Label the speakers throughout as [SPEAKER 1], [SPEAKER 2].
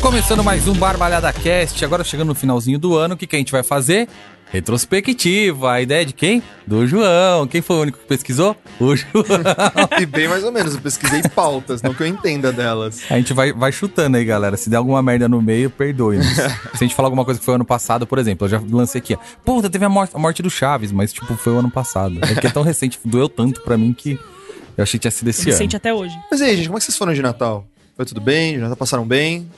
[SPEAKER 1] começando mais um Barbalhada Cast, agora chegando no finalzinho do ano, o que, que a gente vai fazer? Retrospectiva, a ideia é de quem? Do João. Quem foi o único que pesquisou? O João.
[SPEAKER 2] E bem mais ou menos, eu pesquisei pautas, não que eu entenda delas.
[SPEAKER 1] A gente vai, vai chutando aí, galera. Se der alguma merda no meio, perdoe-nos. Se a gente falar alguma coisa que foi ano passado, por exemplo, eu já lancei aqui, ó. Puta, teve a mor- a morte do Chaves, mas, tipo, foi o ano passado. É que é tão recente, doeu tanto pra mim que eu achei que tinha sido esse
[SPEAKER 3] Ele
[SPEAKER 1] ano.
[SPEAKER 3] sente até hoje.
[SPEAKER 2] Mas e aí, gente, como é que vocês foram de Natal? Foi tudo bem? De Natal passaram bem?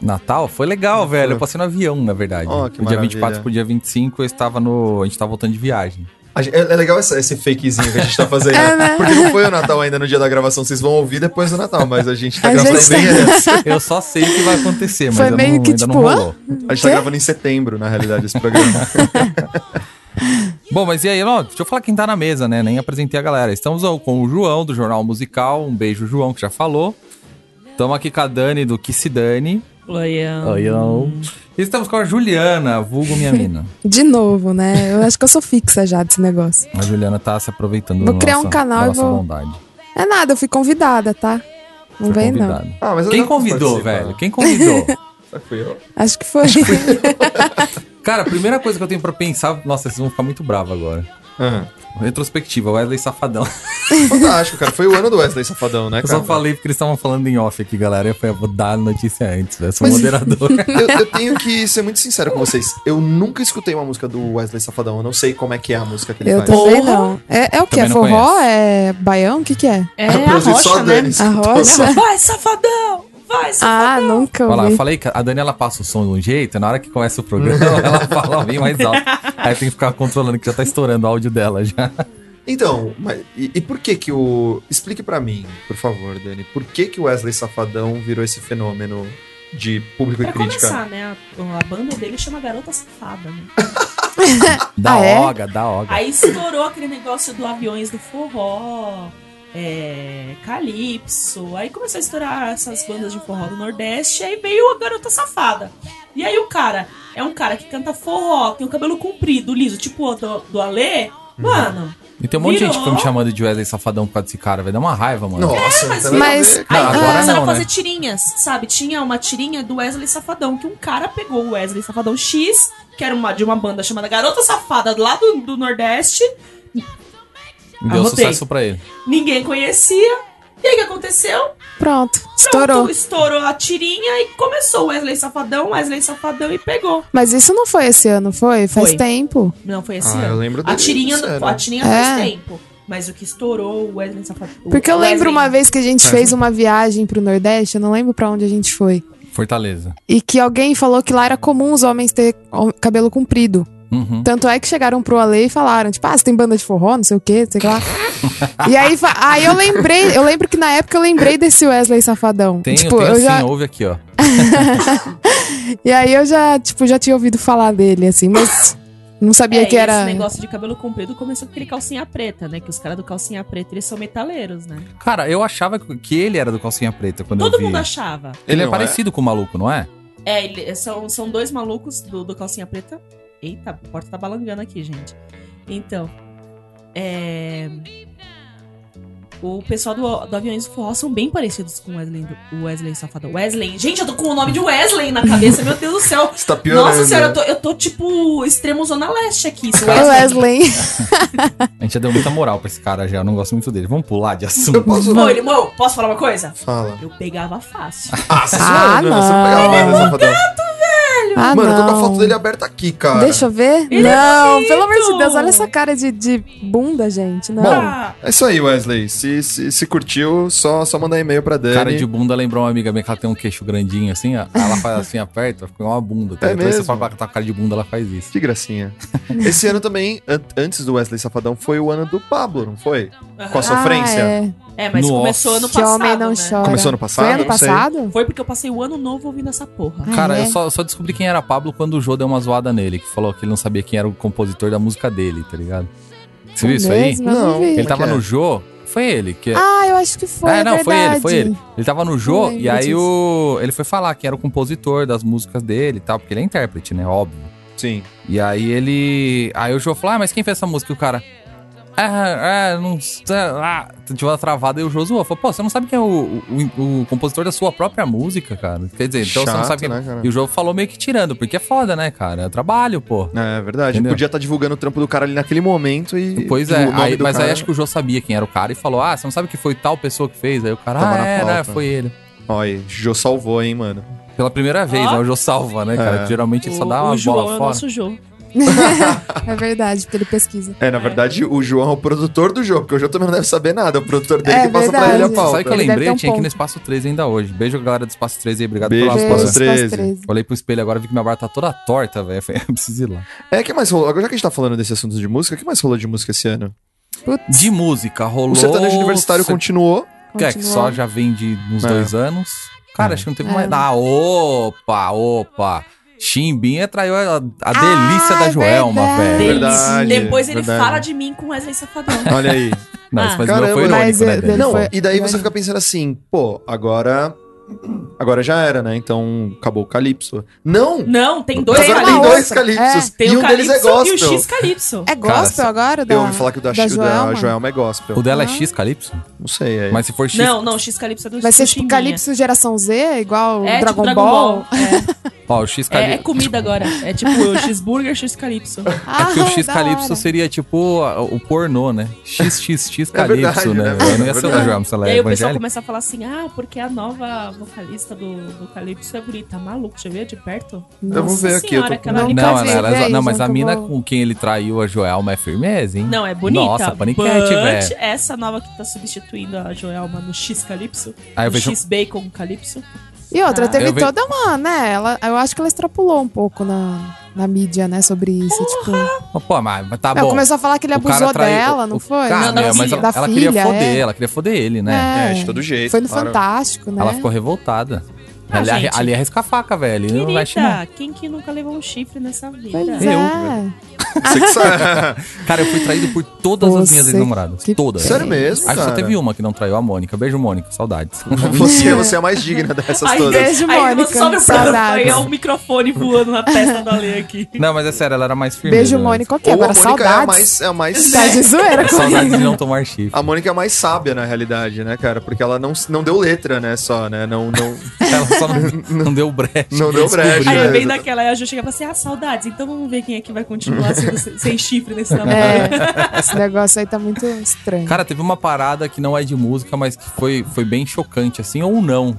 [SPEAKER 1] Natal foi legal, velho. Eu passei no avião, na verdade.
[SPEAKER 2] Ó, Oh, que
[SPEAKER 1] do dia
[SPEAKER 2] maravilha.
[SPEAKER 1] 24 pro dia 25, eu estava no. A gente tava voltando de viagem.
[SPEAKER 2] A gen- É, é legal essa- esse fakezinho que a gente tá fazendo. né? Porque não foi o Natal ainda no dia da gravação, vocês vão ouvir depois do Natal, mas a gente tá
[SPEAKER 4] A
[SPEAKER 2] gravando
[SPEAKER 4] gente
[SPEAKER 2] bem
[SPEAKER 4] tá-
[SPEAKER 2] antes.
[SPEAKER 1] Eu só sei o que vai acontecer, mas
[SPEAKER 4] Foi
[SPEAKER 1] eu
[SPEAKER 4] meio
[SPEAKER 1] não,
[SPEAKER 4] que
[SPEAKER 1] ainda não
[SPEAKER 4] tipo, hã?
[SPEAKER 1] rolou.
[SPEAKER 2] A gente tá gravando em setembro, na realidade, esse programa.
[SPEAKER 1] Bom, mas e aí, ó, deixa eu falar quem tá na mesa, né? Nem apresentei a galera. Estamos ó, com o João, do Jornal Musical. Um beijo, João, que já falou. Estamos aqui com a Dani, do Que Se Dane.
[SPEAKER 3] Olha.
[SPEAKER 1] E estamos com a Juliana, vulgo minha mina.
[SPEAKER 4] De novo, né? Eu acho que eu sou fixa já desse negócio.
[SPEAKER 1] A Juliana tá se aproveitando
[SPEAKER 4] Vou
[SPEAKER 1] da
[SPEAKER 4] criar um
[SPEAKER 1] nossa-
[SPEAKER 4] canal
[SPEAKER 1] da
[SPEAKER 4] e
[SPEAKER 1] nossa
[SPEAKER 4] vou-
[SPEAKER 1] bondade.
[SPEAKER 4] É nada, eu fui convidada, tá? Não
[SPEAKER 1] Foi
[SPEAKER 4] vem, não.
[SPEAKER 1] convidada.
[SPEAKER 2] Ah, mas é
[SPEAKER 1] Quem
[SPEAKER 2] legal
[SPEAKER 1] convidou,
[SPEAKER 2] participar.
[SPEAKER 1] velho? Quem convidou?
[SPEAKER 2] Será que tá? fui eu?
[SPEAKER 4] Acho que foi.
[SPEAKER 1] Cara, a primeira coisa que eu tenho pra pensar... Nossa, vocês vão ficar muito bravos agora.
[SPEAKER 2] Ah,
[SPEAKER 1] Retrospectiva, Wesley Safadão.
[SPEAKER 2] fantástico, cara. Foi o ano do Wesley Safadão, né,
[SPEAKER 1] Eu
[SPEAKER 2] cara?
[SPEAKER 1] só falei porque eles estavam falando em off aqui, galera. Eu falei, eu vou dar a notícia antes, velho. Eu sou
[SPEAKER 2] Mas-
[SPEAKER 1] moderador.
[SPEAKER 2] Eu, eu tenho que ser muito sincero com vocês. Eu nunca escutei uma música do Wesley Safadão. Eu não sei como é que é a música que ele
[SPEAKER 4] eu
[SPEAKER 2] faz.
[SPEAKER 4] também
[SPEAKER 3] Porra!
[SPEAKER 4] não. É, é o que?
[SPEAKER 1] Também
[SPEAKER 4] É
[SPEAKER 1] não
[SPEAKER 4] forró?
[SPEAKER 1] conheço.
[SPEAKER 4] É baião? O que que é?
[SPEAKER 3] É a
[SPEAKER 2] Inclusive, só
[SPEAKER 3] rocha,
[SPEAKER 2] a
[SPEAKER 3] né?
[SPEAKER 2] Dani
[SPEAKER 4] A
[SPEAKER 2] escutou, só.
[SPEAKER 4] rocha?
[SPEAKER 3] Vai, safadão! Vai, safadão!
[SPEAKER 4] Ah, nunca
[SPEAKER 1] Olha lá, eu
[SPEAKER 4] ouvi.
[SPEAKER 1] falei que a Dani ela passa o som de um jeito, na hora que começa o programa, ela fala bem mais alto. Aí tem que ficar controlando que já tá estourando o áudio dela já.
[SPEAKER 2] Então, mas, e, e por que que o... Explique pra mim, por favor, Dani. Por que que o Wesley Safadão virou esse fenômeno de público
[SPEAKER 3] Pra
[SPEAKER 2] e crítica?
[SPEAKER 3] começar, né? A, a banda dele chama Garota Safada, né?
[SPEAKER 1] Da
[SPEAKER 4] Ah, é?
[SPEAKER 1] Oga, da Oga.
[SPEAKER 3] Aí estourou aquele negócio do aviões do forró, é, Calypso. Aí começou a estourar essas bandas de forró do Nordeste. Aí veio a garota safada. E aí o cara é um cara que canta forró, tem o cabelo comprido, liso, tipo o do, do Alê.
[SPEAKER 1] Uhum.
[SPEAKER 3] Mano,
[SPEAKER 1] E tem um monte de gente que foi me
[SPEAKER 3] Virou.
[SPEAKER 1] chamando de Wesley Safadão por causa desse cara, vai dar uma raiva, mano.
[SPEAKER 2] Nossa,
[SPEAKER 3] É, mas-
[SPEAKER 2] não tem nada a
[SPEAKER 4] mas-
[SPEAKER 2] ver,
[SPEAKER 3] aí
[SPEAKER 1] Não,
[SPEAKER 2] cara.
[SPEAKER 1] agora
[SPEAKER 3] começaram
[SPEAKER 1] não,
[SPEAKER 3] a
[SPEAKER 1] né?
[SPEAKER 3] fazer tirinhas, sabe? Tinha uma tirinha do Wesley Safadão, que um cara pegou o Wesley Safadão X, que era uma, de uma banda chamada Garota Safada lá do, do Nordeste,
[SPEAKER 1] E Deu
[SPEAKER 3] Arrotei.
[SPEAKER 1] sucesso pra ele.
[SPEAKER 3] ninguém conhecia. E aí o que aconteceu?
[SPEAKER 4] Pronto,
[SPEAKER 3] Pronto,
[SPEAKER 4] estourou.
[SPEAKER 3] estourou a tirinha e começou Wesley Safadão, Wesley Safadão e pegou.
[SPEAKER 4] Mas isso não foi esse ano, foi? Faz
[SPEAKER 3] Foi.
[SPEAKER 4] tempo.
[SPEAKER 3] Não, foi esse
[SPEAKER 2] Ah, eu
[SPEAKER 3] ano.
[SPEAKER 2] lembro
[SPEAKER 3] A tirinha, do-
[SPEAKER 2] sério.
[SPEAKER 3] a tirinha
[SPEAKER 4] É.
[SPEAKER 3] faz tempo. Mas o que estourou, o Wesley Safadão.
[SPEAKER 4] Porque eu lembro uma vez que a gente
[SPEAKER 2] Faz
[SPEAKER 4] fez
[SPEAKER 2] um-
[SPEAKER 4] uma viagem pro Nordeste, eu não lembro pra onde a gente foi.
[SPEAKER 1] Fortaleza.
[SPEAKER 4] E que alguém falou que lá era comum os homens ter hom- cabelo comprido.
[SPEAKER 1] Uhum.
[SPEAKER 4] Tanto é que chegaram pro Ale e falaram, tipo, ah, você tem banda de forró, não sei o quê, sei lá. e aí, fa- aí eu lembrei, eu lembro que na época eu lembrei desse Wesley Safadão.
[SPEAKER 1] Tem,
[SPEAKER 4] tipo,
[SPEAKER 1] tem
[SPEAKER 4] eu
[SPEAKER 1] assim,
[SPEAKER 4] já,
[SPEAKER 1] ouve aqui, ó.
[SPEAKER 4] E aí eu já, tipo, já tinha ouvido falar dele, assim, mas não sabia
[SPEAKER 3] É,
[SPEAKER 4] que
[SPEAKER 3] que Esse
[SPEAKER 4] era.
[SPEAKER 3] negócio de cabelo comprido começou com aquele calcinha preta, né? Que os caras do calcinha preta, eles são metaleiros, né?
[SPEAKER 1] Cara, eu achava que que ele era do Calcinha Preta quando eu
[SPEAKER 3] Todo
[SPEAKER 1] vi.
[SPEAKER 3] mundo achava.
[SPEAKER 1] Ele é
[SPEAKER 2] Não, é.
[SPEAKER 1] parecido com o maluco, não é?
[SPEAKER 3] É, ele- são, são dois malucos do, do calcinha preta. Eita, a porta tá balangando aqui, gente. Então, é... O pessoal do, do Aviões do Forró são bem parecidos com o Wesley, o Wesley Safadão. Wesley, gente, eu tô com o nome de Wesley na cabeça, meu Deus do céu.
[SPEAKER 2] Você tá piorando.
[SPEAKER 3] Nossa senhora, eu tô, eu tô tipo extremo zona leste aqui. Esse
[SPEAKER 4] O
[SPEAKER 3] Wesley.
[SPEAKER 4] Wesley.
[SPEAKER 1] A gente já deu muita moral pra esse cara já, eu não gosto muito dele. Vamos pular de
[SPEAKER 2] Eu
[SPEAKER 1] assunto.
[SPEAKER 2] posso...
[SPEAKER 3] Pô, ele, pô, posso falar uma coisa?
[SPEAKER 2] Fala.
[SPEAKER 3] Eu pegava fácil.
[SPEAKER 2] Ah, você
[SPEAKER 4] Ah,
[SPEAKER 2] zoou, né? Você
[SPEAKER 4] não.
[SPEAKER 2] pegava o Wesley Safadão.
[SPEAKER 4] Ah,
[SPEAKER 2] Mano, eu tô
[SPEAKER 4] não.
[SPEAKER 2] com a foto dele aberta aqui, cara.
[SPEAKER 4] Deixa eu ver.
[SPEAKER 3] Ele é
[SPEAKER 4] não,
[SPEAKER 3] bonito.
[SPEAKER 4] pelo amor de Deus, olha essa cara de, de bunda, gente. Não.
[SPEAKER 2] Bom,
[SPEAKER 3] Ah,
[SPEAKER 2] É isso aí, Wesley. Se, se, se curtiu, só, só mandar e-mail pra Dani.
[SPEAKER 1] Cara de bunda lembrou uma amiga minha que ela tem um queixo grandinho assim, ó. Aí Ela faz assim, aperta, fica uma bunda. Tá? ligado?
[SPEAKER 2] É
[SPEAKER 1] Toda vez que você
[SPEAKER 2] mesmo?
[SPEAKER 1] fala que tá com cara de bunda, ela faz isso.
[SPEAKER 2] Que gracinha. Esse ano também, an- antes do Wesley Safadão, foi o ano do Pablo, não foi? Com a
[SPEAKER 3] aham.
[SPEAKER 2] sofrência.
[SPEAKER 4] Ah, é.
[SPEAKER 3] É, mas
[SPEAKER 1] Nossa.
[SPEAKER 3] começou ano
[SPEAKER 4] Que
[SPEAKER 3] passado.
[SPEAKER 4] homem não
[SPEAKER 3] né?
[SPEAKER 4] chora.
[SPEAKER 2] Começou ano passado?
[SPEAKER 4] Foi ano
[SPEAKER 2] Não sei.
[SPEAKER 4] passado?
[SPEAKER 3] Foi porque eu passei o ano novo ouvindo essa porra.
[SPEAKER 4] Ah,
[SPEAKER 1] Cara,
[SPEAKER 4] é?
[SPEAKER 1] eu só, só descobri quem era Pablo quando o Jô deu uma zoada nele, que falou que ele não sabia quem era o compositor da música dele, tá ligado? Você viu isso aí?
[SPEAKER 4] É Mesmo, eu não
[SPEAKER 2] Não.
[SPEAKER 4] vi.
[SPEAKER 1] Ele
[SPEAKER 2] Como
[SPEAKER 1] tava
[SPEAKER 2] é que é?
[SPEAKER 1] no Jô, foi ele que.
[SPEAKER 4] Ah, eu acho que foi.
[SPEAKER 1] Ah, não,
[SPEAKER 4] é
[SPEAKER 1] foi ele, foi
[SPEAKER 4] verdade.
[SPEAKER 1] ele. Ele tava no Jô
[SPEAKER 4] lembro
[SPEAKER 1] e aí
[SPEAKER 4] disso.
[SPEAKER 1] o, ele foi falar quem era o compositor das músicas dele e tal, porque ele é intérprete, né? Óbvio.
[SPEAKER 2] Sim.
[SPEAKER 1] E aí ele. Aí o Jô falou: Ah, mas quem fez essa música? E o cara. Ah, ah, não sei. Ah, tipo, ela travada e o Josué falou: Pô, você não sabe quem é o, o, o compositor da sua própria música, cara? Quer dizer, então você não
[SPEAKER 2] Chato,
[SPEAKER 1] sabe quem.
[SPEAKER 2] né, cara?
[SPEAKER 1] E o jogo falou meio que tirando, porque é foda, né, cara? É trabalho, pô.
[SPEAKER 2] É verdade.
[SPEAKER 1] Entendeu?
[SPEAKER 2] Podia estar divulgando o trampo do cara ali naquele momento e.
[SPEAKER 1] Pois é, aí- mas aí acho que o Jô sabia quem era o cara e falou: Ah, você não sabe que foi tal pessoa que fez? Aí o cara,
[SPEAKER 2] Tava
[SPEAKER 1] ah,
[SPEAKER 2] na
[SPEAKER 1] é,
[SPEAKER 2] pauta."
[SPEAKER 1] né, foi ele.
[SPEAKER 2] Olha, Jô salvou, hein, mano.
[SPEAKER 1] Pela primeira vez,
[SPEAKER 3] Ó.
[SPEAKER 1] né? O Jô salva, né, cara?
[SPEAKER 2] É.
[SPEAKER 1] Geralmente ele só dá uma
[SPEAKER 3] o João
[SPEAKER 1] bola
[SPEAKER 3] é o
[SPEAKER 1] fora.
[SPEAKER 3] nosso João.
[SPEAKER 4] É verdade, porque ele pesquisa.
[SPEAKER 2] É, na verdade, o João é o produtor do jogo, porque o João também não deve saber nada. É o produtor dele
[SPEAKER 4] É
[SPEAKER 2] que passa pra
[SPEAKER 4] verdade.
[SPEAKER 2] ele a pauta.
[SPEAKER 1] Sabe o que eu
[SPEAKER 4] Ele deve
[SPEAKER 1] lembrei?
[SPEAKER 4] ter um
[SPEAKER 1] tinha aqui
[SPEAKER 4] ponto.
[SPEAKER 1] no Espaço 13 ainda hoje. Beijo, galera do Espaço 13 aí. Obrigado
[SPEAKER 2] Beijo,
[SPEAKER 1] pela
[SPEAKER 2] Espaço
[SPEAKER 1] aposta.
[SPEAKER 2] 13.
[SPEAKER 4] 13.
[SPEAKER 1] Olhei pro espelho agora e vi que minha barba tá toda torta, velho. Eu falei, Eu preciso ir lá.
[SPEAKER 2] É, que mais rolou? Agora já que a gente tá falando desse assunto de música, o que mais rolou de música esse ano?
[SPEAKER 4] Putz,
[SPEAKER 1] De música, rolou.
[SPEAKER 2] O Um sertanejo universitário
[SPEAKER 1] Você-
[SPEAKER 2] continuou.
[SPEAKER 1] É, que só já vem de uns
[SPEAKER 2] É.
[SPEAKER 1] dois anos. Cara,
[SPEAKER 2] É.
[SPEAKER 1] acho que não teve
[SPEAKER 4] É.
[SPEAKER 1] mais. Ah, opa, opa. Chimbinha traiu a, a
[SPEAKER 3] Ah,
[SPEAKER 1] delícia da
[SPEAKER 4] é
[SPEAKER 1] Joelma,
[SPEAKER 4] verdade.
[SPEAKER 1] velho.
[SPEAKER 2] Verdade,
[SPEAKER 3] Depois ele
[SPEAKER 2] verdade.
[SPEAKER 3] fala de mim com Wesley Safadão.
[SPEAKER 2] Olha aí.
[SPEAKER 3] Ah.
[SPEAKER 1] Não, isso, mas o
[SPEAKER 2] Caramba. é,
[SPEAKER 1] meu foi
[SPEAKER 4] Mas,
[SPEAKER 1] irônico,
[SPEAKER 4] eh,
[SPEAKER 1] né, Denis?
[SPEAKER 4] dele
[SPEAKER 2] Não,
[SPEAKER 4] foi-
[SPEAKER 2] e daí
[SPEAKER 4] foi-
[SPEAKER 2] você fica pensando assim, pô, agora. Agora já era, né? Então acabou o Calypso. Não!
[SPEAKER 3] Não, tem dois
[SPEAKER 2] agora
[SPEAKER 4] Tem
[SPEAKER 2] tem
[SPEAKER 4] uma
[SPEAKER 3] Calypso.
[SPEAKER 2] dois
[SPEAKER 4] outra.
[SPEAKER 2] Calypsos.
[SPEAKER 3] Tem
[SPEAKER 2] e
[SPEAKER 3] o
[SPEAKER 2] um deles é
[SPEAKER 3] Calypso e o
[SPEAKER 2] gospel.
[SPEAKER 3] X Calypso.
[SPEAKER 4] É gospel
[SPEAKER 1] Cara,
[SPEAKER 4] agora? Da,
[SPEAKER 2] Eu ouvi falar que o da,
[SPEAKER 4] da
[SPEAKER 2] da Joelma.
[SPEAKER 4] Joelma?
[SPEAKER 2] é gospel.
[SPEAKER 1] O dela é
[SPEAKER 4] Ah.
[SPEAKER 1] X Calypso?
[SPEAKER 2] Não sei. É.
[SPEAKER 1] Mas se for X.
[SPEAKER 3] Não, não, X Calypso é do
[SPEAKER 4] Vai ser
[SPEAKER 3] do
[SPEAKER 4] tipo
[SPEAKER 3] Chimbinha.
[SPEAKER 4] Calypso Geração Z, igual
[SPEAKER 3] É,
[SPEAKER 4] Dragon,
[SPEAKER 3] tipo Dragon
[SPEAKER 4] Ball.
[SPEAKER 3] Ball. É.
[SPEAKER 1] Ó, o X
[SPEAKER 3] É, é
[SPEAKER 1] Calypso.
[SPEAKER 3] comida agora. É tipo o cheeseburger, X Calypso.
[SPEAKER 1] É porque
[SPEAKER 4] Ah,
[SPEAKER 1] o X
[SPEAKER 4] da hora.
[SPEAKER 1] Calypso seria tipo a- o pornô, né? XXX
[SPEAKER 2] É verdade,
[SPEAKER 1] Calypso, né?
[SPEAKER 2] né,
[SPEAKER 1] velho?
[SPEAKER 2] mano?
[SPEAKER 1] não ia
[SPEAKER 2] É
[SPEAKER 1] ser
[SPEAKER 2] verdade.
[SPEAKER 1] da Joelma, se ela
[SPEAKER 3] e
[SPEAKER 1] é
[SPEAKER 3] aí o pessoal
[SPEAKER 1] evangélica.
[SPEAKER 3] começa a falar assim, ah, porque a nova vocalista do, do Calypso é bonita. Maluco, deixa eu ver de perto.
[SPEAKER 2] Eu vou
[SPEAKER 4] Nossa.
[SPEAKER 2] ver aqui. Eu
[SPEAKER 3] senhora,
[SPEAKER 2] tô...
[SPEAKER 3] aquela-
[SPEAKER 1] Não,
[SPEAKER 4] Nunca
[SPEAKER 1] ela- é
[SPEAKER 4] vi,
[SPEAKER 1] ela-
[SPEAKER 4] vê aí,
[SPEAKER 1] não, mas
[SPEAKER 4] João,
[SPEAKER 1] a
[SPEAKER 4] que eu
[SPEAKER 1] mina
[SPEAKER 4] vou-
[SPEAKER 1] com quem ele traiu a Joelma é firmeza, hein?
[SPEAKER 3] Não, é bonita.
[SPEAKER 1] Nossa, paniquete,
[SPEAKER 3] but
[SPEAKER 1] velho.
[SPEAKER 3] Essa nova que tá substituindo a Joelma no X Calypso.
[SPEAKER 1] Aí Ah, eu
[SPEAKER 3] no
[SPEAKER 1] vejo-
[SPEAKER 3] X Bacon Calypso.
[SPEAKER 4] E outra,
[SPEAKER 3] Ah.
[SPEAKER 4] teve
[SPEAKER 1] é. Eu vi-
[SPEAKER 4] toda uma, né? Ela, eu acho que ela extrapolou um pouco na, na mídia, né, sobre isso. Tipo,
[SPEAKER 1] Mas, Pô, mas mas tá
[SPEAKER 4] Não,
[SPEAKER 1] bom.
[SPEAKER 4] começou a falar que ele
[SPEAKER 1] O cara
[SPEAKER 4] abusou
[SPEAKER 1] traiu-
[SPEAKER 4] dela,
[SPEAKER 1] o-
[SPEAKER 4] não
[SPEAKER 1] o
[SPEAKER 4] foi?
[SPEAKER 1] Cara,
[SPEAKER 3] Não, da
[SPEAKER 1] é, mas
[SPEAKER 3] filha.
[SPEAKER 1] ela, ela
[SPEAKER 4] Da
[SPEAKER 1] queria
[SPEAKER 4] filha,
[SPEAKER 1] foder,
[SPEAKER 4] é.
[SPEAKER 1] ela queria foder ele, né?
[SPEAKER 2] É, de todo jeito.
[SPEAKER 4] Foi no
[SPEAKER 2] claro.
[SPEAKER 4] Fantástico, né?
[SPEAKER 1] Ela ficou revoltada.
[SPEAKER 3] Ah,
[SPEAKER 1] ali,
[SPEAKER 3] gente.
[SPEAKER 1] ali é riscar faca, velho. Ele não mexe, não.
[SPEAKER 3] Querida, quem que nunca levou um chifre nessa vida?
[SPEAKER 4] Pois
[SPEAKER 1] Eu,
[SPEAKER 4] é.
[SPEAKER 2] Você que sabe.
[SPEAKER 1] Cara, eu fui traído por todas as
[SPEAKER 4] Você
[SPEAKER 1] minhas ex-namoradas.
[SPEAKER 4] que
[SPEAKER 1] Todas.
[SPEAKER 2] Sério mesmo,
[SPEAKER 1] Acho que só
[SPEAKER 2] cara?
[SPEAKER 1] teve um. uma que não traiu a Mônica. Beijo, Mônica. Saudades.
[SPEAKER 2] Você, você é a mais digna dessas
[SPEAKER 3] Aí,
[SPEAKER 2] todas.
[SPEAKER 4] Beijo,
[SPEAKER 3] aí
[SPEAKER 4] Mônica,
[SPEAKER 3] sobe o programa
[SPEAKER 4] saudades.
[SPEAKER 3] e é um microfone voando na testa da Lei aqui.
[SPEAKER 1] não, mas é sério, ela era mais firme.
[SPEAKER 4] Beijo, Mônica. Ok,
[SPEAKER 2] Ou a
[SPEAKER 4] agora
[SPEAKER 2] Mônica é a
[SPEAKER 4] saudades.
[SPEAKER 2] mais. É a mais
[SPEAKER 4] Tá de zoeira
[SPEAKER 1] Saudades É de
[SPEAKER 4] comigo.
[SPEAKER 1] não tomar chifre.
[SPEAKER 2] A Mônica é a mais sábia, na realidade, né, cara? Porque ela não, não deu letra, né, só, né? Não, não,
[SPEAKER 1] Ela só não, não deu brecha.
[SPEAKER 2] não deu brecha.
[SPEAKER 3] Aí é bem
[SPEAKER 2] né?
[SPEAKER 3] daquela, aí a Ju chegava assim, ah, saudades, então vamos ver quem é que vai continuar sendo se- sem chifre nesse namoro.
[SPEAKER 4] É, esse negócio aí tá muito estranho.
[SPEAKER 1] Cara, teve uma parada que não é de música, mas que foi, foi bem chocante, assim, ou não.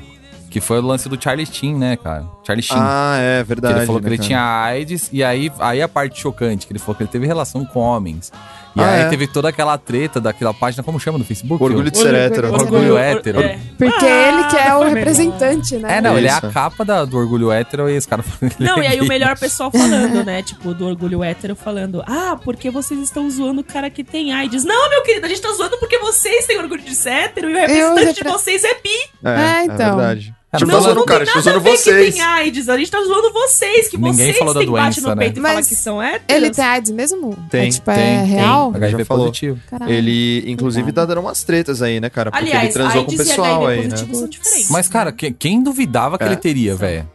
[SPEAKER 1] Que foi o lance do Charlie Sheen, né, cara? Charlie Sheen.
[SPEAKER 2] Ah, é
[SPEAKER 1] que
[SPEAKER 2] verdade.
[SPEAKER 1] ele falou que
[SPEAKER 2] né,
[SPEAKER 1] ele
[SPEAKER 2] cara?
[SPEAKER 1] tinha AIDS, e aí, aí a parte chocante, que ele falou que ele teve relação com homens. E
[SPEAKER 2] Ah,
[SPEAKER 1] aí
[SPEAKER 2] é?
[SPEAKER 1] teve toda aquela treta daquela página, como chama no Facebook?
[SPEAKER 2] Orgulho de ser
[SPEAKER 4] Orgulho-
[SPEAKER 2] hétero. né?
[SPEAKER 1] Orgulho hétero.
[SPEAKER 3] é.
[SPEAKER 4] Porque ele que é o
[SPEAKER 3] foi melhor.
[SPEAKER 4] representante, né?
[SPEAKER 1] É, não, ele é a
[SPEAKER 2] Isso.
[SPEAKER 1] capa da- do orgulho hétero e esse cara falando que ele
[SPEAKER 3] Não,
[SPEAKER 1] é
[SPEAKER 3] e aí
[SPEAKER 1] gay.
[SPEAKER 3] o melhor pessoal falando, né? Tipo, do orgulho hétero falando, ah, porque vocês estão zoando o cara que tem AIDS. Não, meu querido, a gente tá zoando porque vocês têm orgulho de ser hétero e o representante de
[SPEAKER 4] repre-
[SPEAKER 3] vocês é bi.
[SPEAKER 2] É,
[SPEAKER 4] É,
[SPEAKER 2] é
[SPEAKER 4] então.
[SPEAKER 2] verdade.
[SPEAKER 1] Ah,
[SPEAKER 2] Tipo,
[SPEAKER 1] não,
[SPEAKER 2] tá
[SPEAKER 3] Não,
[SPEAKER 1] zoando
[SPEAKER 3] não
[SPEAKER 2] o cara,
[SPEAKER 3] tem
[SPEAKER 2] tá
[SPEAKER 3] nada a
[SPEAKER 2] zoando
[SPEAKER 3] ver
[SPEAKER 2] vocês.
[SPEAKER 3] que tem AIDS. A gente tá zoando vocês, que
[SPEAKER 1] Ninguém
[SPEAKER 3] vocês
[SPEAKER 1] falou da
[SPEAKER 3] têm bate
[SPEAKER 1] doença,
[SPEAKER 3] no
[SPEAKER 1] né?
[SPEAKER 3] peito e falam
[SPEAKER 4] Mas
[SPEAKER 3] que são
[SPEAKER 1] é
[SPEAKER 3] héteros.
[SPEAKER 4] Ele tá- tem AIDS mesmo?
[SPEAKER 2] Tem,
[SPEAKER 4] é, tipo,
[SPEAKER 2] tem,
[SPEAKER 4] é
[SPEAKER 2] tem.
[SPEAKER 4] real?
[SPEAKER 2] Já
[SPEAKER 1] HIV
[SPEAKER 2] falou.
[SPEAKER 1] positivo.
[SPEAKER 4] Caralho.
[SPEAKER 2] Ele, inclusive, tá dando umas tretas aí, né, cara? Porque ele
[SPEAKER 3] Aliás,
[SPEAKER 2] transou com o
[SPEAKER 3] AIDS
[SPEAKER 2] pessoal
[SPEAKER 3] e
[SPEAKER 2] aí,
[SPEAKER 3] HIV
[SPEAKER 2] né?
[SPEAKER 3] é positivo são diferentes.
[SPEAKER 1] Mas, cara, que- quem duvidava que
[SPEAKER 2] É.
[SPEAKER 1] ele teria, velho?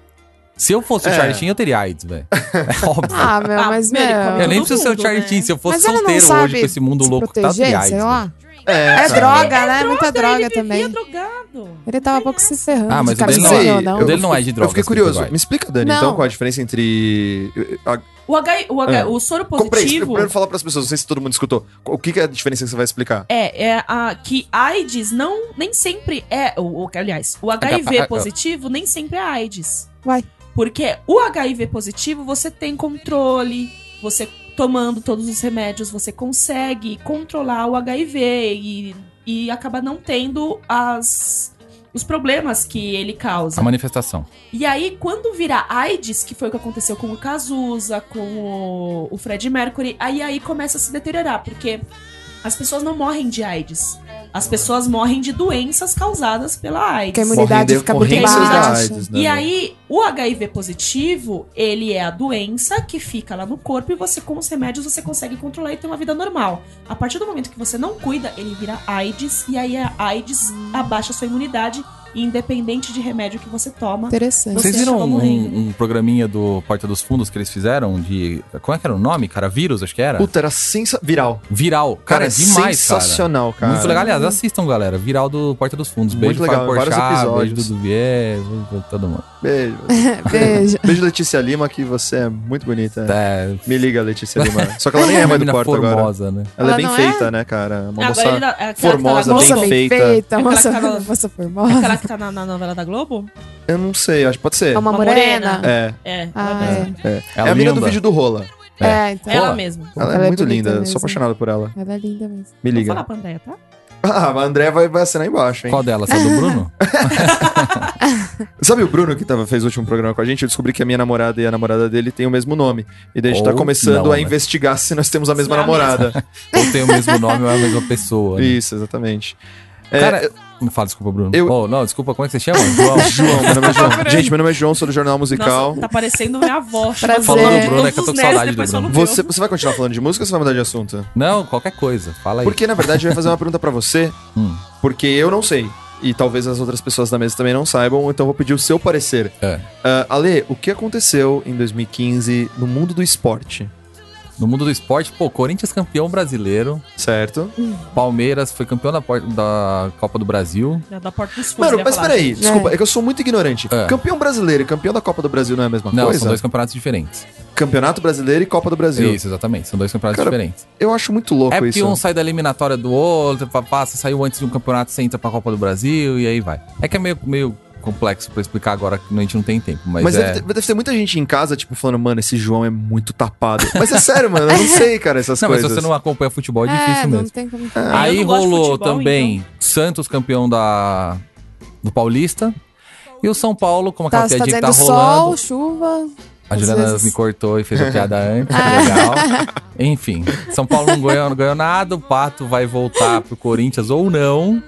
[SPEAKER 1] Se eu fosse
[SPEAKER 2] É.
[SPEAKER 1] o Charlie Sheen, eu teria AIDS, velho. É óbvio.
[SPEAKER 4] Ah, meu, mas,
[SPEAKER 3] meu, ele
[SPEAKER 4] meu...
[SPEAKER 3] come-
[SPEAKER 1] Eu nem
[SPEAKER 3] Todo
[SPEAKER 1] preciso ser o
[SPEAKER 3] mundo,
[SPEAKER 1] Charlie
[SPEAKER 3] né?
[SPEAKER 1] Sheen. Se eu fosse
[SPEAKER 4] Mas ele não
[SPEAKER 1] é solteiro
[SPEAKER 4] sabe
[SPEAKER 1] hoje com esse mundo
[SPEAKER 4] se
[SPEAKER 1] louco que tá, eu
[SPEAKER 4] proteger,
[SPEAKER 1] teria AIDS.
[SPEAKER 4] sei
[SPEAKER 1] velho.
[SPEAKER 4] lá.
[SPEAKER 2] É,
[SPEAKER 4] É
[SPEAKER 2] cara.
[SPEAKER 4] droga, né? Muita droga
[SPEAKER 3] ele
[SPEAKER 4] também.
[SPEAKER 3] vivia drogado.
[SPEAKER 4] Ele tá- tava pouco se ferrando.
[SPEAKER 1] Ah, mas
[SPEAKER 4] de
[SPEAKER 1] o
[SPEAKER 4] cara
[SPEAKER 1] dele
[SPEAKER 4] de
[SPEAKER 1] não é.
[SPEAKER 4] ser ou
[SPEAKER 1] O dele não é de droga.
[SPEAKER 2] Eu fiquei curioso. Me explica, Dani,
[SPEAKER 4] Não.
[SPEAKER 2] então, qual a diferença entre... a-
[SPEAKER 3] O, H, o, H,
[SPEAKER 2] É.
[SPEAKER 3] o soro
[SPEAKER 2] Comprei, isso.
[SPEAKER 3] positivo
[SPEAKER 2] primeiro fala pras pessoas, não sei se todo mundo escutou. O que que é a diferença que você vai explicar?
[SPEAKER 3] é, é a, que AIDS não nem sempre é. O, o- aliás, o HIV positivo nem sempre é AIDS.
[SPEAKER 4] Uai.
[SPEAKER 3] Porque o HIV positivo você tem controle, você tomando todos os remédios, você consegue controlar o HIV e, e acaba não tendo as, os problemas que ele causa.
[SPEAKER 1] A manifestação.
[SPEAKER 3] E aí, quando vira AIDS, que foi o que aconteceu com o Cazuza, com o, o Fred Mercury, aí aí começa a se deteriorar, porque as pessoas não morrem de AIDS. As pessoas morrem de doenças causadas pela
[SPEAKER 4] Porque
[SPEAKER 3] AIDS.
[SPEAKER 4] a
[SPEAKER 2] imuni-
[SPEAKER 4] imunidade
[SPEAKER 2] Morrem de
[SPEAKER 4] fica muito
[SPEAKER 3] ocorrências da
[SPEAKER 4] baixa.
[SPEAKER 2] AIDS, né?
[SPEAKER 3] E aí, o HIV positivo, ele é a doença que fica lá no corpo e você, com os remédios, você consegue controlar e ter uma vida normal. A partir do momento que você não cuida, ele vira AIDS, e aí a AIDS abaixa a sua imunidade E independente de remédio que você toma,
[SPEAKER 4] Interessante.
[SPEAKER 3] Você
[SPEAKER 1] Vocês viram
[SPEAKER 3] acabou morrendo.
[SPEAKER 1] um, um programinha do Porta dos Fundos que eles fizeram de. Como é que era o nome, cara? Vírus, acho que era?
[SPEAKER 2] Puta, era sensa... viral.
[SPEAKER 1] Viral. Cara, é demais, cara.
[SPEAKER 2] sensacional, cara.
[SPEAKER 1] Muito legal. Aliás, assistam, galera. Viral do Porta dos Fundos.
[SPEAKER 2] Muito
[SPEAKER 1] Beijo
[SPEAKER 2] legal,
[SPEAKER 1] para
[SPEAKER 2] vários
[SPEAKER 1] Porchat, beijo do
[SPEAKER 2] episódios.
[SPEAKER 1] Duvier, beijo pra todo mundo.
[SPEAKER 2] Beijo.
[SPEAKER 4] Beijo.
[SPEAKER 2] Beijo, Letícia Lima, que você é muito bonita.
[SPEAKER 1] É,
[SPEAKER 2] Me liga, Letícia Lima. Só que ela nem é mais do
[SPEAKER 1] Menina
[SPEAKER 2] Porto agora.
[SPEAKER 1] formosa, né?
[SPEAKER 2] Ela,
[SPEAKER 4] Ela
[SPEAKER 2] é bem
[SPEAKER 4] não
[SPEAKER 2] feita, né, cara? Uma
[SPEAKER 3] Agora ele
[SPEAKER 2] moça...
[SPEAKER 3] dá- é aquela que tá na
[SPEAKER 2] formosa,
[SPEAKER 3] Globo?
[SPEAKER 4] Moça
[SPEAKER 2] bem
[SPEAKER 4] bem
[SPEAKER 2] feita.
[SPEAKER 4] feita,
[SPEAKER 3] É
[SPEAKER 4] moça,
[SPEAKER 3] aquela cara-
[SPEAKER 4] moça
[SPEAKER 3] É
[SPEAKER 4] formosa.
[SPEAKER 3] aquela que tá na, na novela da Globo?
[SPEAKER 2] Eu não sei, acho que pode ser.
[SPEAKER 4] É uma
[SPEAKER 3] Uma
[SPEAKER 4] morena.
[SPEAKER 3] morena.
[SPEAKER 2] É,
[SPEAKER 3] É, ela
[SPEAKER 4] Ah,
[SPEAKER 3] mesma.
[SPEAKER 4] é.
[SPEAKER 2] é a menina do vídeo do Rola.
[SPEAKER 1] É.
[SPEAKER 4] É, então.
[SPEAKER 3] Ela
[SPEAKER 1] Pô,
[SPEAKER 3] mesma.
[SPEAKER 2] Ela,
[SPEAKER 4] Ela
[SPEAKER 2] é
[SPEAKER 4] é
[SPEAKER 2] muito
[SPEAKER 4] bonita
[SPEAKER 2] linda, eu
[SPEAKER 4] mesmo.
[SPEAKER 2] sou apaixonado por ela.
[SPEAKER 4] Ela é linda mesmo.
[SPEAKER 2] Me
[SPEAKER 3] Vou
[SPEAKER 2] liga.
[SPEAKER 3] falar pra Andréia, tá?
[SPEAKER 2] Ah, mas a André vai, vai assinar embaixo, hein?
[SPEAKER 1] Qual dela? Essa do Bruno?
[SPEAKER 2] Sabe o Bruno que tava, fez o último programa com a gente? Eu descobri que a minha namorada e a namorada dele têm o mesmo nome. E daí a gente tá
[SPEAKER 1] Ou
[SPEAKER 2] começando
[SPEAKER 1] não,
[SPEAKER 2] a
[SPEAKER 1] né?
[SPEAKER 2] investigar se nós temos a mesma
[SPEAKER 3] Não é a
[SPEAKER 2] namorada.
[SPEAKER 1] Ou tem o mesmo nome ou é a mesma pessoa? Né?
[SPEAKER 2] Isso, exatamente. É,
[SPEAKER 1] Cara, não fala desculpa, Bruno.
[SPEAKER 2] eu-
[SPEAKER 1] Oh, não, desculpa, como é que você chama? João.
[SPEAKER 2] João, meu nome
[SPEAKER 1] Tá
[SPEAKER 2] é João. Gente, meu nome é João, sou do Jornal Musical.
[SPEAKER 3] Nossa, tá parecendo minha avó.
[SPEAKER 4] Prazer.
[SPEAKER 3] falando
[SPEAKER 1] Falando
[SPEAKER 3] de
[SPEAKER 1] do Bruno, é que eu tô com
[SPEAKER 3] todos os nerds,
[SPEAKER 1] saudade do
[SPEAKER 3] depois
[SPEAKER 1] Bruno.
[SPEAKER 3] só no meu.
[SPEAKER 2] Você, você vai continuar falando de música ou você vai mudar de assunto?
[SPEAKER 1] Não, qualquer coisa. Fala aí.
[SPEAKER 2] Porque, na verdade, eu ia fazer uma pergunta pra você,
[SPEAKER 1] Hum.
[SPEAKER 2] porque eu não sei. E talvez as outras pessoas da mesa também não saibam, então eu vou pedir o seu parecer.
[SPEAKER 1] É.
[SPEAKER 2] Ah, Ale, o que aconteceu em 2015 no mundo do esporte?
[SPEAKER 1] No mundo do esporte, pô, Corinthians campeão brasileiro.
[SPEAKER 2] Certo?
[SPEAKER 1] Palmeiras foi campeão da, por- da Copa do Brasil.
[SPEAKER 3] né? Da, da porta dos fundos. eu
[SPEAKER 2] Mano,
[SPEAKER 3] ia
[SPEAKER 2] mas
[SPEAKER 3] falar. assim.
[SPEAKER 2] peraí, desculpa, é que eu sou muito ignorante.
[SPEAKER 1] É.
[SPEAKER 2] Campeão brasileiro e campeão da Copa do Brasil não é a mesma
[SPEAKER 1] Não,
[SPEAKER 2] coisa?
[SPEAKER 1] são dois campeonatos diferentes.
[SPEAKER 2] Campeonato brasileiro e Copa do Brasil.
[SPEAKER 1] Isso, exatamente. São dois campeonatos
[SPEAKER 2] Cara,
[SPEAKER 1] diferentes.
[SPEAKER 2] Eu acho muito louco
[SPEAKER 1] É porque
[SPEAKER 2] isso. né?
[SPEAKER 1] um sai da eliminatória do outro, pá, pá, você saiu antes de um campeonato, você entra pra Copa do Brasil e aí vai. É que é meio, meio complexo pra explicar agora, que a gente não tem tempo, mas,
[SPEAKER 2] Mas
[SPEAKER 1] é...
[SPEAKER 2] deve, ter, deve ter muita gente em casa, tipo, falando, mano, esse João é muito tapado. Mas é sério, mano, eu não sei, cara, essas
[SPEAKER 1] Não, mas
[SPEAKER 2] coisas.
[SPEAKER 1] se você não acompanha futebol, é
[SPEAKER 4] É,
[SPEAKER 1] difícil
[SPEAKER 4] não
[SPEAKER 1] mesmo.
[SPEAKER 4] tem como.
[SPEAKER 3] Ah, eu
[SPEAKER 1] É. Aí
[SPEAKER 3] não gosto de
[SPEAKER 1] rolou
[SPEAKER 3] futebol, então.
[SPEAKER 1] também Santos campeão da do Paulista e o São Paulo, como
[SPEAKER 4] Tá
[SPEAKER 1] aquela piadinha que tá
[SPEAKER 4] fazendo
[SPEAKER 1] rolando.
[SPEAKER 4] sol, chuva.
[SPEAKER 1] A
[SPEAKER 4] às
[SPEAKER 1] Juliana
[SPEAKER 4] vezes. Ah.
[SPEAKER 1] me cortou e fez a piada antes, legal. Enfim, São Paulo não ganhou, não ganhou nada, o Pato vai voltar pro Corinthians ou não,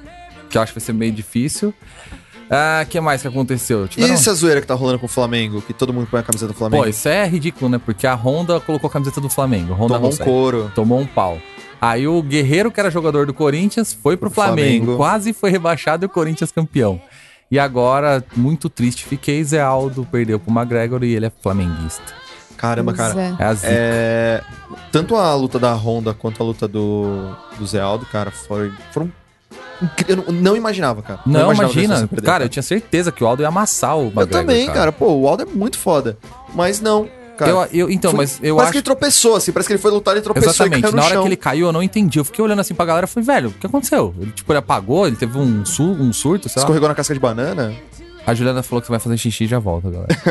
[SPEAKER 1] que eu acho que vai ser meio difícil. Ah, o que mais que aconteceu?
[SPEAKER 2] E
[SPEAKER 1] Tiveram-
[SPEAKER 2] essa zoeira que tá rolando com o Flamengo, que todo mundo põe a camisa do Flamengo?
[SPEAKER 1] Pô, isso é ridículo, né? Porque a Honda colocou a camiseta do Flamengo. A Honda
[SPEAKER 2] Tomou
[SPEAKER 1] não
[SPEAKER 2] um
[SPEAKER 1] serve.
[SPEAKER 2] couro.
[SPEAKER 1] Tomou um pau. Aí o Guerreiro, que era jogador do Corinthians, foi pro
[SPEAKER 2] Pro
[SPEAKER 1] Flamengo.
[SPEAKER 2] Flamengo.
[SPEAKER 1] Quase foi rebaixado e o Corinthians campeão. E agora, muito triste, fiquei Zé Aldo, perdeu pro McGregor e ele é flamenguista.
[SPEAKER 2] Caramba,
[SPEAKER 4] Pois
[SPEAKER 2] cara.
[SPEAKER 4] é.
[SPEAKER 1] É a zica.
[SPEAKER 2] É, tanto a luta da Honda quanto a luta do, do Zé Aldo, cara, foi, foram. incri- Eu não, não imaginava, cara.
[SPEAKER 1] Não,
[SPEAKER 2] imaginava que eles
[SPEAKER 1] imagina.
[SPEAKER 2] fossem perder, tá?
[SPEAKER 1] Cara, eu tinha certeza que o Aldo ia amassar o
[SPEAKER 2] Eu
[SPEAKER 1] McGregor.
[SPEAKER 2] também, cara. Pô, o Aldo é muito foda. Mas não, cara.
[SPEAKER 1] Eu, eu- então,
[SPEAKER 2] Foi-
[SPEAKER 1] mas eu
[SPEAKER 2] parece
[SPEAKER 1] acho.
[SPEAKER 2] que ele tropeçou, assim. Parece que ele foi lutar e tropeçou e
[SPEAKER 1] Exatamente.
[SPEAKER 2] caiu no
[SPEAKER 1] Na hora
[SPEAKER 2] chão.
[SPEAKER 1] que ele caiu, eu não entendi. Eu fiquei olhando assim pra galera e falei, velho, o que aconteceu? Ele, tipo, ele apagou, ele teve um, su um surto, sei lá.
[SPEAKER 2] Escorregou na casca de banana?
[SPEAKER 1] A Juliana falou que você vai fazer xixi e já volta, galera.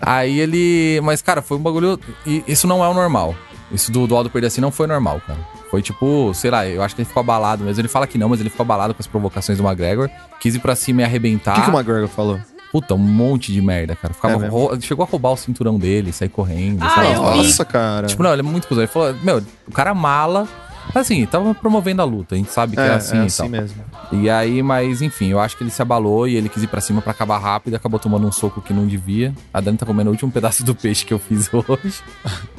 [SPEAKER 1] Aí ele. Mas, cara, foi um bagulho. E isso não é o normal. Isso do, do Aldo perder assim não foi normal, cara. Foi tipo, sei lá, eu acho que ele ficou abalado mesmo. Ele fala que não, mas ele ficou abalado com as provocações do McGregor. Quis ir pra cima e
[SPEAKER 2] O
[SPEAKER 1] arrebentar.
[SPEAKER 2] que, que o McGregor falou?
[SPEAKER 1] Puta, um monte de merda, cara. Ficava
[SPEAKER 2] É mesmo?
[SPEAKER 1] rou- Chegou a roubar o cinturão dele, sair correndo.
[SPEAKER 3] Ah,
[SPEAKER 1] sei lá,
[SPEAKER 3] eu
[SPEAKER 1] fala-
[SPEAKER 3] vi.
[SPEAKER 2] Nossa, cara.
[SPEAKER 1] Tipo, não, ele é muito cuzão. Ele falou, meu, o cara mala. Mas assim, tava promovendo a luta, a gente sabe que é,
[SPEAKER 2] é,
[SPEAKER 1] assim
[SPEAKER 2] é
[SPEAKER 1] e tal.
[SPEAKER 2] assim mesmo.
[SPEAKER 1] E aí, mas enfim, eu acho que ele se abalou e ele quis ir pra cima pra acabar rápido e acabou tomando um soco que não devia. A Dani tá comendo o último pedaço do peixe que eu fiz hoje.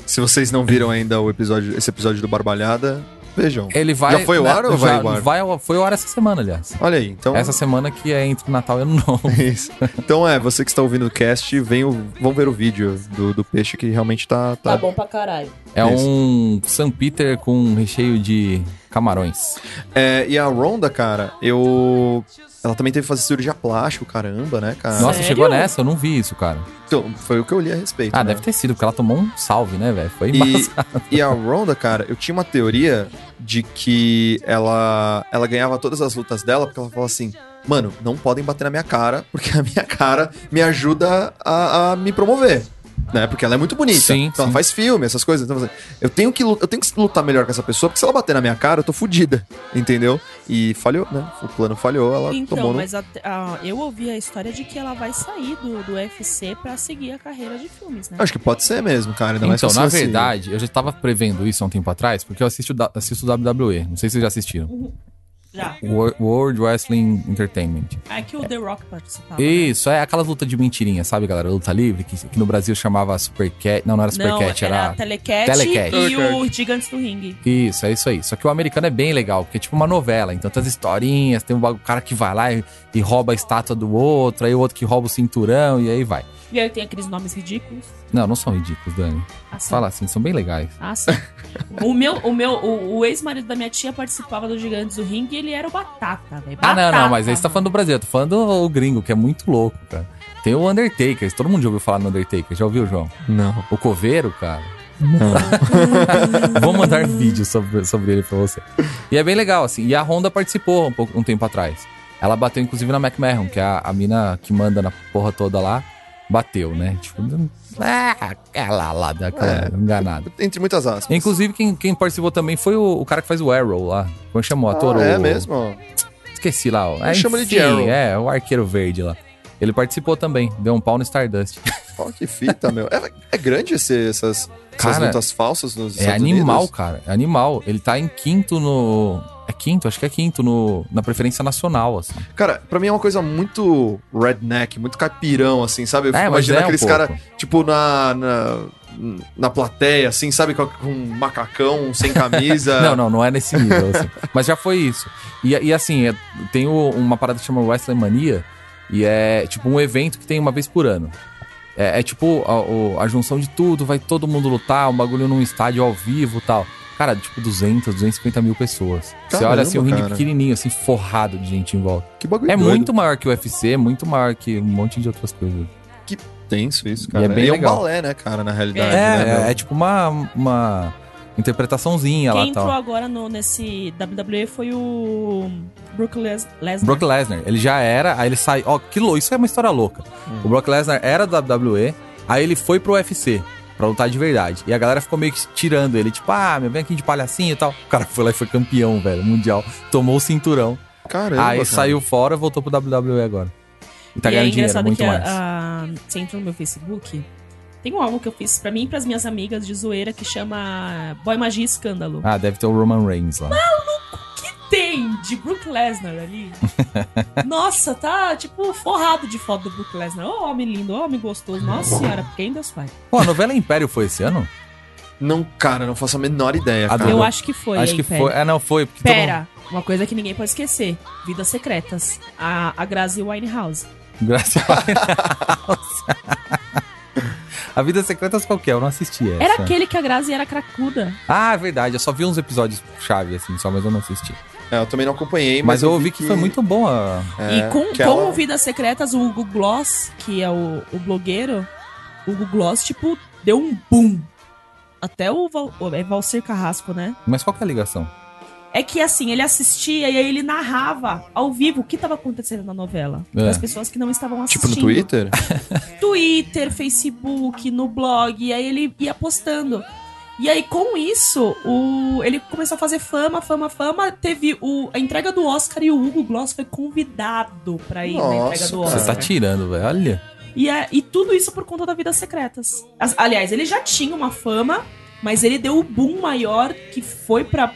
[SPEAKER 2] Se vocês não viram ainda o episódio, esse episódio do Barbalhada, vejam.
[SPEAKER 1] Ele vai. né,
[SPEAKER 2] Já foi ao ar ou vai ao ar?
[SPEAKER 1] ao- Foi o ar essa semana, aliás.
[SPEAKER 2] Olha aí, então.
[SPEAKER 1] Essa semana que é entre Natal e Ano Novo.
[SPEAKER 2] Isso. Então é, você que está ouvindo o cast, vem o, vão ver o vídeo do, do peixe que realmente tá. tá-
[SPEAKER 3] Tá bom pra caralho.
[SPEAKER 1] É
[SPEAKER 2] Isso.
[SPEAKER 1] um San Peter com recheio de camarões.
[SPEAKER 2] É, e a Ronda, cara, eu. Ela também teve que fazer cirurgia plástico, caramba, né, cara?
[SPEAKER 1] Nossa,
[SPEAKER 3] Sério?
[SPEAKER 1] chegou nessa? Eu não vi isso, cara.
[SPEAKER 2] Então, foi o que eu li a respeito.
[SPEAKER 1] Ah,
[SPEAKER 2] né?
[SPEAKER 1] deve ter sido, porque ela tomou um salve, né, velho? Foi embaçado.
[SPEAKER 2] E, e a Ronda, cara, eu tinha uma teoria de que ela, ela ganhava todas as lutas dela porque ela falava assim: mano, não podem bater na minha cara, porque a minha cara me ajuda a, a me promover. Né? Porque ela é muito bonita.
[SPEAKER 1] Sim,
[SPEAKER 2] então ela
[SPEAKER 1] sim.
[SPEAKER 2] faz filme, essas coisas. Então, assim, eu, tenho que, lu- eu tenho que lutar melhor com essa pessoa, porque se ela bater na minha cara, eu tô fodida. Entendeu? E falhou, né? O plano falhou, ela
[SPEAKER 3] Então,
[SPEAKER 2] tomou no.
[SPEAKER 3] mas a- a- eu ouvi a história de que ela vai sair do, do UFC pra seguir a carreira de filmes, né?
[SPEAKER 2] Acho que pode ser mesmo, cara. Ainda mais assim,
[SPEAKER 1] então,
[SPEAKER 2] se
[SPEAKER 1] na
[SPEAKER 2] fosse-
[SPEAKER 1] verdade, eu já tava prevendo isso há um tempo atrás, porque eu assisto, da- assisto WWE. Não sei se vocês já assistiram.
[SPEAKER 3] Uhum. Já.
[SPEAKER 1] Wor- World Wrestling Entertainment.
[SPEAKER 3] É que o The Rock participava. né?
[SPEAKER 1] Isso, é aquelas lutas de mentirinha, sabe, galera? Luta livre, que, que no Brasil chamava Super Cat. Não, não era Super
[SPEAKER 3] Não,
[SPEAKER 1] Cat,
[SPEAKER 3] era,
[SPEAKER 1] era.
[SPEAKER 3] a Telecat,
[SPEAKER 1] Telecat.
[SPEAKER 3] e o
[SPEAKER 2] Telecat.
[SPEAKER 3] Gigantes do Ringue.
[SPEAKER 1] Isso, é isso aí. Só que o americano é bem legal, porque é tipo uma novela. Então tem as historinhas, tem um bagu- cara que vai lá e, e rouba a estátua do outro, aí o outro que rouba o cinturão, e aí vai.
[SPEAKER 3] E aí tem aqueles nomes ridículos.
[SPEAKER 1] Não, não são ridículos, Dani.
[SPEAKER 3] Assim.
[SPEAKER 1] Fala assim, são bem legais.
[SPEAKER 3] Assim. o meu, o meu, o, o ex-marido da minha tia participava do Gigantes do Ringue e ele era o Batata, velho.
[SPEAKER 1] Ah, não, não,
[SPEAKER 3] Batata,
[SPEAKER 1] mas aí você tá
[SPEAKER 3] mano.
[SPEAKER 1] falando do Brasil, eu tô falando do o gringo, que é muito louco, cara. Tem o Undertaker, todo mundo já ouviu falar no Undertaker, já ouviu, João?
[SPEAKER 2] Não.
[SPEAKER 1] O coveiro, cara. Vou mandar vídeo sobre, sobre ele pra você. E é bem legal, assim. E a Honda participou um, pouco, um tempo atrás. Ela bateu, inclusive, na McMahon, que é a, a mina que manda na porra toda lá. Bateu, né? Tipo, ah, aquela lá, daquela
[SPEAKER 2] É.
[SPEAKER 1] enganada.
[SPEAKER 2] Entre muitas aspas.
[SPEAKER 1] Inclusive, quem, quem participou também foi o, o cara que faz o Arrow lá. Como chamou?
[SPEAKER 2] Ah,
[SPEAKER 1] Ator? o-
[SPEAKER 2] é mesmo?
[SPEAKER 1] Esqueci lá. ó. É,
[SPEAKER 2] chamo ele de
[SPEAKER 1] enfim,
[SPEAKER 2] Arrow.
[SPEAKER 1] É, o arqueiro verde lá. Ele participou também. Deu um pau no Stardust.
[SPEAKER 2] Ó, que fita, meu. É, é grande esse, essas, essas
[SPEAKER 1] Cara,
[SPEAKER 2] lutas falsas nos
[SPEAKER 1] É
[SPEAKER 2] Estados
[SPEAKER 1] animal,
[SPEAKER 2] Unidos?
[SPEAKER 1] cara. É animal. Ele tá em quinto no. É quinto? Acho que é quinto no, na preferência nacional, assim.
[SPEAKER 2] Cara, pra mim é uma coisa muito redneck, muito capirão, assim, sabe? Eu
[SPEAKER 1] É,
[SPEAKER 2] fico
[SPEAKER 1] mas é
[SPEAKER 2] imaginando
[SPEAKER 1] um
[SPEAKER 2] aqueles
[SPEAKER 1] pouco.
[SPEAKER 2] caras, tipo, na, na, na plateia, assim, sabe? Com com um macacão, sem camisa.
[SPEAKER 1] Não, não, não é nesse nível, assim. Mas já foi isso. E, e assim, é- tem o- uma parada que chama Wrestlemania, e é tipo um evento que tem uma vez por ano. É, é tipo a, o- a junção de tudo, vai todo mundo lutar, um bagulho num estádio ao vivo e tal. Cara, tipo 200, 250 mil pessoas. Você
[SPEAKER 2] Caramba,
[SPEAKER 1] olha assim, um ringue
[SPEAKER 2] cara.
[SPEAKER 1] pequenininho, assim, forrado de gente em volta.
[SPEAKER 2] Que bagulho
[SPEAKER 1] É
[SPEAKER 2] doido.
[SPEAKER 1] muito maior que o UFC, muito maior que um monte de outras coisas.
[SPEAKER 2] tenso isso,
[SPEAKER 1] E
[SPEAKER 2] cara.
[SPEAKER 1] é bem
[SPEAKER 2] e
[SPEAKER 1] legal.
[SPEAKER 2] um balé, né, cara, na
[SPEAKER 1] É,
[SPEAKER 2] realidade. né,
[SPEAKER 1] é,
[SPEAKER 2] meu?
[SPEAKER 1] é tipo uma, uma interpretaçãozinha
[SPEAKER 3] Quem
[SPEAKER 1] lá e
[SPEAKER 3] entrou
[SPEAKER 1] tal.
[SPEAKER 3] agora no, nesse WWE foi o Brock Les- Lesnar.
[SPEAKER 1] Brock Lesnar, ele já era, aí ele saiu. Ó, que louco, isso é uma história louca.
[SPEAKER 2] Hum.
[SPEAKER 1] O Brock Lesnar era da WWE, aí ele foi pro UFC pra lutar de verdade. E a galera ficou meio que tirando ele, tipo, ah, meu, vem aqui de palhacinho e tal. O cara foi lá e foi campeão, velho, mundial. Tomou o cinturão.
[SPEAKER 2] Caramba,
[SPEAKER 1] tipo, aí
[SPEAKER 2] cara.
[SPEAKER 1] saiu fora e voltou pro WWE agora. E tá
[SPEAKER 3] e é
[SPEAKER 1] ganhando dinheiro,
[SPEAKER 3] engraçado
[SPEAKER 1] muito
[SPEAKER 3] que a-
[SPEAKER 1] mais.
[SPEAKER 3] a- você entra no meu Facebook, tem um álbum que eu fiz pra mim e pras minhas amigas de zoeira que chama Boy Magia e Escândalo.
[SPEAKER 1] Ah, deve ter o Roman Reigns lá.
[SPEAKER 3] Tem de Brook Lesnar ali. Nossa, tá tipo forrado de foto do Brook Lesnar. Ô homem lindo, ô homem gostoso.
[SPEAKER 1] Uhum.
[SPEAKER 3] Nossa senhora, quem Deus faz?
[SPEAKER 1] Pô, a novela Império foi esse ano?
[SPEAKER 2] Não, cara, não faço a menor ideia,
[SPEAKER 1] Ah,
[SPEAKER 2] cara.
[SPEAKER 1] do-
[SPEAKER 3] Eu acho que foi.
[SPEAKER 1] Acho
[SPEAKER 3] hein,
[SPEAKER 1] que
[SPEAKER 3] Pera.
[SPEAKER 1] foi. Ah, não, foi. Porque todo mundo-
[SPEAKER 3] Pera, uma coisa que ninguém pode esquecer: Vidas Secretas. A, a Grazi Winehouse.
[SPEAKER 1] Graças a Deus. A Vida Secretas qual que é? Eu não assisti essa.
[SPEAKER 3] Era aquele que a Grazi era cracuda.
[SPEAKER 1] Ah, é verdade. Eu só vi uns episódios chave, assim, só, mas eu não assisti.
[SPEAKER 2] É, eu também não acompanhei,
[SPEAKER 1] Mas,
[SPEAKER 2] mas.
[SPEAKER 1] eu ouvi que... foi muito bom a...
[SPEAKER 2] É,
[SPEAKER 3] e com,
[SPEAKER 2] que
[SPEAKER 3] com
[SPEAKER 2] ela-
[SPEAKER 3] o Vidas Secretas, o Hugo Gloss, que é o, o blogueiro, o Hugo Gloss, tipo, deu um boom. Até o, Val, o- é Valcir Carrasco, né?
[SPEAKER 1] Mas qual que é a ligação?
[SPEAKER 3] É que assim, ele assistia e aí ele narrava ao vivo o que estava acontecendo na novela.
[SPEAKER 1] É.
[SPEAKER 3] Para as pessoas que não estavam assistindo.
[SPEAKER 2] Tipo no Twitter?
[SPEAKER 3] Twitter, Facebook, no blog, e aí ele ia postando. E aí, com isso, o... ele começou a fazer fama, fama, fama. Teve o... a entrega do Oscar e o Hugo Gloss foi convidado pra ir na
[SPEAKER 2] Nossa,
[SPEAKER 3] entrega do
[SPEAKER 2] cara. tá
[SPEAKER 3] Oscar.
[SPEAKER 1] Você tá tirando, velho. Olha.
[SPEAKER 3] E, é- e tudo isso por conta da Vidas Secretas. As- aliás, ele já tinha uma fama, mas ele deu o boom maior que foi pra,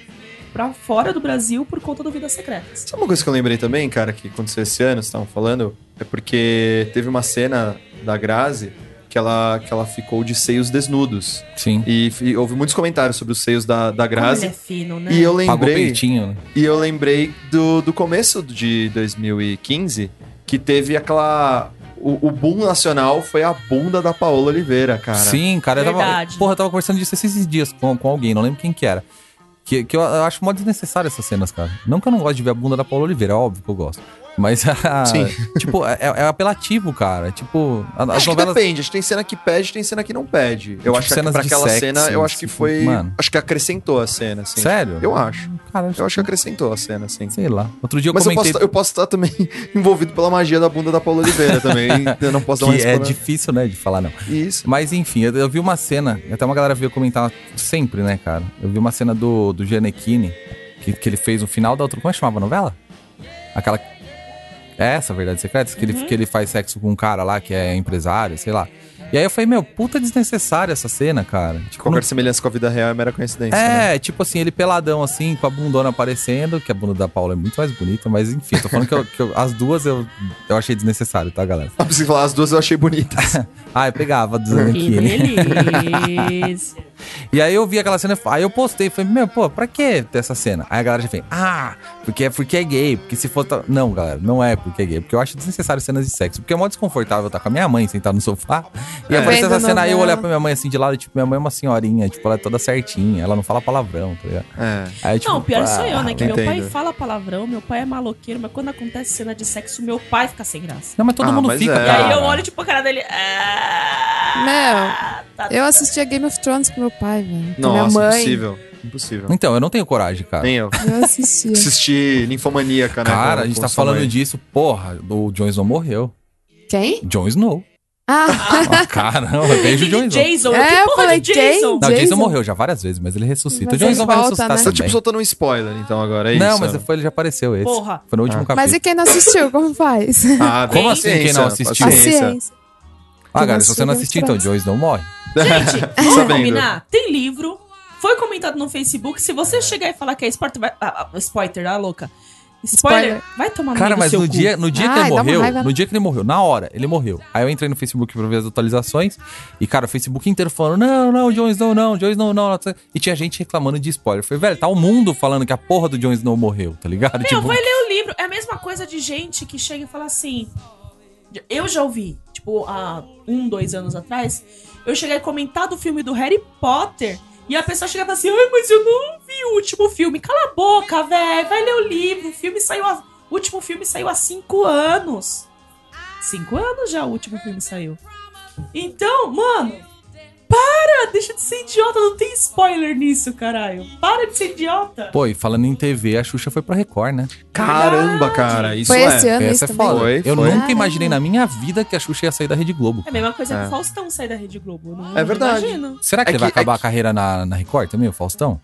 [SPEAKER 3] pra fora do Brasil por conta do Vidas Secretas.
[SPEAKER 2] Sabe uma coisa que eu lembrei também, cara, que aconteceu esse ano, vocês estavam falando? É porque teve uma cena da Grazi que ela, que ela ficou de seios desnudos.
[SPEAKER 1] Sim.
[SPEAKER 2] E, f- houve muitos comentários sobre os seios da, da Grazi.
[SPEAKER 3] Como ele é fino, né?
[SPEAKER 2] E eu
[SPEAKER 1] Pagou
[SPEAKER 2] lembrei.
[SPEAKER 1] peitinho, né?
[SPEAKER 2] E eu lembrei do, do começo de 2015, que teve aquela. O, o boom nacional foi a bunda da Paola Oliveira, cara.
[SPEAKER 1] Sim, cara. Eu tava...
[SPEAKER 3] Verdade.
[SPEAKER 1] Porra, eu tava conversando disso esses dias com, com alguém, não lembro quem que era. Que, que eu, eu acho mó desnecessário essas cenas, cara. Não que eu não gosto de ver a bunda da Paula Oliveira, é óbvio que eu gosto. Mas, ah,
[SPEAKER 2] Sim.
[SPEAKER 1] tipo, é, é apelativo, cara. Tipo, a- as
[SPEAKER 2] Acho que
[SPEAKER 1] novelas
[SPEAKER 2] depende, acho que tem cena que pede, tem cena que não pede. Eu
[SPEAKER 1] Tipo,
[SPEAKER 2] acho que
[SPEAKER 1] cenas
[SPEAKER 2] pra
[SPEAKER 1] de
[SPEAKER 2] aquela
[SPEAKER 1] sexo,
[SPEAKER 2] cena, eu acho que
[SPEAKER 1] tipo,
[SPEAKER 2] foi.
[SPEAKER 1] mano.
[SPEAKER 2] Acho que acrescentou a cena, assim.
[SPEAKER 1] Sério?
[SPEAKER 2] Eu acho.
[SPEAKER 1] Cara,
[SPEAKER 2] Eu acho que acrescentou a cena, assim.
[SPEAKER 1] Sei lá. Outro dia eu
[SPEAKER 2] Mas eu posso, tá,
[SPEAKER 1] comentei
[SPEAKER 2] eu posso estar também envolvido pela magia da bunda da Paula Oliveira também. eu não posso dar uma
[SPEAKER 1] que é
[SPEAKER 2] resposta.
[SPEAKER 1] difícil, né, de falar não.
[SPEAKER 2] Isso.
[SPEAKER 1] Mas enfim, eu, eu vi uma cena, até uma galera veio comentar sempre, né, cara? Eu vi uma cena do, do Gianecchini, que, que ele fez no final da outra... Como é que chamava a novela? Aquela... É essa, Verdade Secretas? Que, ele, que ele faz sexo com um cara lá que é empresário, sei lá. E aí eu falei, meu, puta desnecessária essa cena, cara. Tipo, não
[SPEAKER 2] Qualquer semelhança com a vida real é mera coincidência. né?
[SPEAKER 1] é, tipo assim, ele peladão assim, com a bundona aparecendo, que a bunda da Paula é muito mais bonita, mas enfim, tô falando que, eu- que eu- as duas eu, eu achei desnecessário, tá, galera?
[SPEAKER 2] Ah, preciso falar, as duas eu achei bonitas.
[SPEAKER 1] Ah, eu pegava dizendo
[SPEAKER 3] Que
[SPEAKER 1] que ele.
[SPEAKER 2] né?
[SPEAKER 3] delícia.
[SPEAKER 1] E aí eu vi aquela cena, aí eu postei, falei, meu, pô, pra que ter essa cena? Aí a galera já vem, ah, porque é porque é gay, porque se for. ta- Não, galera, não é porque é gay, porque eu acho desnecessário cenas de sexo, porque é mó desconfortável estar com a minha mãe sentada no sofá. E
[SPEAKER 2] É.
[SPEAKER 1] aparecer
[SPEAKER 4] Vendo
[SPEAKER 1] essa cena aí eu
[SPEAKER 4] novela.
[SPEAKER 1] olhar pra minha mãe assim de lado, e, tipo, minha mãe é uma senhorinha, tipo, ela é toda certinha, ela não fala palavrão, tá ligado?
[SPEAKER 2] É.
[SPEAKER 1] Aí, tipo,
[SPEAKER 3] Não, o pior sou eu,
[SPEAKER 1] ah,
[SPEAKER 3] né? Que meu
[SPEAKER 2] entendo.
[SPEAKER 3] pai fala palavrão, meu pai é maloqueiro, mas quando acontece cena de sexo, meu pai fica sem graça.
[SPEAKER 1] Não, mas todo
[SPEAKER 2] Ah,
[SPEAKER 1] mundo
[SPEAKER 2] mas
[SPEAKER 1] fica.
[SPEAKER 2] é.
[SPEAKER 3] E aí
[SPEAKER 1] cara.
[SPEAKER 3] eu olho, tipo, a cara dele. Ah, tá
[SPEAKER 4] é. Eu assistia Game of Thrones com meu pai, velho. Com minha
[SPEAKER 2] Nossa,
[SPEAKER 4] mãe.
[SPEAKER 2] impossível. Impossível.
[SPEAKER 1] Então, eu não tenho coragem, cara.
[SPEAKER 2] Nem eu.
[SPEAKER 4] Eu assistia.
[SPEAKER 2] Assisti Ninfomaníaca, né?
[SPEAKER 1] Cara,
[SPEAKER 2] com-
[SPEAKER 1] a gente
[SPEAKER 2] com
[SPEAKER 1] tá
[SPEAKER 2] sua
[SPEAKER 1] falando
[SPEAKER 2] mãe.
[SPEAKER 1] disso, porra, o Jon Snow morreu.
[SPEAKER 4] Quem?
[SPEAKER 1] Jon Snow.
[SPEAKER 4] Ah,
[SPEAKER 1] Ah, Caramba, beijo, Jon Snow.
[SPEAKER 3] Jason,
[SPEAKER 4] É,
[SPEAKER 3] que
[SPEAKER 4] eu
[SPEAKER 3] porra
[SPEAKER 4] falei,
[SPEAKER 3] de Jason?
[SPEAKER 1] Não, o Jason
[SPEAKER 4] Jason.
[SPEAKER 1] morreu já várias vezes, mas ele ressuscita. O
[SPEAKER 4] Mas
[SPEAKER 1] Jason
[SPEAKER 4] ele
[SPEAKER 1] vai
[SPEAKER 4] volta,
[SPEAKER 1] ressuscitar
[SPEAKER 4] né?
[SPEAKER 2] Você
[SPEAKER 1] também.
[SPEAKER 2] tá, tipo soltando um spoiler, então, agora, é
[SPEAKER 1] não,
[SPEAKER 2] isso?
[SPEAKER 1] mas foi, ele já apareceu esse.
[SPEAKER 3] Porra.
[SPEAKER 1] Foi no último
[SPEAKER 2] Ah.
[SPEAKER 4] mas
[SPEAKER 1] capítulo.
[SPEAKER 4] e quem não assistiu? Como faz?
[SPEAKER 2] Ah,
[SPEAKER 1] Como
[SPEAKER 2] tem
[SPEAKER 1] assim quem
[SPEAKER 2] ciência,
[SPEAKER 1] não assistiu?
[SPEAKER 4] A
[SPEAKER 2] paciência.
[SPEAKER 4] ciência.
[SPEAKER 1] ah,
[SPEAKER 4] quem
[SPEAKER 1] galera,
[SPEAKER 4] não
[SPEAKER 1] se você não assistir,
[SPEAKER 4] assistiu,
[SPEAKER 1] então o
[SPEAKER 4] não
[SPEAKER 1] Joyce não morre.
[SPEAKER 3] Gente, vamos
[SPEAKER 2] Sabendo.
[SPEAKER 3] combinar? Tem livro. Foi comentado no Facebook. Se você chegar e falar que é spoiler, vai. Ah, ah, spoiler, ah, louca. Spoiler,
[SPEAKER 4] Spoiler.
[SPEAKER 3] vai tomar no
[SPEAKER 1] Cara,
[SPEAKER 3] meio do
[SPEAKER 1] mas
[SPEAKER 3] seu
[SPEAKER 1] no
[SPEAKER 3] cu.
[SPEAKER 1] dia, no dia que ele
[SPEAKER 4] Ai, dá uma
[SPEAKER 1] morreu,
[SPEAKER 4] raiva.
[SPEAKER 1] no dia que ele morreu, na hora, ele morreu. Aí eu entrei no Facebook pra ver as atualizações. E, cara, o Facebook inteiro falando: não, não, Jon Snow não, Jon Snow não. não. E tinha gente reclamando de spoiler. Eu falei, velho, tá o mundo falando que a porra do Jon Snow morreu, tá ligado?
[SPEAKER 3] Meu, vai ler o livro. É a mesma coisa de gente que chega e fala assim. Eu já ouvi, tipo, há um, dois anos atrás, eu cheguei a comentar do filme do Harry Potter. E a pessoa chegava assim, ai, mas eu não vi o último filme. Cala a boca, velho. Vai ler o livro. O filme saiu há. O último filme saiu há cinco anos. Cinco anos já o último filme saiu. Então, mano, para! Deixa de ser idiota, não tem spoiler nisso, caralho. Para de ser idiota.
[SPEAKER 1] Pô, e falando em TV, a Xuxa foi pra Record, né?
[SPEAKER 2] Caramba, cara, isso
[SPEAKER 4] Foi
[SPEAKER 2] é.
[SPEAKER 4] esse ano
[SPEAKER 1] Essa
[SPEAKER 4] isso
[SPEAKER 1] é
[SPEAKER 4] também? Ah.
[SPEAKER 1] foda.
[SPEAKER 2] Foi,
[SPEAKER 1] eu
[SPEAKER 2] foi.
[SPEAKER 1] nunca imaginei na minha vida que a Xuxa ia sair da Rede Globo.
[SPEAKER 3] É a mesma coisa
[SPEAKER 2] É.
[SPEAKER 3] que o Faustão sair da Rede Globo. né? eu Não,
[SPEAKER 2] É verdade.
[SPEAKER 3] Não imagino.
[SPEAKER 1] Será que
[SPEAKER 2] É
[SPEAKER 1] ele
[SPEAKER 2] que-
[SPEAKER 1] vai
[SPEAKER 2] é
[SPEAKER 1] acabar
[SPEAKER 2] que-
[SPEAKER 1] a carreira na, na Record também, o Faustão?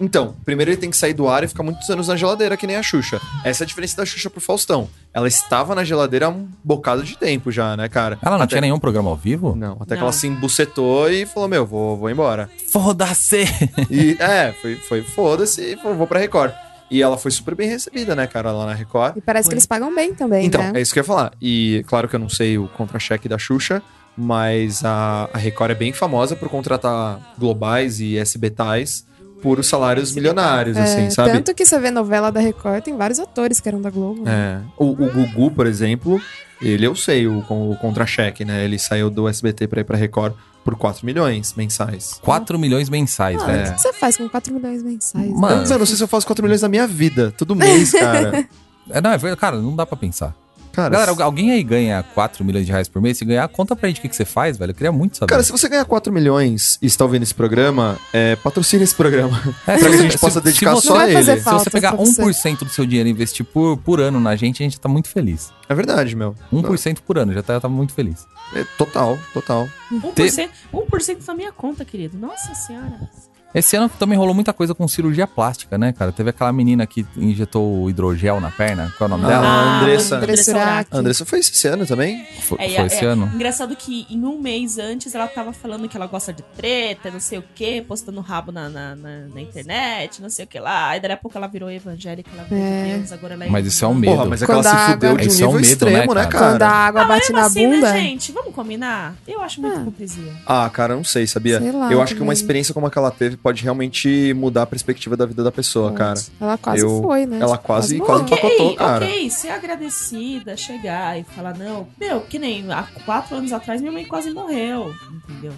[SPEAKER 2] Então, primeiro ele tem que sair do ar e ficar muitos anos na geladeira, que nem a Xuxa. Essa é a diferença da Xuxa pro Faustão. Ela estava na geladeira há um bocado de tempo já, né, cara?
[SPEAKER 1] Ela não
[SPEAKER 2] Até-
[SPEAKER 1] tinha nenhum programa ao vivo?
[SPEAKER 2] Não, até que
[SPEAKER 3] Não.
[SPEAKER 2] ela se embucetou e falou, meu, vou, vou embora.
[SPEAKER 1] Foda-se!
[SPEAKER 2] E é, foi, foi foda-se e falou, vou pra Record. E ela foi super bem recebida, né, cara, lá na Record.
[SPEAKER 4] E parece que eles pagam bem também,
[SPEAKER 2] Então,
[SPEAKER 4] né?
[SPEAKER 2] é isso que eu ia falar. E claro que eu não sei o contra-cheque da Xuxa, mas a, a Record é bem famosa por contratar globais e SBTais por os salários milionários, assim, sabe?
[SPEAKER 4] É, Tanto que você vê novela da Record, tem vários atores que eram da Globo. né?
[SPEAKER 2] É. O, o Gugu, por exemplo, ele eu sei o, con- o contra-cheque, né? Ele saiu do SBT pra ir pra Record por 4 milhões mensais.
[SPEAKER 1] 4 milhões mensais,
[SPEAKER 4] Ah,
[SPEAKER 1] velho.
[SPEAKER 2] é.
[SPEAKER 4] O que você faz com 4 milhões mensais?
[SPEAKER 1] Mano.
[SPEAKER 2] Eu não sei se eu faço 4 milhões na minha vida, todo mês, cara.
[SPEAKER 1] É, não, é verdade, cara, não dá pra pensar.
[SPEAKER 2] Cara,
[SPEAKER 1] Galera,
[SPEAKER 2] se-
[SPEAKER 1] algu- alguém aí ganha 4 milhões de reais por mês? Se ganhar, conta pra gente o que, que você faz, velho. Eu queria muito saber.
[SPEAKER 2] cara, se você ganhar 4 milhões e está ouvindo esse programa, é, patrocina esse programa.
[SPEAKER 1] É,
[SPEAKER 2] pra que a
[SPEAKER 1] se-
[SPEAKER 2] gente
[SPEAKER 1] se-
[SPEAKER 2] possa
[SPEAKER 1] se
[SPEAKER 2] dedicar
[SPEAKER 1] você-
[SPEAKER 2] só
[SPEAKER 4] Não
[SPEAKER 2] a
[SPEAKER 4] vai fazer
[SPEAKER 2] ele.
[SPEAKER 1] Se você
[SPEAKER 4] Faltas
[SPEAKER 1] pegar
[SPEAKER 4] pra você.
[SPEAKER 1] 1% do seu dinheiro e investir por, por ano na gente, a gente tá muito feliz.
[SPEAKER 2] É verdade, meu.
[SPEAKER 1] 1% por ano, já tá, tá muito feliz.
[SPEAKER 2] É, total, total.
[SPEAKER 3] 1%, 1% da minha conta, querido. Nossa senhora.
[SPEAKER 1] Esse ano também rolou muita coisa com cirurgia plástica, né, cara? Teve aquela menina que injetou o hidrogel na perna, qual é o nome
[SPEAKER 2] Ah,
[SPEAKER 1] dela?
[SPEAKER 2] Andressa.
[SPEAKER 4] Andressa Urach.
[SPEAKER 2] Andressa foi esse ano também?
[SPEAKER 1] Foi,
[SPEAKER 3] É,
[SPEAKER 1] foi
[SPEAKER 3] é,
[SPEAKER 1] esse
[SPEAKER 3] é.
[SPEAKER 1] ano?
[SPEAKER 3] Engraçado que em um mês antes ela tava falando que ela gosta de treta, não sei o quê, postando rabo na, na, na- na internet, não sei o que lá. Aí daí a pouco ela virou evangélica, ela virou
[SPEAKER 4] É.
[SPEAKER 3] de Deus, agora ela é.
[SPEAKER 1] Mas isso é um medo.
[SPEAKER 2] Porra, mas é que ela
[SPEAKER 4] Quando a
[SPEAKER 2] se
[SPEAKER 4] água-
[SPEAKER 2] fudeu de um
[SPEAKER 1] Isso é um
[SPEAKER 2] nível
[SPEAKER 1] medo,
[SPEAKER 2] extremo,
[SPEAKER 1] né,
[SPEAKER 2] né, cara?
[SPEAKER 4] Quando a água bate na
[SPEAKER 3] assim,
[SPEAKER 4] bunda.
[SPEAKER 3] né, gente? Vamos combinar? Eu acho muito
[SPEAKER 4] Ah.
[SPEAKER 3] hipocrisia.
[SPEAKER 2] Ah, cara, eu não sei, sabia?
[SPEAKER 4] Sei lá,
[SPEAKER 2] eu acho que uma
[SPEAKER 4] também.
[SPEAKER 2] experiência como a que ela teve pode realmente mudar a perspectiva da vida da pessoa, cara.
[SPEAKER 4] Ela quase
[SPEAKER 2] Eu-
[SPEAKER 4] foi, né?
[SPEAKER 2] ela quase-
[SPEAKER 4] morreu.
[SPEAKER 2] quase-
[SPEAKER 3] Ok,
[SPEAKER 2] empacotou, cara.
[SPEAKER 3] ok, ser agradecida, chegar e falar, não, meu, que nem há quatro anos atrás minha mãe quase morreu, entendeu?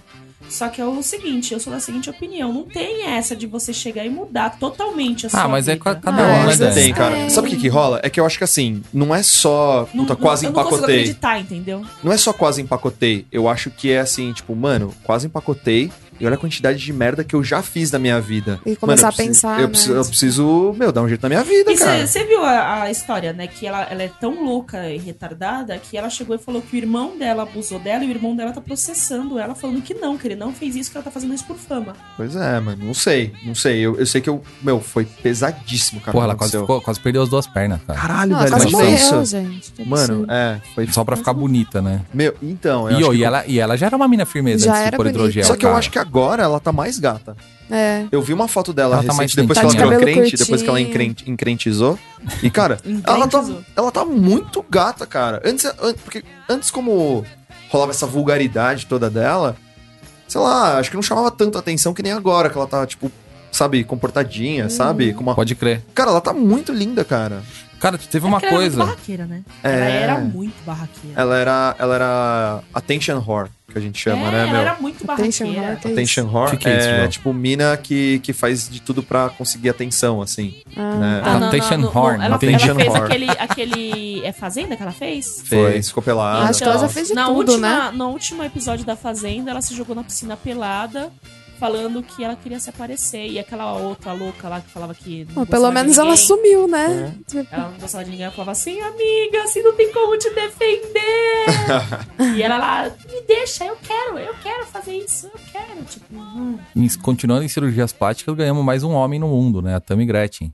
[SPEAKER 3] Só que é o seguinte, eu sou da seguinte opinião, não tem essa de você chegar e mudar totalmente a sua
[SPEAKER 1] Ah, mas é
[SPEAKER 3] vida.
[SPEAKER 1] ca- cada
[SPEAKER 4] Ah,
[SPEAKER 1] um, né,
[SPEAKER 4] mas
[SPEAKER 2] Mas não
[SPEAKER 1] Dani?
[SPEAKER 2] tem, cara.
[SPEAKER 4] É.
[SPEAKER 2] Sabe o que, que rola? É que eu acho que assim, não é só.
[SPEAKER 3] Não-
[SPEAKER 2] Puta,
[SPEAKER 3] não-
[SPEAKER 2] quase
[SPEAKER 3] eu não consigo
[SPEAKER 2] empacotei.
[SPEAKER 3] acreditar, entendeu?
[SPEAKER 2] Não é só quase empacotei. Eu acho que é assim, tipo, mano, quase empacotei. E olha a quantidade de merda que eu já fiz na minha vida.
[SPEAKER 4] E começar
[SPEAKER 2] eu
[SPEAKER 4] a pensar,
[SPEAKER 2] Eu,
[SPEAKER 4] né?
[SPEAKER 2] preciso, eu preciso, meu, dar um jeito na minha vida,
[SPEAKER 3] E
[SPEAKER 2] cara.
[SPEAKER 3] você viu a, a história, né? Que ela, ela é tão louca e retardada que ela chegou e falou que o irmão dela abusou dela e o irmão dela tá processando ela, falando que não, que ele não fez isso, que ela tá fazendo isso por fama.
[SPEAKER 2] Pois é, mano. Não sei. Não sei. Eu, eu sei que eu. Meu, foi pesadíssimo, cara.
[SPEAKER 1] Porra,
[SPEAKER 2] o que
[SPEAKER 1] ela quase,
[SPEAKER 2] aconteceu.
[SPEAKER 1] ficou- quase perdeu as duas pernas, cara.
[SPEAKER 2] Caralho,
[SPEAKER 4] Não, ela
[SPEAKER 2] velho.
[SPEAKER 4] quase
[SPEAKER 2] imagina
[SPEAKER 4] morreu,
[SPEAKER 2] isso.
[SPEAKER 4] gente. Que
[SPEAKER 2] Mano,
[SPEAKER 4] absurdo.
[SPEAKER 2] é. Foi.
[SPEAKER 1] Só pra ficar bonita, né?
[SPEAKER 2] Meu, então. eu
[SPEAKER 1] E,
[SPEAKER 2] acho
[SPEAKER 1] ó,
[SPEAKER 2] que-
[SPEAKER 1] e, ela, e ela já era uma mina firmeza
[SPEAKER 4] Já
[SPEAKER 1] antes de
[SPEAKER 4] era
[SPEAKER 1] pôr
[SPEAKER 4] bonita.
[SPEAKER 1] hidrogel.
[SPEAKER 2] Só que eu
[SPEAKER 1] cara.
[SPEAKER 2] acho que agora ela tá mais gata.
[SPEAKER 4] É.
[SPEAKER 2] Eu vi uma foto dela
[SPEAKER 1] Ela tá mais
[SPEAKER 2] recente, depois que
[SPEAKER 4] Tá
[SPEAKER 2] ela
[SPEAKER 4] de
[SPEAKER 2] virou
[SPEAKER 4] cabelo
[SPEAKER 2] crente, depois que ela
[SPEAKER 4] curtinho.
[SPEAKER 2] encrente, encrentizou. E, cara, ela tá,
[SPEAKER 3] Encrentizou.
[SPEAKER 2] ela tá muito gata, cara. Antes, an- porque antes como rolava essa vulgaridade toda dela, sei lá, acho que não chamava tanto atenção que nem agora, que ela tá, tipo, sabe, comportadinha, sabe? Com uma...
[SPEAKER 1] Pode crer.
[SPEAKER 2] Cara, ela tá muito linda, cara.
[SPEAKER 1] Cara, teve uma
[SPEAKER 3] Porque É ela era muito
[SPEAKER 1] coisa.
[SPEAKER 3] barraqueira, né?
[SPEAKER 2] É.
[SPEAKER 3] Ela era muito barraqueira.
[SPEAKER 2] Ela era, ela era attention whore, que a gente chama,
[SPEAKER 3] É,
[SPEAKER 2] né,
[SPEAKER 3] ela
[SPEAKER 2] meu?
[SPEAKER 3] era muito
[SPEAKER 4] Attention
[SPEAKER 3] barraqueira.
[SPEAKER 4] whore, que é
[SPEAKER 2] Attention whore
[SPEAKER 1] Que que é isso,
[SPEAKER 2] é,
[SPEAKER 1] João?
[SPEAKER 2] tipo mina que, que faz de tudo pra conseguir atenção, assim.
[SPEAKER 4] isso. Ah.
[SPEAKER 2] né?
[SPEAKER 1] Ah, Attention whore,
[SPEAKER 3] Ela, ela
[SPEAKER 2] attention
[SPEAKER 3] fez
[SPEAKER 2] whore.
[SPEAKER 3] aquele, aquele. É Fazenda que ela fez? Então,
[SPEAKER 1] Foi.
[SPEAKER 2] Fez, ficou pelada.
[SPEAKER 4] Acho que ela já fez de
[SPEAKER 3] na
[SPEAKER 4] tudo,
[SPEAKER 3] última,
[SPEAKER 4] né?
[SPEAKER 3] No último episódio da Fazenda, ela se jogou na piscina pelada, falando que ela queria se aparecer. E aquela outra louca lá que falava que. não
[SPEAKER 4] Bom, pelo
[SPEAKER 3] gostava de
[SPEAKER 4] menos ela
[SPEAKER 3] ninguém,
[SPEAKER 4] sumiu, né?
[SPEAKER 2] É.
[SPEAKER 3] Ela não gostava de ninguém, ela falava assim, amiga, assim não tem como te defender. e ela lá, me deixa, eu quero, eu quero fazer isso, eu quero. Tipo, hum.
[SPEAKER 1] em- continuando em cirurgias plásticas, ganhamos mais um homem no mundo, né? A Tammy Gretchen.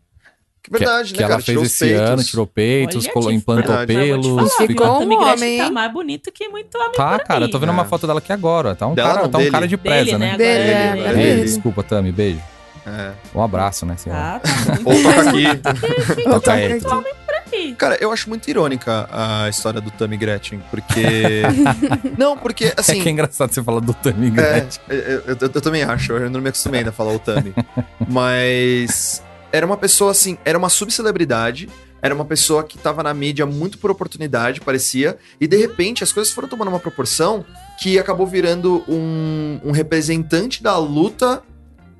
[SPEAKER 2] Que
[SPEAKER 1] Que-
[SPEAKER 2] verdade,
[SPEAKER 1] que,
[SPEAKER 2] né,
[SPEAKER 1] ela
[SPEAKER 2] cara?
[SPEAKER 1] fez
[SPEAKER 2] Tirou os
[SPEAKER 1] esse
[SPEAKER 2] peitos.
[SPEAKER 1] ano, tirou peitos,
[SPEAKER 3] Olha,
[SPEAKER 1] colo-
[SPEAKER 3] te-
[SPEAKER 1] implantou
[SPEAKER 2] Verdade, né?
[SPEAKER 3] eu vou te
[SPEAKER 1] pelos. fica-
[SPEAKER 3] falar,
[SPEAKER 4] ficou-
[SPEAKER 3] a Tammy
[SPEAKER 4] um
[SPEAKER 3] Gretchen
[SPEAKER 4] homem,
[SPEAKER 3] Tá
[SPEAKER 4] hein?
[SPEAKER 3] mais bonito que muito homem.
[SPEAKER 1] Tá,
[SPEAKER 3] por aí.
[SPEAKER 1] cara, eu tô vendo
[SPEAKER 2] É.
[SPEAKER 1] uma foto dela aqui agora. Tá um,
[SPEAKER 2] Dela
[SPEAKER 1] cara,
[SPEAKER 2] não,
[SPEAKER 1] tá um
[SPEAKER 2] dele.
[SPEAKER 1] cara de presa,
[SPEAKER 3] Dele,
[SPEAKER 1] né?
[SPEAKER 3] né? Dele,
[SPEAKER 4] Dele, é,
[SPEAKER 2] dele.
[SPEAKER 4] agora
[SPEAKER 1] Ei,
[SPEAKER 4] ele.
[SPEAKER 1] desculpa, Tami, beijo.
[SPEAKER 2] É.
[SPEAKER 1] Um abraço, né? sei lá.
[SPEAKER 3] Ah, tá muito
[SPEAKER 2] Ou toca aqui.
[SPEAKER 4] Vou tocar
[SPEAKER 1] Tá,
[SPEAKER 4] aqui.
[SPEAKER 3] aqui.
[SPEAKER 2] Cara, eu acho muito irônica a história do Tammy Gretchen, porque. não, porque,
[SPEAKER 1] É que é
[SPEAKER 2] assim.
[SPEAKER 1] engraçado você falar do Tami
[SPEAKER 2] é,
[SPEAKER 1] Gretchen.
[SPEAKER 2] eu, eu- eu- eu também acho, eu não me acostumei ainda a falar o Tammy. Mas. Era uma pessoa, assim, era uma subcelebridade, era uma pessoa que tava na mídia muito por oportunidade, parecia, e de repente as coisas foram tomando uma proporção que acabou virando um, um representante da luta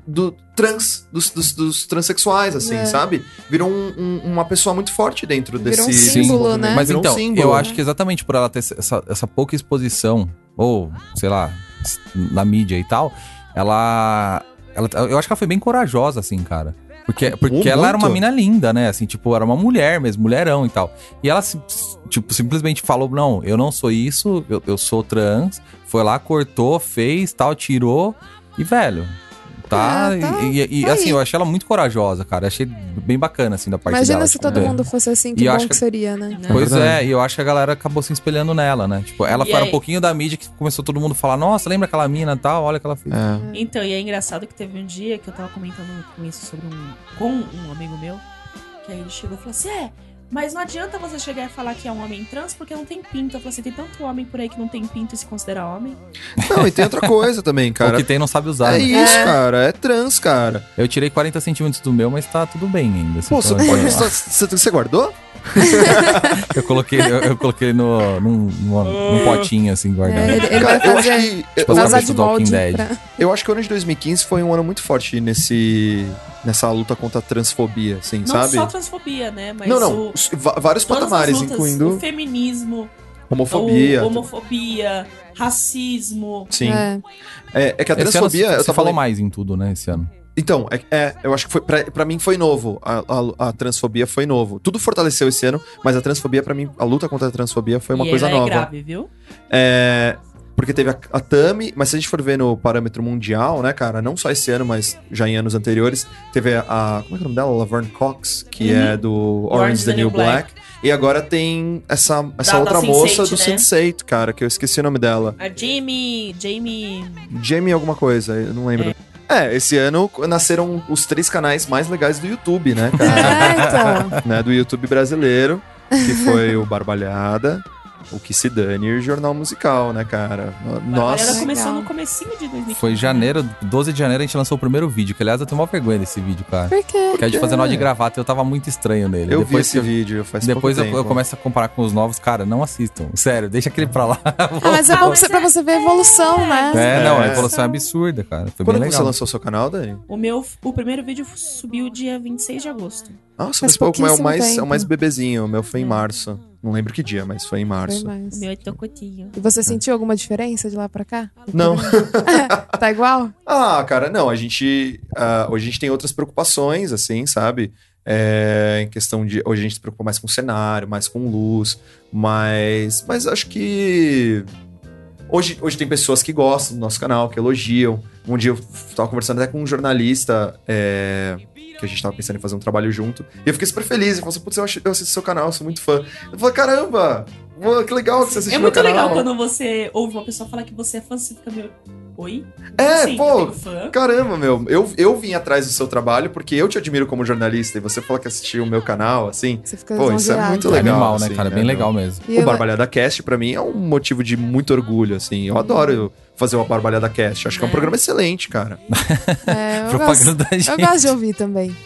[SPEAKER 2] do trans, dos, dos- dos transexuais, assim,
[SPEAKER 4] É.
[SPEAKER 2] sabe? Virou um- um- uma pessoa muito forte dentro
[SPEAKER 4] Virou um
[SPEAKER 2] desse.
[SPEAKER 1] símbolo,
[SPEAKER 2] desse
[SPEAKER 4] né?
[SPEAKER 2] movimento.
[SPEAKER 1] Mas
[SPEAKER 2] Virou um
[SPEAKER 1] então,
[SPEAKER 2] símbolo.
[SPEAKER 1] eu acho que exatamente por ela ter essa, essa pouca exposição, ou, sei lá, s- na mídia e tal, ela, ela- Eu acho que ela foi bem corajosa, assim, cara. Porque, porque ela era uma
[SPEAKER 2] muito.
[SPEAKER 1] mina linda, né? Assim, tipo, era uma mulher mesmo, mulherão e tal. E ela, sim- tipo, simplesmente falou: não, eu não sou isso, eu, eu sou trans. Foi lá, cortou, fez, tal, tirou. E, velho. Tá,
[SPEAKER 4] É, tá-
[SPEAKER 1] e, e- e,
[SPEAKER 4] tá
[SPEAKER 1] assim,
[SPEAKER 4] aí.
[SPEAKER 1] eu achei ela muito corajosa, cara. Achei bem bacana, assim, da parte dela.
[SPEAKER 4] Imagina se
[SPEAKER 1] tipo,
[SPEAKER 4] todo
[SPEAKER 1] é.
[SPEAKER 4] mundo fosse assim,
[SPEAKER 1] E
[SPEAKER 4] que
[SPEAKER 1] eu
[SPEAKER 4] bom
[SPEAKER 1] acho
[SPEAKER 4] que
[SPEAKER 1] que-
[SPEAKER 4] seria, né?
[SPEAKER 3] Não.
[SPEAKER 1] Pois é,
[SPEAKER 2] verdade.
[SPEAKER 1] e eu acho que a galera acabou se espelhando nela, né? Tipo, ela
[SPEAKER 3] E
[SPEAKER 1] foi era
[SPEAKER 3] aí?
[SPEAKER 1] um pouquinho da mídia que começou todo mundo a falar, nossa, lembra aquela mina e tal? Olha o que ela fez.
[SPEAKER 2] É.
[SPEAKER 3] Então, e é engraçado que teve um dia que eu tava comentando com isso sobre um. com um amigo meu, que aí ele chegou e falou assim: é, mas não adianta você chegar e falar que é um homem trans porque não tem pinto. Eu falei assim, tem tanto homem por aí que não tem pinto e se considera homem.
[SPEAKER 2] Não, e tem outra coisa também,
[SPEAKER 1] o
[SPEAKER 2] cara.
[SPEAKER 1] que tem não sabe usar.
[SPEAKER 2] É
[SPEAKER 1] né?
[SPEAKER 2] isso, cara. É trans, cara.
[SPEAKER 1] Eu tirei 40 centímetros do meu, mas tá tudo bem ainda. assim,
[SPEAKER 2] Pô,
[SPEAKER 1] tá-
[SPEAKER 2] você, você- você guardou?
[SPEAKER 1] eu coloquei, eu, eu coloquei no, num, numa- num potinho assim, guardado.
[SPEAKER 4] É, ele, ele vai
[SPEAKER 2] eu acho
[SPEAKER 4] fazer.
[SPEAKER 2] que.
[SPEAKER 1] Tipo,
[SPEAKER 2] eu-
[SPEAKER 4] Vai
[SPEAKER 1] as
[SPEAKER 4] usar
[SPEAKER 1] cabeças
[SPEAKER 4] de
[SPEAKER 1] do Walking
[SPEAKER 4] molde.
[SPEAKER 1] Dead.
[SPEAKER 4] pra-
[SPEAKER 2] Eu acho que o ano de 2015 foi um ano muito forte nesse, nessa luta contra a transfobia, assim,
[SPEAKER 3] Não
[SPEAKER 2] sabe?
[SPEAKER 3] só transfobia, né? Mas
[SPEAKER 2] não,
[SPEAKER 3] o.
[SPEAKER 2] não. s- va- Vários
[SPEAKER 3] todas as
[SPEAKER 2] patamares,
[SPEAKER 3] lutas, O
[SPEAKER 2] incluindo
[SPEAKER 3] feminismo,
[SPEAKER 2] homofobia.
[SPEAKER 3] o homofobia, racismo.
[SPEAKER 2] Sim. É.
[SPEAKER 4] É.
[SPEAKER 2] é que a
[SPEAKER 1] Esse ano
[SPEAKER 2] transfobia. eu
[SPEAKER 1] você
[SPEAKER 2] tava
[SPEAKER 1] falou
[SPEAKER 2] lem-
[SPEAKER 1] mais em tudo, né, esse ano.
[SPEAKER 2] Então, é, é, eu acho que foi. Pra, pra mim foi novo. A, a- a transfobia foi novo. Tudo fortaleceu esse ano, mas a transfobia, pra mim, a luta contra a transfobia foi uma
[SPEAKER 3] e
[SPEAKER 2] coisa
[SPEAKER 3] ela
[SPEAKER 2] nova.
[SPEAKER 3] é grave, viu?
[SPEAKER 2] É, porque teve a, a Tami, mas se a gente for ver no parâmetro mundial, né, cara, não só esse ano, mas já em anos anteriores, teve a. Como é que é o nome dela? Laverne Cox, que
[SPEAKER 3] Uhum.
[SPEAKER 2] é do Orange is the New Black. E agora tem essa, essa
[SPEAKER 3] Da- da
[SPEAKER 2] outra
[SPEAKER 3] Sense8,
[SPEAKER 2] moça do
[SPEAKER 3] né?
[SPEAKER 2] Sense8, cara, que eu esqueci o nome dela.
[SPEAKER 3] A Jamie. Jamie.
[SPEAKER 2] Jamie alguma coisa, eu não lembro. É, esse ano nasceram os três canais mais legais do YouTube, né, cara?
[SPEAKER 4] É, então.
[SPEAKER 2] né, do YouTube brasileiro, que foi o Barbalhada, o Que Se Dane e o Jornal Musical, né, cara? No- Nós...
[SPEAKER 3] Ela começou
[SPEAKER 4] Legal.
[SPEAKER 3] no comecinho de 2015.
[SPEAKER 1] Foi em janeiro, 12 de janeiro, a gente lançou o primeiro vídeo, que aliás eu tenho uma vergonha desse vídeo, cara.
[SPEAKER 4] Por quê?
[SPEAKER 1] Que é de fazer nó de gravata, eu tava muito estranho nele.
[SPEAKER 2] Eu vi
[SPEAKER 1] Depois
[SPEAKER 2] esse
[SPEAKER 1] que eu-
[SPEAKER 2] vídeo faz
[SPEAKER 1] Depois
[SPEAKER 2] pouco
[SPEAKER 1] eu,
[SPEAKER 2] tempo.
[SPEAKER 1] eu começo a comparar com os novos, cara, não assistam. Sério, deixa aquele pra lá.
[SPEAKER 4] Ah, mas é bom que você-
[SPEAKER 3] mas
[SPEAKER 4] pra você ver a evolução, né?
[SPEAKER 1] É, não, a
[SPEAKER 2] É.
[SPEAKER 1] evolução é absurda, cara. Foi
[SPEAKER 2] Quando
[SPEAKER 1] bem
[SPEAKER 2] você
[SPEAKER 1] legal.
[SPEAKER 2] lançou seu canal, Dani?
[SPEAKER 3] O meu, o primeiro vídeo subiu dia 26 de agosto.
[SPEAKER 2] Nossa,
[SPEAKER 4] Faz
[SPEAKER 2] mas pouco, mas é o
[SPEAKER 4] pouquíssimo
[SPEAKER 2] mais, é o
[SPEAKER 4] tempo.
[SPEAKER 2] mais bebezinho. O meu foi em março. Não lembro que dia, mas foi em
[SPEAKER 4] Foi
[SPEAKER 2] março.
[SPEAKER 4] mais.
[SPEAKER 3] O meu é tocotinho.
[SPEAKER 4] E você sentiu alguma diferença de lá pra cá?
[SPEAKER 2] Não.
[SPEAKER 4] Tá igual?
[SPEAKER 2] Ah, cara, não, a gente. ah, hoje a gente tem outras preocupações, assim, sabe? É, em questão de. Hoje a gente se preocupa mais com cenário, mais com luz, mas. Mas acho que. Hoje, hoje tem pessoas que gostam do nosso canal, que elogiam. Um dia eu tava conversando até com um jornalista é, que a gente tava pensando em fazer um trabalho junto. E eu fiquei super feliz. Ele falou assim: putz, eu, acho- eu assisto seu canal, eu sou muito fã. Eu falei, caramba! pô, Que legal que você assiste
[SPEAKER 3] É
[SPEAKER 2] meu
[SPEAKER 3] muito
[SPEAKER 2] canal.
[SPEAKER 3] legal quando você ouve uma pessoa falar que você é fã, você fica meio. Oi?
[SPEAKER 2] É,
[SPEAKER 3] Sim,
[SPEAKER 2] pô.
[SPEAKER 3] Eu tenho fã.
[SPEAKER 2] Caramba, meu, eu, eu vim atrás do seu trabalho porque eu te admiro como jornalista e você fala que assistiu o meu canal, assim.
[SPEAKER 4] Você fica
[SPEAKER 2] Pô, isso é
[SPEAKER 4] lisonjeado.
[SPEAKER 2] muito
[SPEAKER 1] É
[SPEAKER 2] legal,
[SPEAKER 1] animal, né,
[SPEAKER 2] assim,
[SPEAKER 1] cara?
[SPEAKER 2] né,
[SPEAKER 1] Bem
[SPEAKER 2] meu?
[SPEAKER 1] legal mesmo.
[SPEAKER 4] E
[SPEAKER 2] O
[SPEAKER 4] ela-
[SPEAKER 2] Barbalhada Cast, pra mim, é um motivo de muito orgulho, assim. Eu adoro fazer uma Barbalhada Cast. Acho que é um
[SPEAKER 3] É.
[SPEAKER 2] programa excelente, cara.
[SPEAKER 4] é, eu, gosto,
[SPEAKER 1] Propaganda da gente.
[SPEAKER 4] eu gosto de ouvir também.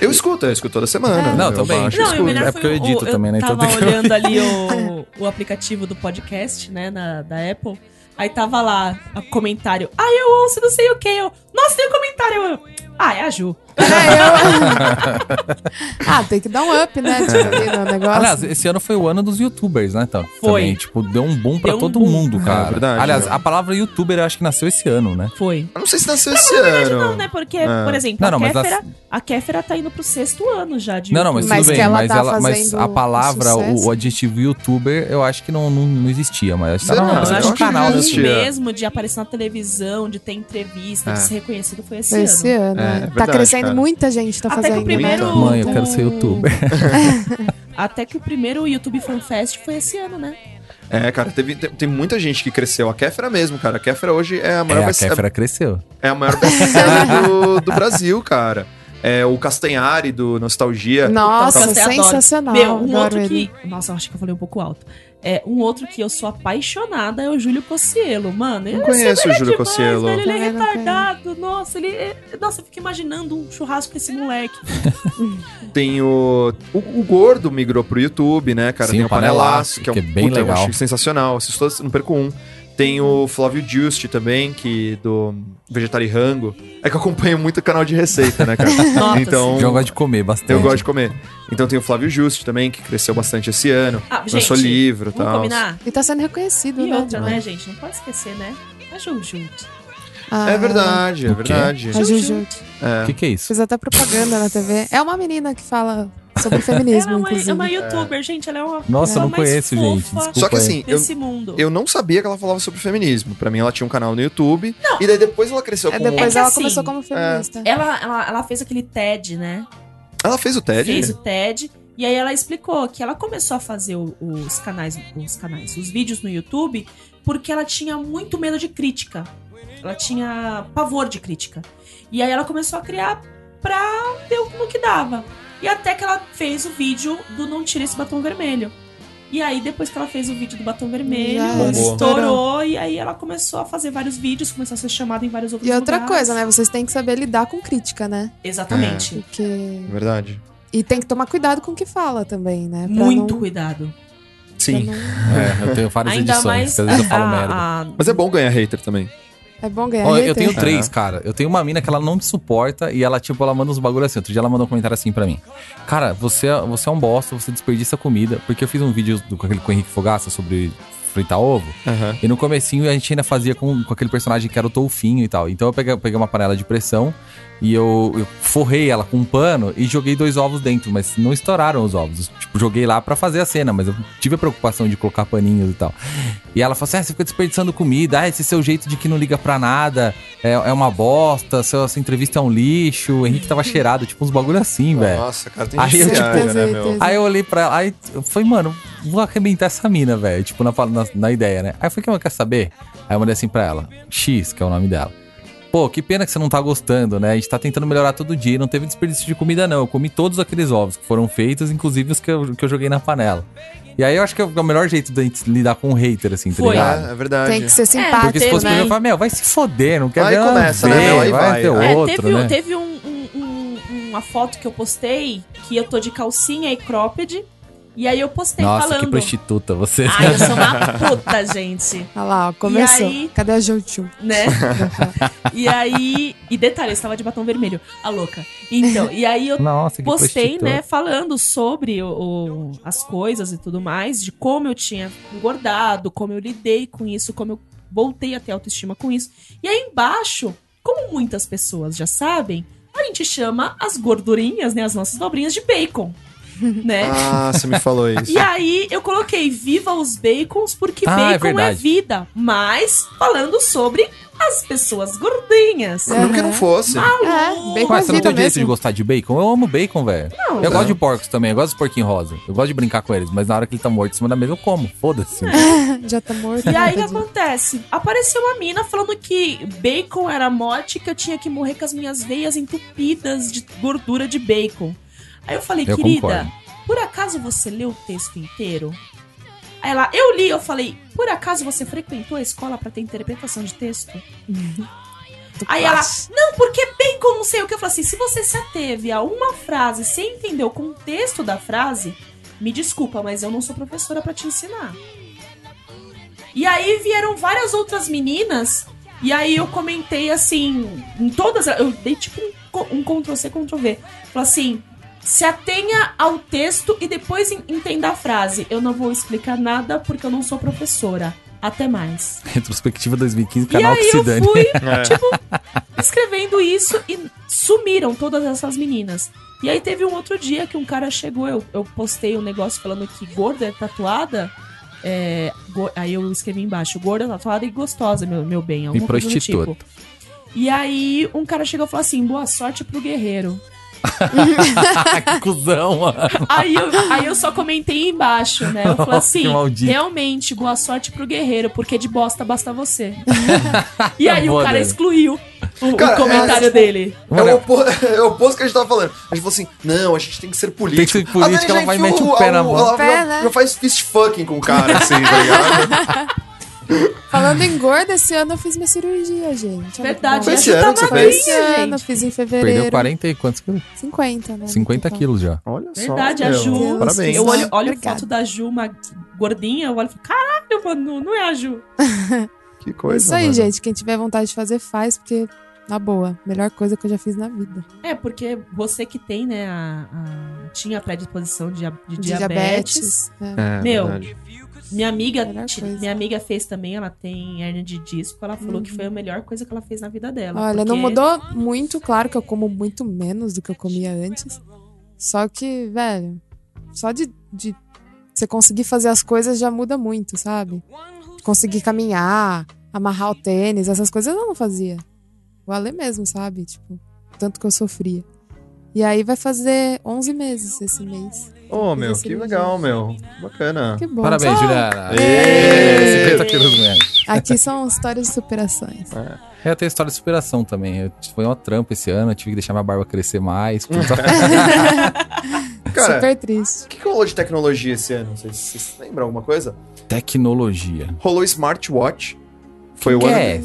[SPEAKER 2] Eu escuto, eu escuto toda semana. né,
[SPEAKER 4] É.
[SPEAKER 1] Não,
[SPEAKER 2] eu
[SPEAKER 1] também.
[SPEAKER 2] baixo e
[SPEAKER 3] Não, e o
[SPEAKER 2] escuto.
[SPEAKER 1] melhor- É porque eu
[SPEAKER 3] foi o-
[SPEAKER 1] edito
[SPEAKER 3] eu
[SPEAKER 1] também, né? Então
[SPEAKER 3] Tava
[SPEAKER 1] tem que-
[SPEAKER 3] olhando ali o, o aplicativo do podcast, né, na- da Apple. Aí tava lá, a comentário. Ah, eu ouço não sei o que. Eu... Nossa, tem um comentário. Eu... Ah, é a Ju.
[SPEAKER 4] Era eu. ah, tem que dar um up, né? Tipo, ali no negócio.
[SPEAKER 1] Aliás, esse ano foi o ano dos youtubers, né? Então,
[SPEAKER 3] Foi.
[SPEAKER 1] Também, tipo, deu um boom pra
[SPEAKER 3] Deu um
[SPEAKER 1] todo
[SPEAKER 3] boom.
[SPEAKER 1] mundo, cara.
[SPEAKER 2] É verdade,
[SPEAKER 1] Aliás,
[SPEAKER 2] né?
[SPEAKER 1] a palavra youtuber eu acho que nasceu esse ano, né?
[SPEAKER 3] Foi.
[SPEAKER 2] Eu não sei se nasceu esse ano.
[SPEAKER 3] Não, né? Porque,
[SPEAKER 2] É.
[SPEAKER 3] por exemplo,
[SPEAKER 1] Não, não,
[SPEAKER 3] a,
[SPEAKER 1] mas
[SPEAKER 3] Kéfera,
[SPEAKER 1] nas-
[SPEAKER 3] a Kéfera tá indo pro sexto ano já de
[SPEAKER 1] Não, não, mas
[SPEAKER 3] YouTube.
[SPEAKER 1] tudo
[SPEAKER 4] Mas que
[SPEAKER 1] bem.
[SPEAKER 4] ela
[SPEAKER 1] mas,
[SPEAKER 4] tá
[SPEAKER 1] mas a
[SPEAKER 4] fazendo
[SPEAKER 1] palavra, o,
[SPEAKER 4] sucesso.
[SPEAKER 1] o adjetivo youtuber, eu acho que não, não, não existia, mas acho que tá
[SPEAKER 2] Será?
[SPEAKER 1] na
[SPEAKER 3] Não,
[SPEAKER 1] você
[SPEAKER 3] eu
[SPEAKER 1] tem
[SPEAKER 2] eu
[SPEAKER 3] acho
[SPEAKER 1] um
[SPEAKER 3] que
[SPEAKER 1] canal
[SPEAKER 3] o
[SPEAKER 1] no YouTube.
[SPEAKER 2] existe.
[SPEAKER 3] boom
[SPEAKER 2] YouTube.
[SPEAKER 3] mesmo de aparecer na televisão, de ter entrevista,
[SPEAKER 2] É.
[SPEAKER 3] de ser reconhecido foi esse
[SPEAKER 4] Foi
[SPEAKER 3] ano.
[SPEAKER 4] esse ano.
[SPEAKER 2] É,
[SPEAKER 4] né?
[SPEAKER 2] é
[SPEAKER 4] tá
[SPEAKER 2] verdade,
[SPEAKER 4] crescendo
[SPEAKER 2] cara.
[SPEAKER 4] muita gente, tá
[SPEAKER 3] Até que
[SPEAKER 4] fazendo.
[SPEAKER 3] o primeiro.
[SPEAKER 2] muito.
[SPEAKER 1] tipo, Mãe, eu quero ser youtuber.
[SPEAKER 3] Até que o primeiro YouTube Fan Fest foi esse ano, né?
[SPEAKER 2] É, cara, teve, tem, tem muita gente que cresceu. A Kéfera mesmo, cara. A Kéfera hoje é a maior
[SPEAKER 1] É, a
[SPEAKER 2] best-
[SPEAKER 1] Kéfera cresceu.
[SPEAKER 2] É a maior best-seller do, do Brasil, cara. É o Castanhari do
[SPEAKER 1] É, tá
[SPEAKER 2] Nostalgia.
[SPEAKER 4] Nossa,
[SPEAKER 3] Então, você adora.
[SPEAKER 4] sensacional.
[SPEAKER 3] Meu, um
[SPEAKER 4] adoro
[SPEAKER 3] outro
[SPEAKER 4] ele.
[SPEAKER 3] que. Nossa, eu acho que eu falei um pouco alto. É, um outro que eu sou apaixonada é o Júlio Cossielo, mano.
[SPEAKER 2] Não
[SPEAKER 3] eu
[SPEAKER 2] conheço o Júlio
[SPEAKER 3] é demais,
[SPEAKER 2] Cossielo.
[SPEAKER 3] velho, ele é
[SPEAKER 4] Também não
[SPEAKER 3] retardado. Nossa, ele. é- Nossa, eu fico imaginando um churrasco com esse moleque.
[SPEAKER 2] Tem o, o. o Gordo migrou pro YouTube, né, cara?
[SPEAKER 1] Sim,
[SPEAKER 2] tem
[SPEAKER 1] o
[SPEAKER 2] o
[SPEAKER 1] Panelaço,
[SPEAKER 2] Panelaço, que é, um
[SPEAKER 1] que é bem
[SPEAKER 2] puta, eu
[SPEAKER 1] legal.
[SPEAKER 2] acho sensacional. Assisto todos, não perco um. Tem o Flávio Just também, que do Vegetari Rango. É que eu acompanho muito o canal de receita, né, cara?
[SPEAKER 3] Nota-se.
[SPEAKER 2] então.
[SPEAKER 1] João gosta de comer bastante.
[SPEAKER 2] Eu gosto de comer. Então tem o Flávio Just também, que cresceu bastante esse ano.
[SPEAKER 3] Ah, gente,
[SPEAKER 2] lançou livro e
[SPEAKER 3] vamos
[SPEAKER 2] tal.
[SPEAKER 3] combinar?
[SPEAKER 4] E tá sendo reconhecido,
[SPEAKER 3] E
[SPEAKER 4] né?
[SPEAKER 3] outra, né, gente? Não pode esquecer, né? A Jujut.
[SPEAKER 4] Ah,
[SPEAKER 2] É verdade, é
[SPEAKER 1] O quê?
[SPEAKER 2] verdade.
[SPEAKER 4] A Jujut.
[SPEAKER 2] É.
[SPEAKER 1] O que, que é isso?
[SPEAKER 4] Fiz até propaganda na TV. É uma menina que fala sobre
[SPEAKER 3] Ela
[SPEAKER 4] feminismo,
[SPEAKER 3] é uma,
[SPEAKER 4] inclusive.
[SPEAKER 3] é uma youtuber, gente. Ela é uma
[SPEAKER 1] Nossa, eu
[SPEAKER 3] ela
[SPEAKER 1] não
[SPEAKER 3] é mais
[SPEAKER 1] conheço,
[SPEAKER 3] fofa
[SPEAKER 1] gente. Desculpa.
[SPEAKER 2] Só que
[SPEAKER 1] aí.
[SPEAKER 2] assim, eu,
[SPEAKER 3] Desse mundo.
[SPEAKER 2] eu não sabia que ela falava sobre feminismo. Pra mim, ela tinha um canal no YouTube. E daí depois ela cresceu
[SPEAKER 4] É,
[SPEAKER 2] com...
[SPEAKER 4] depois
[SPEAKER 3] É que
[SPEAKER 4] ela
[SPEAKER 3] assim,
[SPEAKER 4] começou como feminista.
[SPEAKER 3] Ela, ela, ela fez aquele TED, né?
[SPEAKER 2] Ela fez o TED? é
[SPEAKER 3] Fez o TED. E aí ela explicou que ela começou a fazer o- os canais, os canais, os vídeos no YouTube, porque ela tinha muito medo de crítica. Ela tinha pavor de crítica. E aí ela começou a criar pra ver o- no que dava. E até que ela fez o vídeo do Não Tira Esse Batom Vermelho. E aí, depois que ela fez o vídeo do batom vermelho,
[SPEAKER 4] Já
[SPEAKER 2] Bombou.
[SPEAKER 3] estourou. E aí ela começou a fazer vários vídeos, começou a ser chamada em vários outros
[SPEAKER 4] E outra
[SPEAKER 3] lugares.
[SPEAKER 4] coisa, né? Vocês têm que saber lidar com crítica, né?
[SPEAKER 3] Exatamente.
[SPEAKER 4] Porque.
[SPEAKER 2] Verdade.
[SPEAKER 4] E tem que tomar cuidado com o que fala também, né? Pra
[SPEAKER 3] Muito
[SPEAKER 4] não-
[SPEAKER 3] cuidado.
[SPEAKER 4] pra
[SPEAKER 2] Sim.
[SPEAKER 4] não-
[SPEAKER 1] É, eu tenho várias
[SPEAKER 3] Ainda
[SPEAKER 1] edições,
[SPEAKER 3] mais Ah,
[SPEAKER 1] que às vezes eu falo
[SPEAKER 3] a-
[SPEAKER 1] merda.
[SPEAKER 3] a-
[SPEAKER 2] Mas é bom ganhar hater também.
[SPEAKER 4] É bom ganhar.
[SPEAKER 1] Ó, eu
[SPEAKER 4] hater.
[SPEAKER 1] tenho três,
[SPEAKER 2] É.
[SPEAKER 1] cara. Eu tenho uma mina que ela não me suporta e ela, tipo, ela manda uns bagulho assim. Outro dia ela mandou um comentário assim pra mim. Cara, você, é- você é um bosta, você desperdiça comida. Porque eu fiz um vídeo do, com aquele com o Henrique Fogaça sobre fritar ovo.
[SPEAKER 2] Aham.
[SPEAKER 1] E no comecinho a gente ainda fazia com, com aquele personagem que era o toufinho e tal. Então eu peguei, peguei uma panela de pressão e eu, eu forrei ela com um pano e joguei dois ovos dentro, mas não estouraram os ovos. Tipo, joguei lá pra fazer a cena, mas eu tive a preocupação de colocar paninhos e tal. E ela falou assim: ah, você fica desperdiçando comida, ah, esse seu jeito de que não liga pra nada é, é uma bosta, sua, sua entrevista é um lixo, o Henrique tava cheirado, tipo uns bagulho assim, velho.
[SPEAKER 2] Nossa, cara, tem
[SPEAKER 1] Aí
[SPEAKER 2] gente
[SPEAKER 1] eu,
[SPEAKER 2] que
[SPEAKER 1] tipo,
[SPEAKER 2] viaja, né,
[SPEAKER 4] fazer
[SPEAKER 2] meu?
[SPEAKER 4] hater.
[SPEAKER 1] Aí eu olhei pra ela, aí eu falei, mano, vou arrebentar essa mina, velho. Tipo, na, na, na ideia, né? Aí eu falei, que ela quer saber? Aí eu mandei assim pra ela, X, que é o nome dela. Pô, que pena que você não tá gostando, né? A gente tá tentando melhorar todo dia e não teve desperdício de comida, não. Eu comi todos aqueles ovos que foram feitos, inclusive os que eu, que eu joguei na panela. E aí eu acho que é o melhor jeito da gente lidar com um hater, assim, tá
[SPEAKER 3] Foi. Ah,
[SPEAKER 1] ligado?
[SPEAKER 2] É, é verdade.
[SPEAKER 4] Tem que ser simpático,
[SPEAKER 1] Porque se fosse pra
[SPEAKER 4] né?
[SPEAKER 1] mim, eu falava, meu, vai se foder, não quer
[SPEAKER 2] Aí
[SPEAKER 1] ver nada a
[SPEAKER 2] começa, né,
[SPEAKER 1] ver,
[SPEAKER 2] meu? Aí vai.
[SPEAKER 1] vai ter
[SPEAKER 2] É,
[SPEAKER 1] outro,
[SPEAKER 3] teve, um-
[SPEAKER 1] né?
[SPEAKER 3] teve um- um- um- uma foto que eu postei que eu tô de calcinha e cropped E aí eu postei
[SPEAKER 1] Nossa, que
[SPEAKER 3] falando. Ah,
[SPEAKER 1] prostituta você.
[SPEAKER 3] Ai, eu sou uma puta, gente.
[SPEAKER 4] Olha lá, ó, começou.
[SPEAKER 3] aí-
[SPEAKER 4] Cadê a Jojo?
[SPEAKER 3] Né? E aí. E detalhe, eu estava de batom vermelho. A louca. Então, e aí eu
[SPEAKER 1] Nossa, que
[SPEAKER 3] postei,
[SPEAKER 1] prostituta.
[SPEAKER 3] né, falando sobre o, o- as coisas e tudo mais, de como eu tinha engordado, como eu lidei com isso, como eu voltei a ter autoestima com isso. E aí embaixo, como muitas pessoas já sabem, a gente chama as gordurinhas, né, as nossas dobrinhas de bacon, né?
[SPEAKER 2] Ah, você me falou isso.
[SPEAKER 3] E aí eu coloquei viva os bacons, porque
[SPEAKER 1] Ah, é
[SPEAKER 3] bacon é,
[SPEAKER 1] verdade.
[SPEAKER 3] vida, mas falando sobre as pessoas gordinhas.
[SPEAKER 4] É.
[SPEAKER 2] Não que não fosse.
[SPEAKER 4] É, bacon
[SPEAKER 1] Ué,
[SPEAKER 4] é
[SPEAKER 1] você não
[SPEAKER 4] vida
[SPEAKER 1] tem direito de
[SPEAKER 4] mesmo.
[SPEAKER 1] gostar de bacon? Eu amo bacon, velho.
[SPEAKER 3] Não,
[SPEAKER 1] Eu gosto de porcos também, eu gosto dos porquinhos rosa. Eu gosto de brincar com eles, mas na hora que eles estão mortos em cima da mesa, eu como. Foda-se.
[SPEAKER 4] Já tá morto.
[SPEAKER 3] E aí o que
[SPEAKER 4] tadinho.
[SPEAKER 3] acontece? Apareceu uma mina falando que bacon era morte, que eu tinha que morrer com as minhas veias entupidas de gordura de bacon. Aí eu falei,
[SPEAKER 1] Eu
[SPEAKER 3] querida,
[SPEAKER 1] concordo.
[SPEAKER 3] por acaso você leu o texto inteiro? Aí ela, eu li, eu falei, por acaso você frequentou a escola pra ter interpretação de texto? Aí ela, não, porque bacon não sei o que. Eu falei assim, se você se ateve a uma frase sem entender o contexto da frase, me desculpa, mas eu não sou professora pra te ensinar. E aí vieram várias outras meninas, e aí eu comentei assim, em todas, eu dei tipo um, co- um Ctrl-C, Ctrl-V. Falei assim, se atenha ao texto e depois en- entenda a frase. Eu não vou explicar nada porque eu não sou professora. Até mais.
[SPEAKER 1] Retrospectiva 2015,
[SPEAKER 3] E
[SPEAKER 1] canal que
[SPEAKER 3] aí
[SPEAKER 1] se
[SPEAKER 3] eu
[SPEAKER 1] dane.
[SPEAKER 3] fui,
[SPEAKER 2] É.
[SPEAKER 3] tipo, escrevendo isso e sumiram todas essas meninas. E aí teve um outro dia que um cara chegou, eu, eu postei um negócio falando que gorda é tatuada. é, go- aí eu escrevi embaixo, gorda, tatuada e gostosa, meu, meu bem. Alguma
[SPEAKER 1] E
[SPEAKER 3] coisa do
[SPEAKER 1] prostituta.
[SPEAKER 3] tipo. E aí um cara chegou e falou assim, boa sorte pro guerreiro.
[SPEAKER 1] que cuzão, mano.
[SPEAKER 3] Aí eu, aí eu só comentei embaixo, né? Eu falei
[SPEAKER 1] Nossa,
[SPEAKER 3] assim,
[SPEAKER 1] que maldito.
[SPEAKER 3] realmente, boa sorte pro guerreiro, porque de bosta basta você. e aí
[SPEAKER 1] Boa,
[SPEAKER 3] o cara
[SPEAKER 1] Dani.
[SPEAKER 3] excluiu o, o
[SPEAKER 2] Cara, é,
[SPEAKER 3] comentário
[SPEAKER 2] tipo,
[SPEAKER 3] dele.
[SPEAKER 2] É o, opo- é o oposto que a gente tava falando. A gente falou assim: não, a gente tem que ser político.
[SPEAKER 1] Tem que ser
[SPEAKER 2] A Dani
[SPEAKER 1] político,
[SPEAKER 2] já
[SPEAKER 1] ela vai e
[SPEAKER 2] enfia
[SPEAKER 1] mete o pé na mão.
[SPEAKER 2] Ela
[SPEAKER 4] Pé,
[SPEAKER 2] já,
[SPEAKER 4] né?
[SPEAKER 2] já faz fist fucking com o cara, assim, tá ligado?
[SPEAKER 4] Falando em gorda, esse ano eu fiz minha cirurgia, gente. Olha que
[SPEAKER 3] Verdade,
[SPEAKER 4] bom.
[SPEAKER 2] Foi
[SPEAKER 3] eu
[SPEAKER 2] esse
[SPEAKER 3] já
[SPEAKER 2] ano
[SPEAKER 3] tava
[SPEAKER 2] que você
[SPEAKER 4] Foi
[SPEAKER 2] fez?
[SPEAKER 4] esse
[SPEAKER 3] bem,
[SPEAKER 4] ano, eu
[SPEAKER 3] gente.
[SPEAKER 4] fiz em
[SPEAKER 1] Perdeu
[SPEAKER 4] fevereiro.
[SPEAKER 1] 40 e quantos quilos?
[SPEAKER 3] Tá,
[SPEAKER 4] 50, né?
[SPEAKER 1] 50
[SPEAKER 4] Total.
[SPEAKER 1] quilos já.
[SPEAKER 2] Olha só.
[SPEAKER 3] Verdade, a
[SPEAKER 2] meu.
[SPEAKER 3] Ju.
[SPEAKER 2] Parabéns.
[SPEAKER 3] Eu olho, olho
[SPEAKER 4] Obrigada.
[SPEAKER 3] foto da Ju, uma gordinha, eu olho e falo, caralho, mano, não é a Ju.
[SPEAKER 2] Que
[SPEAKER 4] É
[SPEAKER 2] coisa.
[SPEAKER 4] Isso aí,
[SPEAKER 2] mano.
[SPEAKER 4] gente. Quem tiver vontade de fazer, faz, porque, na boa, melhor coisa que eu já fiz na vida.
[SPEAKER 3] É, porque você que tem, né, a, a- tinha predisposição de, a- de
[SPEAKER 4] De
[SPEAKER 3] diabetes.
[SPEAKER 4] diabetes. né?
[SPEAKER 2] É,
[SPEAKER 3] Meu.
[SPEAKER 2] verdade.
[SPEAKER 3] Minha amiga,
[SPEAKER 4] Melhor
[SPEAKER 3] ti-
[SPEAKER 4] coisa. Uhum.
[SPEAKER 3] minha amiga fez também, ela tem hernia de disco, ela falou que foi a melhor coisa que ela fez na vida dela.
[SPEAKER 4] Olha,
[SPEAKER 3] porque-
[SPEAKER 4] não mudou muito, claro que eu como muito menos do que eu comia antes. Só que, velho, só de, de você conseguir fazer as coisas já muda muito, sabe? Conseguir caminhar, amarrar o tênis, essas coisas eu não fazia. O Ale mesmo, sabe? Tipo, tanto que eu sofria. E aí vai fazer 11 meses esse mês.
[SPEAKER 2] Ô, meu,
[SPEAKER 4] Esse
[SPEAKER 2] que
[SPEAKER 4] livro.
[SPEAKER 2] legal, meu. Bacana.
[SPEAKER 4] Que bom.
[SPEAKER 1] Parabéns,
[SPEAKER 4] Só-
[SPEAKER 1] Juliana.
[SPEAKER 2] Ê!
[SPEAKER 1] 50 quilos mesmo.
[SPEAKER 4] Aqui são histórias de superações.
[SPEAKER 1] É, Eu tenho história de superação também. Eu, foi uma trampa esse ano, eu tive que deixar minha barba crescer mais. porque-
[SPEAKER 2] Cara,
[SPEAKER 4] Super triste.
[SPEAKER 2] o que, que rolou de tecnologia esse ano? Vocês, vocês lembram alguma coisa?
[SPEAKER 1] Tecnologia.
[SPEAKER 2] Rolou smartwatch. Foi o
[SPEAKER 1] que
[SPEAKER 2] ano.
[SPEAKER 1] é?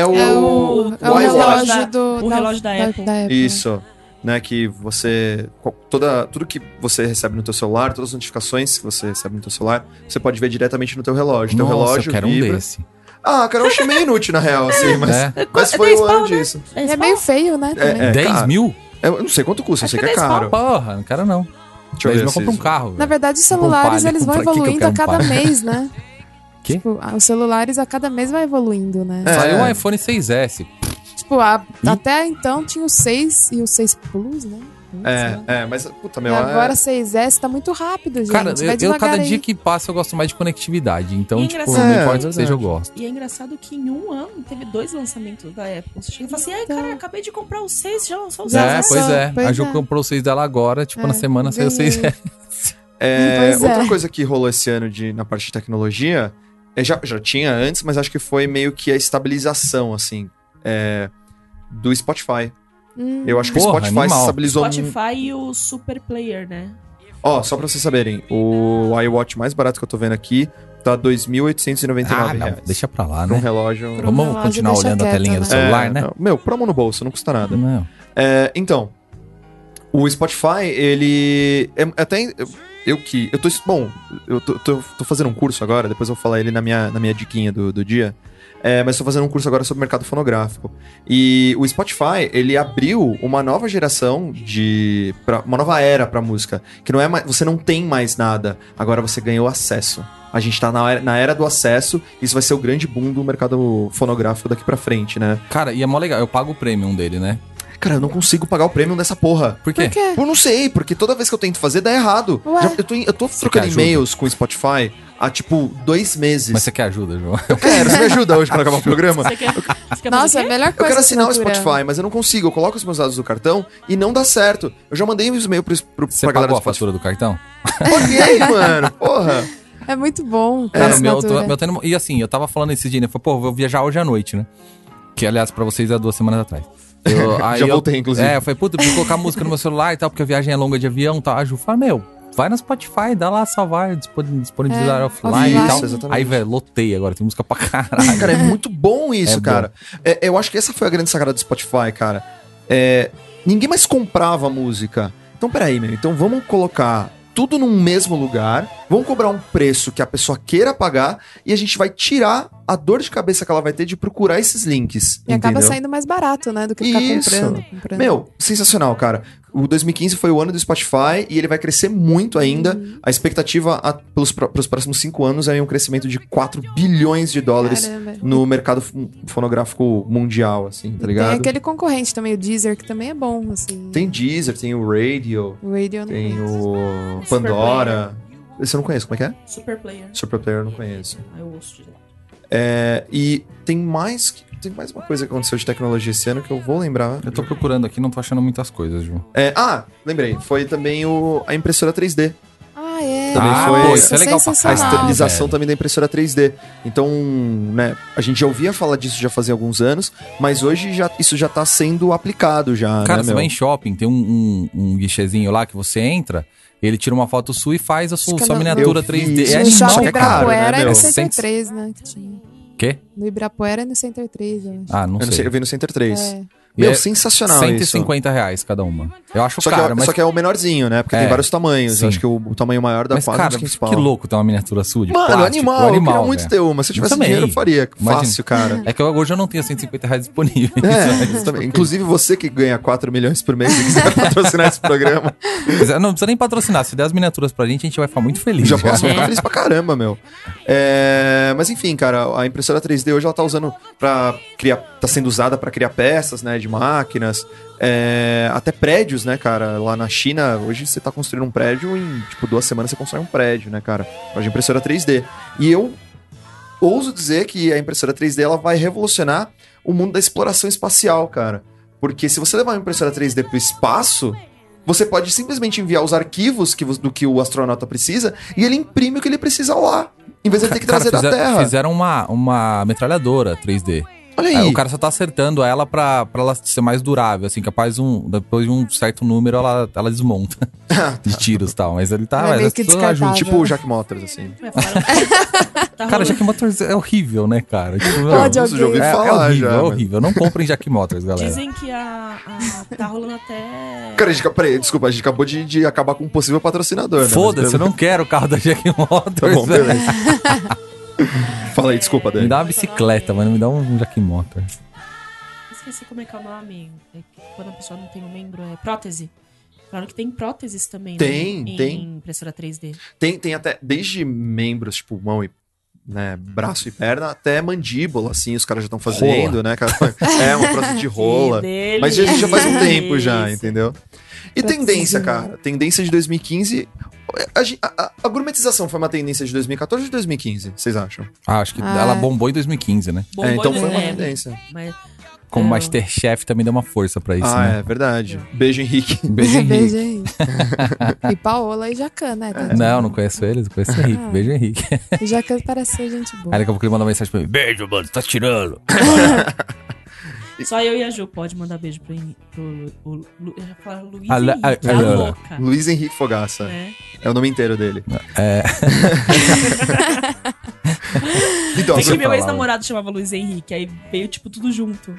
[SPEAKER 2] É o.
[SPEAKER 4] É o, é o
[SPEAKER 2] Wise
[SPEAKER 4] relógio
[SPEAKER 3] Watch.
[SPEAKER 4] do,
[SPEAKER 3] O relógio da Apple.
[SPEAKER 2] Isso. Né, que você. co- Toda, tudo que você recebe no teu celular, todas as notificações que você recebe no teu celular, você pode ver diretamente no teu relógio. teu
[SPEAKER 1] Nossa,
[SPEAKER 2] relógio
[SPEAKER 1] eu quero um
[SPEAKER 2] vibra.
[SPEAKER 1] desse.
[SPEAKER 2] Ah, cara, eu achei meio inútil, na real, assim, mas.
[SPEAKER 1] É.
[SPEAKER 3] É,
[SPEAKER 2] Mas
[SPEAKER 3] é
[SPEAKER 2] foi
[SPEAKER 3] 10
[SPEAKER 2] o ano
[SPEAKER 3] pau, né?
[SPEAKER 2] disso.
[SPEAKER 4] E é meio feio, né? também.
[SPEAKER 2] É,
[SPEAKER 1] 10
[SPEAKER 2] cara.
[SPEAKER 1] mil?
[SPEAKER 2] Eu não sei quanto custa, eu
[SPEAKER 3] Acho
[SPEAKER 2] sei que
[SPEAKER 3] que
[SPEAKER 2] é
[SPEAKER 3] é 10
[SPEAKER 2] caro.
[SPEAKER 1] Porra, não quero não.
[SPEAKER 2] Deixa eu
[SPEAKER 1] 10
[SPEAKER 2] ver.
[SPEAKER 1] mil eu
[SPEAKER 2] se
[SPEAKER 1] compro um
[SPEAKER 2] isso-
[SPEAKER 1] carro.
[SPEAKER 4] Na
[SPEAKER 1] velho.
[SPEAKER 4] verdade, os
[SPEAKER 1] Comprar,
[SPEAKER 4] celulares
[SPEAKER 1] né?
[SPEAKER 4] eles vão
[SPEAKER 1] Comprar, que que eu
[SPEAKER 4] evoluindo
[SPEAKER 1] quero
[SPEAKER 4] a cada
[SPEAKER 1] comprar?
[SPEAKER 4] mês, né?
[SPEAKER 1] Quê?
[SPEAKER 4] Tipo, a- os celulares a cada mês vai evoluindo, né?
[SPEAKER 2] É. Hum?
[SPEAKER 1] Saiu um iPhone 6S.
[SPEAKER 4] Tipo, a- até então tinha o 6 e o 6 Plus, né? Não sei.
[SPEAKER 2] É, é, mas, puta, meu.
[SPEAKER 4] e
[SPEAKER 2] é-
[SPEAKER 4] agora 6S tá muito rápido, gente.
[SPEAKER 1] Cara,
[SPEAKER 4] vai
[SPEAKER 1] eu, eu
[SPEAKER 4] devagar
[SPEAKER 1] cada
[SPEAKER 4] aí.
[SPEAKER 1] dia que passa eu gosto mais de conectividade. Então,
[SPEAKER 3] E
[SPEAKER 1] tipo,
[SPEAKER 3] engraçado.
[SPEAKER 1] não
[SPEAKER 2] É,
[SPEAKER 1] importa o que
[SPEAKER 2] verdade.
[SPEAKER 1] seja, eu gosto.
[SPEAKER 3] E é engraçado que em um ano teve dois lançamentos da Apple. Você chega e fala assim, ai,
[SPEAKER 4] Então.
[SPEAKER 3] cara, acabei de comprar o 6, já lançou né?" o
[SPEAKER 4] Já
[SPEAKER 3] 6.
[SPEAKER 1] é,
[SPEAKER 4] lançou,
[SPEAKER 1] pois é.
[SPEAKER 4] pois
[SPEAKER 1] a Ju
[SPEAKER 4] é.
[SPEAKER 1] comprou o 6 dela agora, tipo, na
[SPEAKER 4] É,
[SPEAKER 1] semana saiu o 6
[SPEAKER 4] ganhei.
[SPEAKER 2] É,
[SPEAKER 4] Pois é.
[SPEAKER 2] outra coisa que rolou esse ano de, na parte de tecnologia, é, já, já tinha antes, mas acho que foi meio que a estabilização, assim, é, do Spotify.
[SPEAKER 4] Hum.
[SPEAKER 2] Eu acho que
[SPEAKER 1] Porra,
[SPEAKER 2] o Spotify
[SPEAKER 1] animal.
[SPEAKER 2] se estabilizou... mu-
[SPEAKER 3] Spotify e o Super Player, né?
[SPEAKER 2] Ó, só pra vocês saberem, o iWatch mais barato que eu tô vendo aqui tá R$ 2.899.
[SPEAKER 1] Ah, não,
[SPEAKER 2] reais.
[SPEAKER 1] deixa pra lá,
[SPEAKER 2] Pra um
[SPEAKER 1] né?
[SPEAKER 2] relógio...
[SPEAKER 4] Pra um
[SPEAKER 1] Vamos
[SPEAKER 4] relógio,
[SPEAKER 1] continuar
[SPEAKER 4] deixa
[SPEAKER 1] olhando a
[SPEAKER 4] quieto,
[SPEAKER 1] telinha do
[SPEAKER 4] né?
[SPEAKER 1] celular,
[SPEAKER 2] É,
[SPEAKER 1] né?
[SPEAKER 2] não, meu, promo no bolso, não custa nada.
[SPEAKER 1] Não.
[SPEAKER 2] É, então, o Spotify, ele. É, é até. eu que. Eu tô. es- Bom, eu tô, tô- tô fazendo um curso agora, depois eu vou falar ele na minha, na minha diquinha do, do dia. É, mas tô fazendo um curso agora sobre mercado fonográfico. E o Spotify, ele abriu uma nova geração de. pra- uma nova era pra música. Que não é mais. Você não tem mais nada. Agora você ganhou acesso. A gente tá na era, na era do acesso. Isso vai ser o grande boom do mercado fonográfico daqui pra frente, né?
[SPEAKER 1] Cara, e é mó legal. Eu pago o premium dele, né?
[SPEAKER 2] Cara, eu não consigo pagar o prêmio dessa porra.
[SPEAKER 1] Por quê?
[SPEAKER 4] Por quê?
[SPEAKER 2] Eu não sei, porque toda vez que eu tento fazer, dá errado.
[SPEAKER 4] Ué?
[SPEAKER 2] Já- eu tô, eu tô trocando
[SPEAKER 1] quer ajuda?
[SPEAKER 2] e-mails com o Spotify há, tipo, dois meses.
[SPEAKER 1] Mas você quer ajuda, João?
[SPEAKER 2] Eu quero, você me ajuda hoje quando acabar o programa?
[SPEAKER 3] Você quer, você quer
[SPEAKER 4] Nossa, é a
[SPEAKER 3] fazer o quê?
[SPEAKER 4] melhor
[SPEAKER 2] Eu
[SPEAKER 4] coisa.
[SPEAKER 2] quero assinar o
[SPEAKER 4] assinatura.
[SPEAKER 2] Spotify, mas eu não consigo. Eu coloco os meus dados do cartão e não dá certo. Eu já mandei os e-mail pro, pro,
[SPEAKER 1] Você
[SPEAKER 2] pra galera
[SPEAKER 1] pagou
[SPEAKER 2] do
[SPEAKER 1] a
[SPEAKER 2] Spotify.
[SPEAKER 1] fatura do cartão?
[SPEAKER 2] Paguei, mano. Porra.
[SPEAKER 4] É muito bom. ter
[SPEAKER 1] Cara, meu, eu tô-
[SPEAKER 4] assinatura.
[SPEAKER 1] meu tênis- E assim, eu tava falando esse dia, né? Eu falei, pô, eu vou viajar hoje à noite, né? Que, aliás, pra vocês é duas semanas atrás. Eu, aí
[SPEAKER 2] Já
[SPEAKER 1] eu-
[SPEAKER 2] voltei, inclusive.
[SPEAKER 1] É, eu falei, puta, vou colocar música no meu celular e tal, porque a viagem é longa de avião e tal. A Ju fala, meu, vai no Spotify, dá lá salvar, dispon- disponibilizar
[SPEAKER 4] É,
[SPEAKER 1] offline e
[SPEAKER 4] offline.
[SPEAKER 1] tal.
[SPEAKER 2] Isso, exatamente.
[SPEAKER 1] Aí, velho, lotei agora, tem música pra caralho.
[SPEAKER 2] Cara, é muito bom isso,
[SPEAKER 1] É bom.
[SPEAKER 2] cara. É, eu acho que essa foi a grande sacada do Spotify, cara. É, ninguém mais comprava música. Então, peraí, meu. Então, vamos colocar tudo num mesmo lugar, vamos cobrar um preço que a pessoa queira pagar e a gente vai tirar a dor de cabeça que ela vai ter de procurar esses links.
[SPEAKER 4] E acaba
[SPEAKER 2] entendeu?
[SPEAKER 4] saindo né? mais barato, né? Do que ficar
[SPEAKER 2] Isso.
[SPEAKER 4] comprando. comprando.
[SPEAKER 2] Meu, sensacional, cara. O 2015 foi o ano do Spotify e ele vai crescer muito ainda.
[SPEAKER 4] Uhum.
[SPEAKER 2] A expectativa a- pelos, pró- pros próximos cinco anos é um crescimento de 4 bilhões de dólares
[SPEAKER 4] Caramba.
[SPEAKER 2] no mercado fon- fonográfico mundial, assim, tá ligado?
[SPEAKER 4] Tem aquele concorrente também, o Deezer, que também é bom, assim.
[SPEAKER 2] Tem Deezer, tem o Radio,
[SPEAKER 4] O Radio eu não
[SPEAKER 2] tem
[SPEAKER 4] conheço.
[SPEAKER 2] o Pandora. Esse eu não conheço, como é que é?
[SPEAKER 3] Super player.
[SPEAKER 2] Super Player eu não conheço.
[SPEAKER 3] Ah, eu ouço direto.
[SPEAKER 2] É, e tem mais, que- tem mais uma coisa que aconteceu de tecnologia esse ano que eu vou lembrar.
[SPEAKER 1] Eu tô procurando aqui, não tô achando muitas coisas, Ju.
[SPEAKER 2] É, ah, lembrei. Foi também o, a impressora 3D.
[SPEAKER 4] Ah, é.
[SPEAKER 2] Também
[SPEAKER 4] Nossa,
[SPEAKER 2] foi-
[SPEAKER 1] isso é legal pra
[SPEAKER 2] a
[SPEAKER 1] Ah,
[SPEAKER 4] sensacional.
[SPEAKER 1] caralho.
[SPEAKER 2] esterilização
[SPEAKER 1] velho.
[SPEAKER 2] também da impressora 3D. Então, né, a gente já ouvia falar disso já fazia alguns anos, mas hoje já, isso já tá sendo aplicado já,
[SPEAKER 1] Cara,
[SPEAKER 2] né,
[SPEAKER 1] você
[SPEAKER 2] meu?
[SPEAKER 1] vai em shopping, tem um, um, um guichezinho lá que você entra, ele tira uma foto sua e faz a sua,
[SPEAKER 4] Acho que
[SPEAKER 1] sua
[SPEAKER 4] eu não-
[SPEAKER 1] miniatura
[SPEAKER 2] Eu vi
[SPEAKER 1] 3D.
[SPEAKER 2] isso
[SPEAKER 1] É
[SPEAKER 2] no
[SPEAKER 4] no
[SPEAKER 1] animal,
[SPEAKER 4] shopping
[SPEAKER 2] shopping
[SPEAKER 1] cara.
[SPEAKER 2] caro, né,
[SPEAKER 4] Ibirapuera e
[SPEAKER 2] meu?
[SPEAKER 4] no
[SPEAKER 1] É
[SPEAKER 4] Center
[SPEAKER 1] 100
[SPEAKER 4] 3, né? Que tinha.
[SPEAKER 1] Quê?
[SPEAKER 4] No Ibirapuera e no Center 3, eu acho.
[SPEAKER 1] Ah, não
[SPEAKER 2] Eu não
[SPEAKER 1] sei.
[SPEAKER 2] sei, eu vi no Center 3.
[SPEAKER 4] É.
[SPEAKER 1] E
[SPEAKER 2] Meu,
[SPEAKER 1] é
[SPEAKER 2] sensacional 150
[SPEAKER 1] 150 reais cada uma. Eu acho
[SPEAKER 2] Só, que,
[SPEAKER 1] caro,
[SPEAKER 2] é,
[SPEAKER 1] mas.
[SPEAKER 2] só que é o menorzinho, né? Porque
[SPEAKER 1] É,
[SPEAKER 2] tem vários tamanhos.
[SPEAKER 1] sim.
[SPEAKER 2] Acho que o, o tamanho maior dá
[SPEAKER 1] Mas,
[SPEAKER 2] quase
[SPEAKER 1] cara,
[SPEAKER 2] uns 15
[SPEAKER 1] que
[SPEAKER 2] pau.
[SPEAKER 1] louco ter uma miniatura sua de
[SPEAKER 2] é Mano,
[SPEAKER 1] plástico.
[SPEAKER 2] animal, Eu queria muito
[SPEAKER 1] velho.
[SPEAKER 2] ter uma. Se eu tivesse
[SPEAKER 1] também.
[SPEAKER 2] dinheiro, eu faria.
[SPEAKER 1] Imagina.
[SPEAKER 2] Fácil, cara.
[SPEAKER 1] É que eu- hoje eu não tenho 150 reais disponíveis.
[SPEAKER 2] É, exatamente. inclusive você que ganha 4 milhões por mês e quiser patrocinar esse programa,
[SPEAKER 1] Mas, é, Não precisa nem patrocinar. Se der as miniaturas pra gente, a gente vai ficar muito feliz.
[SPEAKER 2] já
[SPEAKER 1] já.
[SPEAKER 2] posso ficar feliz pra caramba, meu. É, mas enfim, cara, a impressora 3D hoje ela tá usando pra criar. tá sendo usada pra criar peças, né? De máquinas. é, até prédios, né, cara? Lá na China, hoje você tá construindo um prédio em, tipo, duas semanas você constrói um prédio, né, cara? Hoje impressora 3D. E eu ouso dizer que a impressora 3D ela vai revolucionar o mundo da exploração espacial, cara. Porque se você levar uma impressora 3D pro espaço, você pode simplesmente enviar os arquivos que, vo- do que o astronauta precisa e ele imprime o que ele precisa lá. Em vez de ele ter que
[SPEAKER 1] Cara,
[SPEAKER 2] trazer da
[SPEAKER 1] fizeram-
[SPEAKER 2] Terra.
[SPEAKER 1] Fizeram uma, uma metralhadora 3D.
[SPEAKER 2] Olha aí.
[SPEAKER 1] Aí o cara só tá acertando ela pra, pra ela ser mais durável, assim, capaz um, depois de um certo número ela, ela desmonta de tiros e tal. Mas ele tá.
[SPEAKER 4] Ela é
[SPEAKER 1] mas
[SPEAKER 4] meio
[SPEAKER 1] as
[SPEAKER 4] que
[SPEAKER 1] pessoas ajudam.
[SPEAKER 4] descartável.
[SPEAKER 2] Tipo o Jack Motors, assim.
[SPEAKER 3] É, falaram- tá
[SPEAKER 1] Cara,
[SPEAKER 3] rolando.
[SPEAKER 1] Jack Motors é horrível, né, cara? Tipo,
[SPEAKER 4] Pode
[SPEAKER 1] é,
[SPEAKER 2] Isso eu já ouvi
[SPEAKER 4] alguém.
[SPEAKER 1] é
[SPEAKER 2] falar
[SPEAKER 1] horrível,
[SPEAKER 2] já.
[SPEAKER 1] é
[SPEAKER 2] mas-
[SPEAKER 1] horrível. Não comprem Jack Motors, galera.
[SPEAKER 3] Dizem que a, a- Tá rolando até.
[SPEAKER 2] Cara, a gente, peraí, desculpa, a gente acabou de, de acabar com um possível patrocinador, né?
[SPEAKER 1] Foda-se, eu
[SPEAKER 2] Mas-
[SPEAKER 1] não quero o carro da Jack Motors.
[SPEAKER 2] Tá bom,
[SPEAKER 1] velho.
[SPEAKER 2] beleza. Fala aí, desculpa,
[SPEAKER 1] me
[SPEAKER 2] Dani.
[SPEAKER 1] dá uma bicicleta, mano. Me dá um Jack Motors.
[SPEAKER 3] Esqueci como é que é o nome. É que quando a pessoa não tem um membro, é prótese. Claro que tem próteses também.
[SPEAKER 2] Tem,
[SPEAKER 3] né? em
[SPEAKER 2] tem.
[SPEAKER 3] impressora 3D.
[SPEAKER 2] Tem, tem até, desde membros, tipo, mão e né, braço e perna, até mandíbula, assim, os caras já estão fazendo,
[SPEAKER 1] Rola.
[SPEAKER 2] né, cara? É, uma prótese de rola.
[SPEAKER 3] Que
[SPEAKER 2] Mas isso já faz um tempo já,
[SPEAKER 3] delícia.
[SPEAKER 2] entendeu? E
[SPEAKER 4] Pra
[SPEAKER 2] tendência,
[SPEAKER 4] tudo.
[SPEAKER 2] cara. Tendência de 2015. A, gen- a- a- a gourmetização foi uma tendência de 2014 ou de 2015, vocês acham?
[SPEAKER 1] Ah, acho que
[SPEAKER 4] Ah.
[SPEAKER 1] ela bombou em 2015, né?
[SPEAKER 3] Bombou
[SPEAKER 2] é, então
[SPEAKER 3] de-
[SPEAKER 2] foi uma
[SPEAKER 3] é,
[SPEAKER 2] tendência.
[SPEAKER 3] mas
[SPEAKER 1] Como
[SPEAKER 3] É.
[SPEAKER 1] Masterchef também deu uma força pra isso,
[SPEAKER 2] ah,
[SPEAKER 1] né?
[SPEAKER 2] é verdade. Beijo, Henrique.
[SPEAKER 1] Beijo, Henrique.
[SPEAKER 4] Beijo, Henrique. E Paola e Jacan, né?
[SPEAKER 2] é,
[SPEAKER 4] Tadinho.
[SPEAKER 1] Não, não conheço eles, eu conheço o Henrique. Beijo, Henrique.
[SPEAKER 4] O Jacan parece ser gente boa.
[SPEAKER 1] Aí daqui a pouco ele manda uma mensagem pra mim. Beijo, mano, tá tirando.
[SPEAKER 3] só eu e a Ju pode mandar beijo pro, Henri- pro Lu- o Lu- eu ia falar Luiz
[SPEAKER 1] A Lu-
[SPEAKER 3] Henrique,
[SPEAKER 1] a- a
[SPEAKER 3] a
[SPEAKER 1] Lu- Então,
[SPEAKER 3] louca.
[SPEAKER 2] Luiz Henrique Fogaça.
[SPEAKER 3] né?
[SPEAKER 2] É o nome inteiro dele.
[SPEAKER 1] É,
[SPEAKER 2] Então,
[SPEAKER 3] Tem que
[SPEAKER 1] você
[SPEAKER 3] meu
[SPEAKER 1] falava.
[SPEAKER 3] ex-namorado chamava Luiz Henrique, aí veio tipo tudo junto.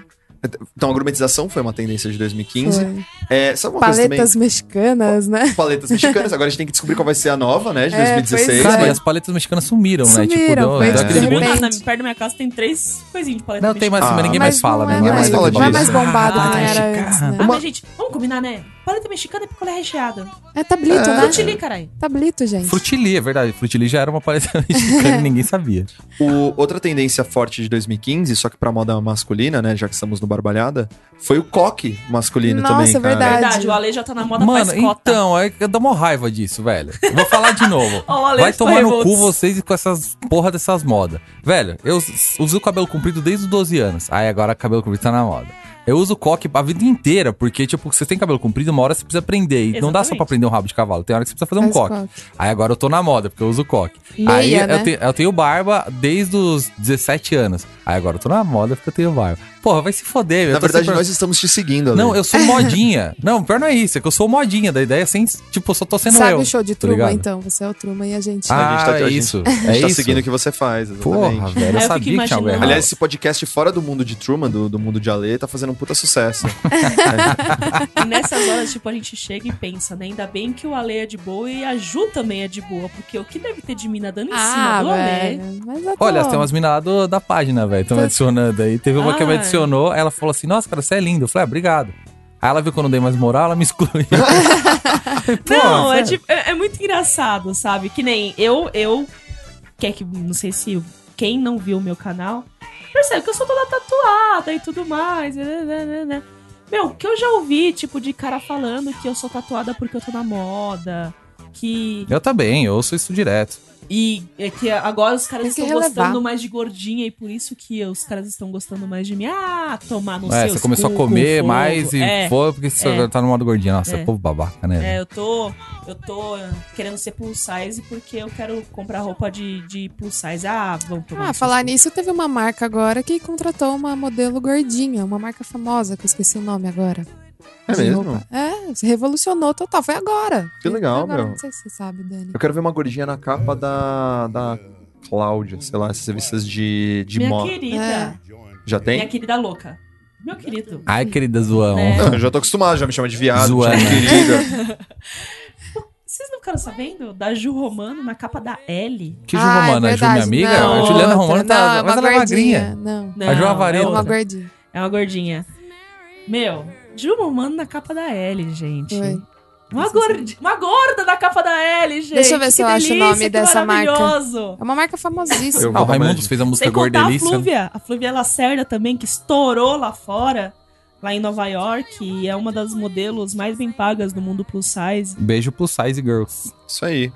[SPEAKER 2] Então, a gourmetização foi uma tendência de 2015.
[SPEAKER 4] Foi.
[SPEAKER 2] É, sabe uma coisa
[SPEAKER 4] Paletas mexicanas, né?
[SPEAKER 2] também? Paletas mexicanas. Agora a gente tem que descobrir qual vai ser a nova, né? De
[SPEAKER 4] É, pois
[SPEAKER 2] 2016.
[SPEAKER 4] é.
[SPEAKER 1] Cara,
[SPEAKER 2] mas-
[SPEAKER 1] e as paletas mexicanas sumiram, né? Tipo,
[SPEAKER 4] Sumiram,
[SPEAKER 1] deu,
[SPEAKER 4] foi
[SPEAKER 1] deu
[SPEAKER 2] de
[SPEAKER 1] aquele
[SPEAKER 4] repente.
[SPEAKER 1] monte-
[SPEAKER 3] Nada, perto da minha casa tem três coisinhas de paleta
[SPEAKER 1] Não, tem mais,
[SPEAKER 2] Ah,
[SPEAKER 1] mas ninguém
[SPEAKER 4] mas
[SPEAKER 1] mais fala,
[SPEAKER 4] não
[SPEAKER 1] né?
[SPEAKER 4] é
[SPEAKER 2] Ninguém mais fala
[SPEAKER 4] Não é mais
[SPEAKER 2] disso.
[SPEAKER 4] bombado
[SPEAKER 3] Ah,
[SPEAKER 4] como era antes, né?
[SPEAKER 3] Ah,
[SPEAKER 2] Uma-
[SPEAKER 3] mas gente, vamos combinar, né? Paleta mexicana é picolé recheado.
[SPEAKER 4] É tablito,
[SPEAKER 2] É.
[SPEAKER 4] né?
[SPEAKER 3] Frutili, caralho.
[SPEAKER 4] Tablito, gente.
[SPEAKER 1] Frutili, é verdade. Frutili já era uma paleta mexicana e ninguém sabia.
[SPEAKER 2] O- outra tendência forte de 2015, só que pra moda masculina, né? Já que estamos no Barbalhada, foi o coque masculino
[SPEAKER 4] Nossa,
[SPEAKER 2] também,
[SPEAKER 4] é
[SPEAKER 2] cara.
[SPEAKER 4] verdade.
[SPEAKER 3] Verdade, o Ale já tá na moda
[SPEAKER 1] Mano,
[SPEAKER 3] faz cota.
[SPEAKER 1] então, aí eu dou uma raiva disso, velho. Eu vou falar de novo.
[SPEAKER 3] Ó, o Ale
[SPEAKER 1] Vai
[SPEAKER 3] ficou
[SPEAKER 1] tomar no
[SPEAKER 3] revoltos.
[SPEAKER 1] cu vocês com essas porra dessas modas. Velho, eu s- uso o cabelo comprido desde os 12 anos. Aí agora cabelo comprido tá na moda. Eu uso coque a vida inteira, porque, tipo, você tem cabelo comprido, uma hora você precisa prender. E não dá só pra
[SPEAKER 3] Exatamente.
[SPEAKER 1] prender um rabo de cavalo, tem hora que você precisa fazer um
[SPEAKER 4] Faz
[SPEAKER 1] coque.
[SPEAKER 4] coque.
[SPEAKER 1] Aí agora eu tô na moda, porque eu uso coque.
[SPEAKER 4] Meia,
[SPEAKER 1] Aí eu,
[SPEAKER 4] né?
[SPEAKER 1] te- eu tenho barba desde os 17 anos. Aí agora eu tô na moda porque eu tenho barba. Porra, vai se foder, velho.
[SPEAKER 2] Na verdade, nós estamos te seguindo, Ale.
[SPEAKER 1] assim, Não, eu sou modinha. não, pior não é isso, é que eu sou modinha. Da ideia é sem. Tipo, eu só tô sendo
[SPEAKER 4] Sabe
[SPEAKER 1] eu.
[SPEAKER 4] o show de
[SPEAKER 1] tá
[SPEAKER 4] Truman,
[SPEAKER 1] ligado?
[SPEAKER 4] então? Você é o Truman e a gente.
[SPEAKER 1] Ah,
[SPEAKER 2] a gente tá, a
[SPEAKER 1] é
[SPEAKER 2] gente-
[SPEAKER 1] isso.
[SPEAKER 2] A gente
[SPEAKER 1] É
[SPEAKER 2] tá
[SPEAKER 1] isso.
[SPEAKER 2] seguindo o que você faz, exatamente.
[SPEAKER 1] Porra, velho,
[SPEAKER 3] É, eu
[SPEAKER 1] eu sabia
[SPEAKER 3] fico
[SPEAKER 1] que tinha algo
[SPEAKER 3] imaginando.
[SPEAKER 1] errado.
[SPEAKER 2] Aliás, esse podcast fora do mundo de Truman, do, do mundo de Alê, tá fazendo um puta sucesso. É.
[SPEAKER 3] E nessas horas, tipo, a gente chega e pensa, né? Ainda bem que o Ale é de boa e a Ju também é de boa. Porque o que deve ter de mina dando em cima
[SPEAKER 4] Ah,
[SPEAKER 3] do Ale?
[SPEAKER 4] velho. Mas é
[SPEAKER 1] Olha,
[SPEAKER 4] bom.
[SPEAKER 1] tem umas minas lá do- da página, velho. Estão me
[SPEAKER 4] Tá-
[SPEAKER 1] adicionando aí. Teve uma que me
[SPEAKER 3] Ai.
[SPEAKER 1] adicionou, ela falou assim: Nossa, cara, você é lindo. Eu falei: ah, Obrigado. Aí ela viu que eu não dei mais moral, ela me excluiu. Pô,
[SPEAKER 3] Não, é,
[SPEAKER 1] sério.
[SPEAKER 3] tipo- é- é muito engraçado, sabe? Que nem eu, eu. Quer que. Não sei se quem não viu o meu canal percebe que eu sou toda tatuada e tudo mais. né, né, né, né. Meu, que eu já ouvi, tipo, de cara falando que eu sou tatuada porque eu tô na moda. Que.
[SPEAKER 1] Eu também, eu ouço isso direto.
[SPEAKER 3] E é que agora os caras
[SPEAKER 4] Tem que
[SPEAKER 3] estão
[SPEAKER 4] relevar.
[SPEAKER 3] gostando mais de gordinha e por isso que os caras estão gostando mais de mim. Ah, tomar no
[SPEAKER 1] É,
[SPEAKER 3] seu
[SPEAKER 1] você começou a
[SPEAKER 3] cu,
[SPEAKER 1] comer
[SPEAKER 3] fogo.
[SPEAKER 1] mais e
[SPEAKER 3] é,
[SPEAKER 1] foi porque você
[SPEAKER 3] é.
[SPEAKER 1] tá no modo gordinha. Nossa,
[SPEAKER 3] É.
[SPEAKER 1] povo babaca, né? velho?
[SPEAKER 3] é, eu tô. Eu tô querendo ser plus size porque eu quero comprar roupa de, de plus size. Ah, vamos tomar.
[SPEAKER 4] Ah, falar nisso, teve uma marca agora que contratou uma modelo gordinha, uma marca famosa, que eu esqueci o nome agora.
[SPEAKER 2] É
[SPEAKER 4] De
[SPEAKER 2] mesmo?
[SPEAKER 4] roupa. É, se revolucionou total. Foi agora.
[SPEAKER 2] Que legal,
[SPEAKER 4] Agora,
[SPEAKER 2] meu.
[SPEAKER 4] Não sei se você sabe, Dani.
[SPEAKER 2] Eu quero ver uma gordinha na capa da, da Cláudia, sei lá, essas revistas de, de
[SPEAKER 3] minha
[SPEAKER 2] moda.
[SPEAKER 3] querida.
[SPEAKER 4] É.
[SPEAKER 2] Já
[SPEAKER 3] Minha
[SPEAKER 2] tem?
[SPEAKER 3] querida louca. Meu querido.
[SPEAKER 1] Ai, querida zoão.
[SPEAKER 3] É.
[SPEAKER 2] Não, eu já tô acostumado, já me chama de viado, me
[SPEAKER 1] Zoana.
[SPEAKER 2] chama de querida.
[SPEAKER 3] Vocês não ficaram sabendo da Ju Romano na capa da L?
[SPEAKER 1] Que Ju
[SPEAKER 4] Ah, é
[SPEAKER 1] Romana? a Ju, minha
[SPEAKER 4] verdade.
[SPEAKER 1] amiga?
[SPEAKER 4] Não,
[SPEAKER 1] a Juliana
[SPEAKER 4] outra.
[SPEAKER 1] Romana
[SPEAKER 4] Não,
[SPEAKER 1] tá.
[SPEAKER 4] é
[SPEAKER 1] Mas
[SPEAKER 4] uma
[SPEAKER 1] ela é
[SPEAKER 4] gordinha.
[SPEAKER 1] magrinha.
[SPEAKER 4] Não,
[SPEAKER 3] Não,
[SPEAKER 1] Ju
[SPEAKER 3] é
[SPEAKER 1] Avarela.
[SPEAKER 4] é uma
[SPEAKER 3] outra.
[SPEAKER 4] gordinha.
[SPEAKER 3] É uma gordinha. Meu, Ju Romano na capa da L, gente.
[SPEAKER 4] Foi.
[SPEAKER 3] Uma, gordi- uma gorda da capa da L, gente.
[SPEAKER 4] Deixa eu ver se
[SPEAKER 3] Que
[SPEAKER 4] eu acho o
[SPEAKER 3] delícia,
[SPEAKER 4] nome
[SPEAKER 3] que
[SPEAKER 4] dessa marca.
[SPEAKER 3] maravilhoso.
[SPEAKER 4] É uma marca
[SPEAKER 2] Eu
[SPEAKER 4] famosíssima.
[SPEAKER 1] Ah, o
[SPEAKER 2] vou dar uma
[SPEAKER 1] Raimundos
[SPEAKER 2] olhada.
[SPEAKER 1] fez a música
[SPEAKER 3] Sem contar a
[SPEAKER 1] Gordelícia.
[SPEAKER 2] né?
[SPEAKER 3] Flúvia. A Flúvia Lacerda também, que estourou lá fora, lá em Nova York. E é uma das modelos mais bem pagas do mundo plus size.
[SPEAKER 1] Beijo plus size girls.
[SPEAKER 2] Isso aí.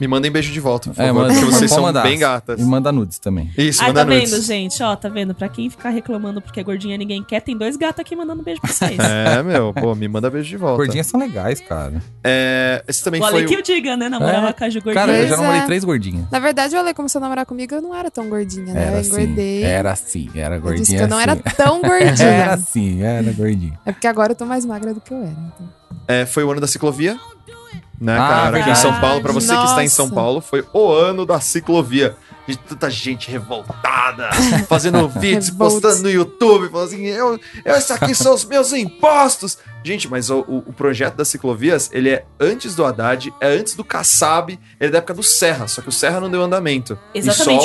[SPEAKER 2] Me mandem beijo de volta, por
[SPEAKER 1] É,
[SPEAKER 2] favor,
[SPEAKER 1] manda-
[SPEAKER 2] porque vocês
[SPEAKER 1] pode
[SPEAKER 2] são
[SPEAKER 1] mandar.
[SPEAKER 2] bem gatas.
[SPEAKER 1] E manda nudes também.
[SPEAKER 2] Isso,
[SPEAKER 3] Ai,
[SPEAKER 2] manda
[SPEAKER 3] tá
[SPEAKER 2] nudes.
[SPEAKER 3] vendo, gente? Ó, tá vendo? Pra quem ficar reclamando porque é gordinha e ninguém quer, tem dois gatos aqui mandando beijo pra vocês.
[SPEAKER 2] É, meu, pô, me manda beijo de volta.
[SPEAKER 1] Gordinhas são legais, cara.
[SPEAKER 2] É, esse também
[SPEAKER 3] O Ale
[SPEAKER 2] foi.
[SPEAKER 3] que eu diga, né? Namorava
[SPEAKER 1] É.
[SPEAKER 3] com a Ju Gordinha.
[SPEAKER 1] Cara, eu já
[SPEAKER 4] Pois é.
[SPEAKER 1] namorei três gordinhas.
[SPEAKER 4] Na verdade, o Ale começou a namorar comigo, eu não era tão gordinha, né?
[SPEAKER 1] Era
[SPEAKER 4] eu engordei.
[SPEAKER 1] assim. Era assim, era
[SPEAKER 4] eu
[SPEAKER 1] gordinha.
[SPEAKER 4] disse que eu não
[SPEAKER 1] assim.
[SPEAKER 4] era tão gordinha.
[SPEAKER 1] Era assim, era gordinha.
[SPEAKER 4] É porque agora eu tô mais magra do que eu era. Então.
[SPEAKER 2] É, foi o ano da ciclovia. Né,
[SPEAKER 1] Ah,
[SPEAKER 2] cara? Aqui em
[SPEAKER 1] verdade.
[SPEAKER 2] São Paulo, pra você que está em São
[SPEAKER 4] Nossa.
[SPEAKER 2] Paulo, foi o ano da ciclovia. De tanta gente revoltada, fazendo vídeos,
[SPEAKER 4] Revolta.
[SPEAKER 2] postando no YouTube, falando assim: eu, eu, esses aqui são os meus impostos. Gente, mas o, o- o projeto das ciclovias, ele é antes do Haddad, é antes do Kassab, ele é da época do Serra, só que o Serra não deu andamento.
[SPEAKER 3] Exatamente.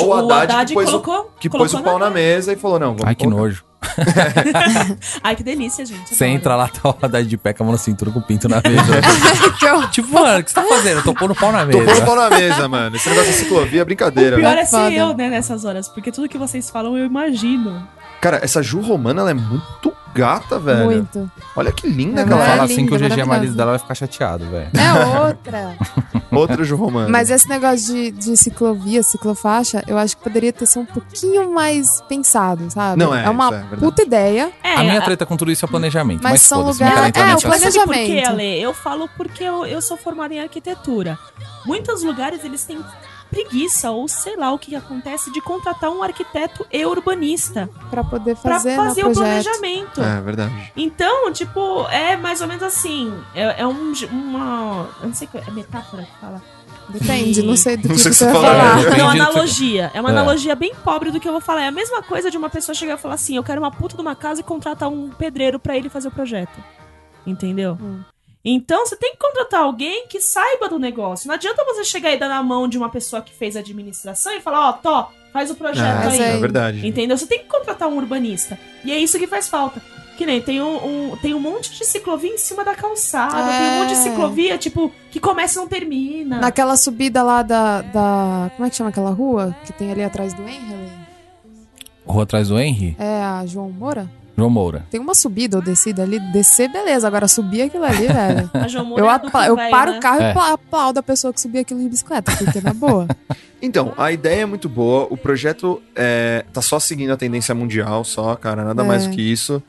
[SPEAKER 2] E só o Haddad, que pôs, o,
[SPEAKER 3] colocou,
[SPEAKER 2] que
[SPEAKER 3] colocou
[SPEAKER 2] pôs o pau na mesa e falou: não, vamos
[SPEAKER 1] Ai, que
[SPEAKER 2] colocar.
[SPEAKER 1] nojo.
[SPEAKER 3] Ai, que delícia, gente.
[SPEAKER 1] Você
[SPEAKER 3] adoro.
[SPEAKER 1] entra lá, tá o Haddad de pé com a mão na cintura com o pinto na mesa.
[SPEAKER 4] que eu...
[SPEAKER 1] tipo, mano, o que você tá fazendo? Eu tô pondo pau na
[SPEAKER 2] Tô pondo o
[SPEAKER 1] mesa.
[SPEAKER 2] pau na mesa, mano. Esse negócio de ciclovia é brincadeira,
[SPEAKER 3] O pior
[SPEAKER 2] né?
[SPEAKER 3] é ser
[SPEAKER 4] Foda.
[SPEAKER 3] eu, né, nessas horas, porque tudo que vocês falam eu imagino.
[SPEAKER 2] Cara, essa Ju Romana, ela é muito gata, velho.
[SPEAKER 4] Muito.
[SPEAKER 2] Olha que linda
[SPEAKER 4] É
[SPEAKER 2] que
[SPEAKER 1] Ela
[SPEAKER 2] ela
[SPEAKER 4] verdade.
[SPEAKER 2] é.
[SPEAKER 1] fala assim que o
[SPEAKER 4] linda,
[SPEAKER 1] GG é marido
[SPEAKER 4] maravilhosa.
[SPEAKER 1] dela, vai ficar chateado, velho.
[SPEAKER 4] É outra.
[SPEAKER 2] Outra Ju Romana.
[SPEAKER 4] Mas esse negócio de, de ciclovia, ciclofaixa, eu acho que poderia ter sido um pouquinho mais pensado, sabe?
[SPEAKER 2] Não, é,
[SPEAKER 4] É uma
[SPEAKER 2] isso é verdade.
[SPEAKER 4] puta ideia.
[SPEAKER 3] É,
[SPEAKER 1] A minha treta com tudo isso é o planejamento.
[SPEAKER 4] Mas
[SPEAKER 1] Mas
[SPEAKER 4] são
[SPEAKER 1] foda-se, não
[SPEAKER 4] lugar-
[SPEAKER 1] quero entrar
[SPEAKER 4] é, o
[SPEAKER 1] nesse assunto.
[SPEAKER 3] Mas sabe por quê,
[SPEAKER 4] planejamento.
[SPEAKER 3] Ale? Eu falo porque eu, eu sou formada em arquitetura. Muitos lugares eles têm preguiça ou sei lá o que acontece de contratar um arquiteto e urbanista
[SPEAKER 4] Pra poder
[SPEAKER 3] para
[SPEAKER 4] fazer, né,
[SPEAKER 3] fazer o
[SPEAKER 4] projeto.
[SPEAKER 3] planejamento.
[SPEAKER 2] É verdade.
[SPEAKER 3] Então, tipo, é mais ou menos assim. É, é um, j- uma. Eu não sei qual é metáfora que fala.
[SPEAKER 4] Depende, não sei do que,
[SPEAKER 2] Não sei o que você
[SPEAKER 4] você vai
[SPEAKER 2] falou. né?
[SPEAKER 4] falar.
[SPEAKER 1] É,
[SPEAKER 3] É uma
[SPEAKER 1] entendi.
[SPEAKER 3] analogia. É uma
[SPEAKER 1] É.
[SPEAKER 3] analogia bem pobre do que eu vou falar. É a mesma coisa de uma pessoa chegar e falar assim: eu quero uma puta de uma casa e contratar um pedreiro pra ele fazer o projeto. Entendeu?
[SPEAKER 4] Hum.
[SPEAKER 3] Então você tem que contratar alguém que saiba do negócio. Não adianta você chegar e dar na mão de uma pessoa que fez administração e falar: ó, Tó, faz o projeto
[SPEAKER 2] Ah,
[SPEAKER 4] mas
[SPEAKER 3] aí.
[SPEAKER 2] é
[SPEAKER 4] aí.
[SPEAKER 2] verdade.
[SPEAKER 3] Entendeu? Você tem que contratar um urbanista. E é isso que faz falta. Que nem tem um, um- tem um monte de ciclovia em cima da calçada, tem um
[SPEAKER 4] É.
[SPEAKER 3] monte de ciclovia, tipo, que começa e não termina.
[SPEAKER 4] Naquela subida lá da, da. Como é que chama aquela rua? Que tem ali atrás do Henry?
[SPEAKER 1] Rua atrás do Henry?
[SPEAKER 4] É a João Moura?
[SPEAKER 1] João Moura.
[SPEAKER 4] Tem uma subida ou descida ali. Descer, beleza. Agora subir aquilo ali, velho.
[SPEAKER 3] A João Moura
[SPEAKER 4] Eu,
[SPEAKER 3] é
[SPEAKER 4] apla-
[SPEAKER 3] adulto,
[SPEAKER 4] eu
[SPEAKER 3] velho,
[SPEAKER 4] paro
[SPEAKER 3] né?
[SPEAKER 4] o carro
[SPEAKER 1] É.
[SPEAKER 4] e pla- aplaudo a pessoa que subia aquilo de bicicleta, porque na boa.
[SPEAKER 2] Então, a ideia é muito boa. O projeto é, tá só seguindo a tendência mundial, só, cara. Nada
[SPEAKER 4] É.
[SPEAKER 2] mais do que isso.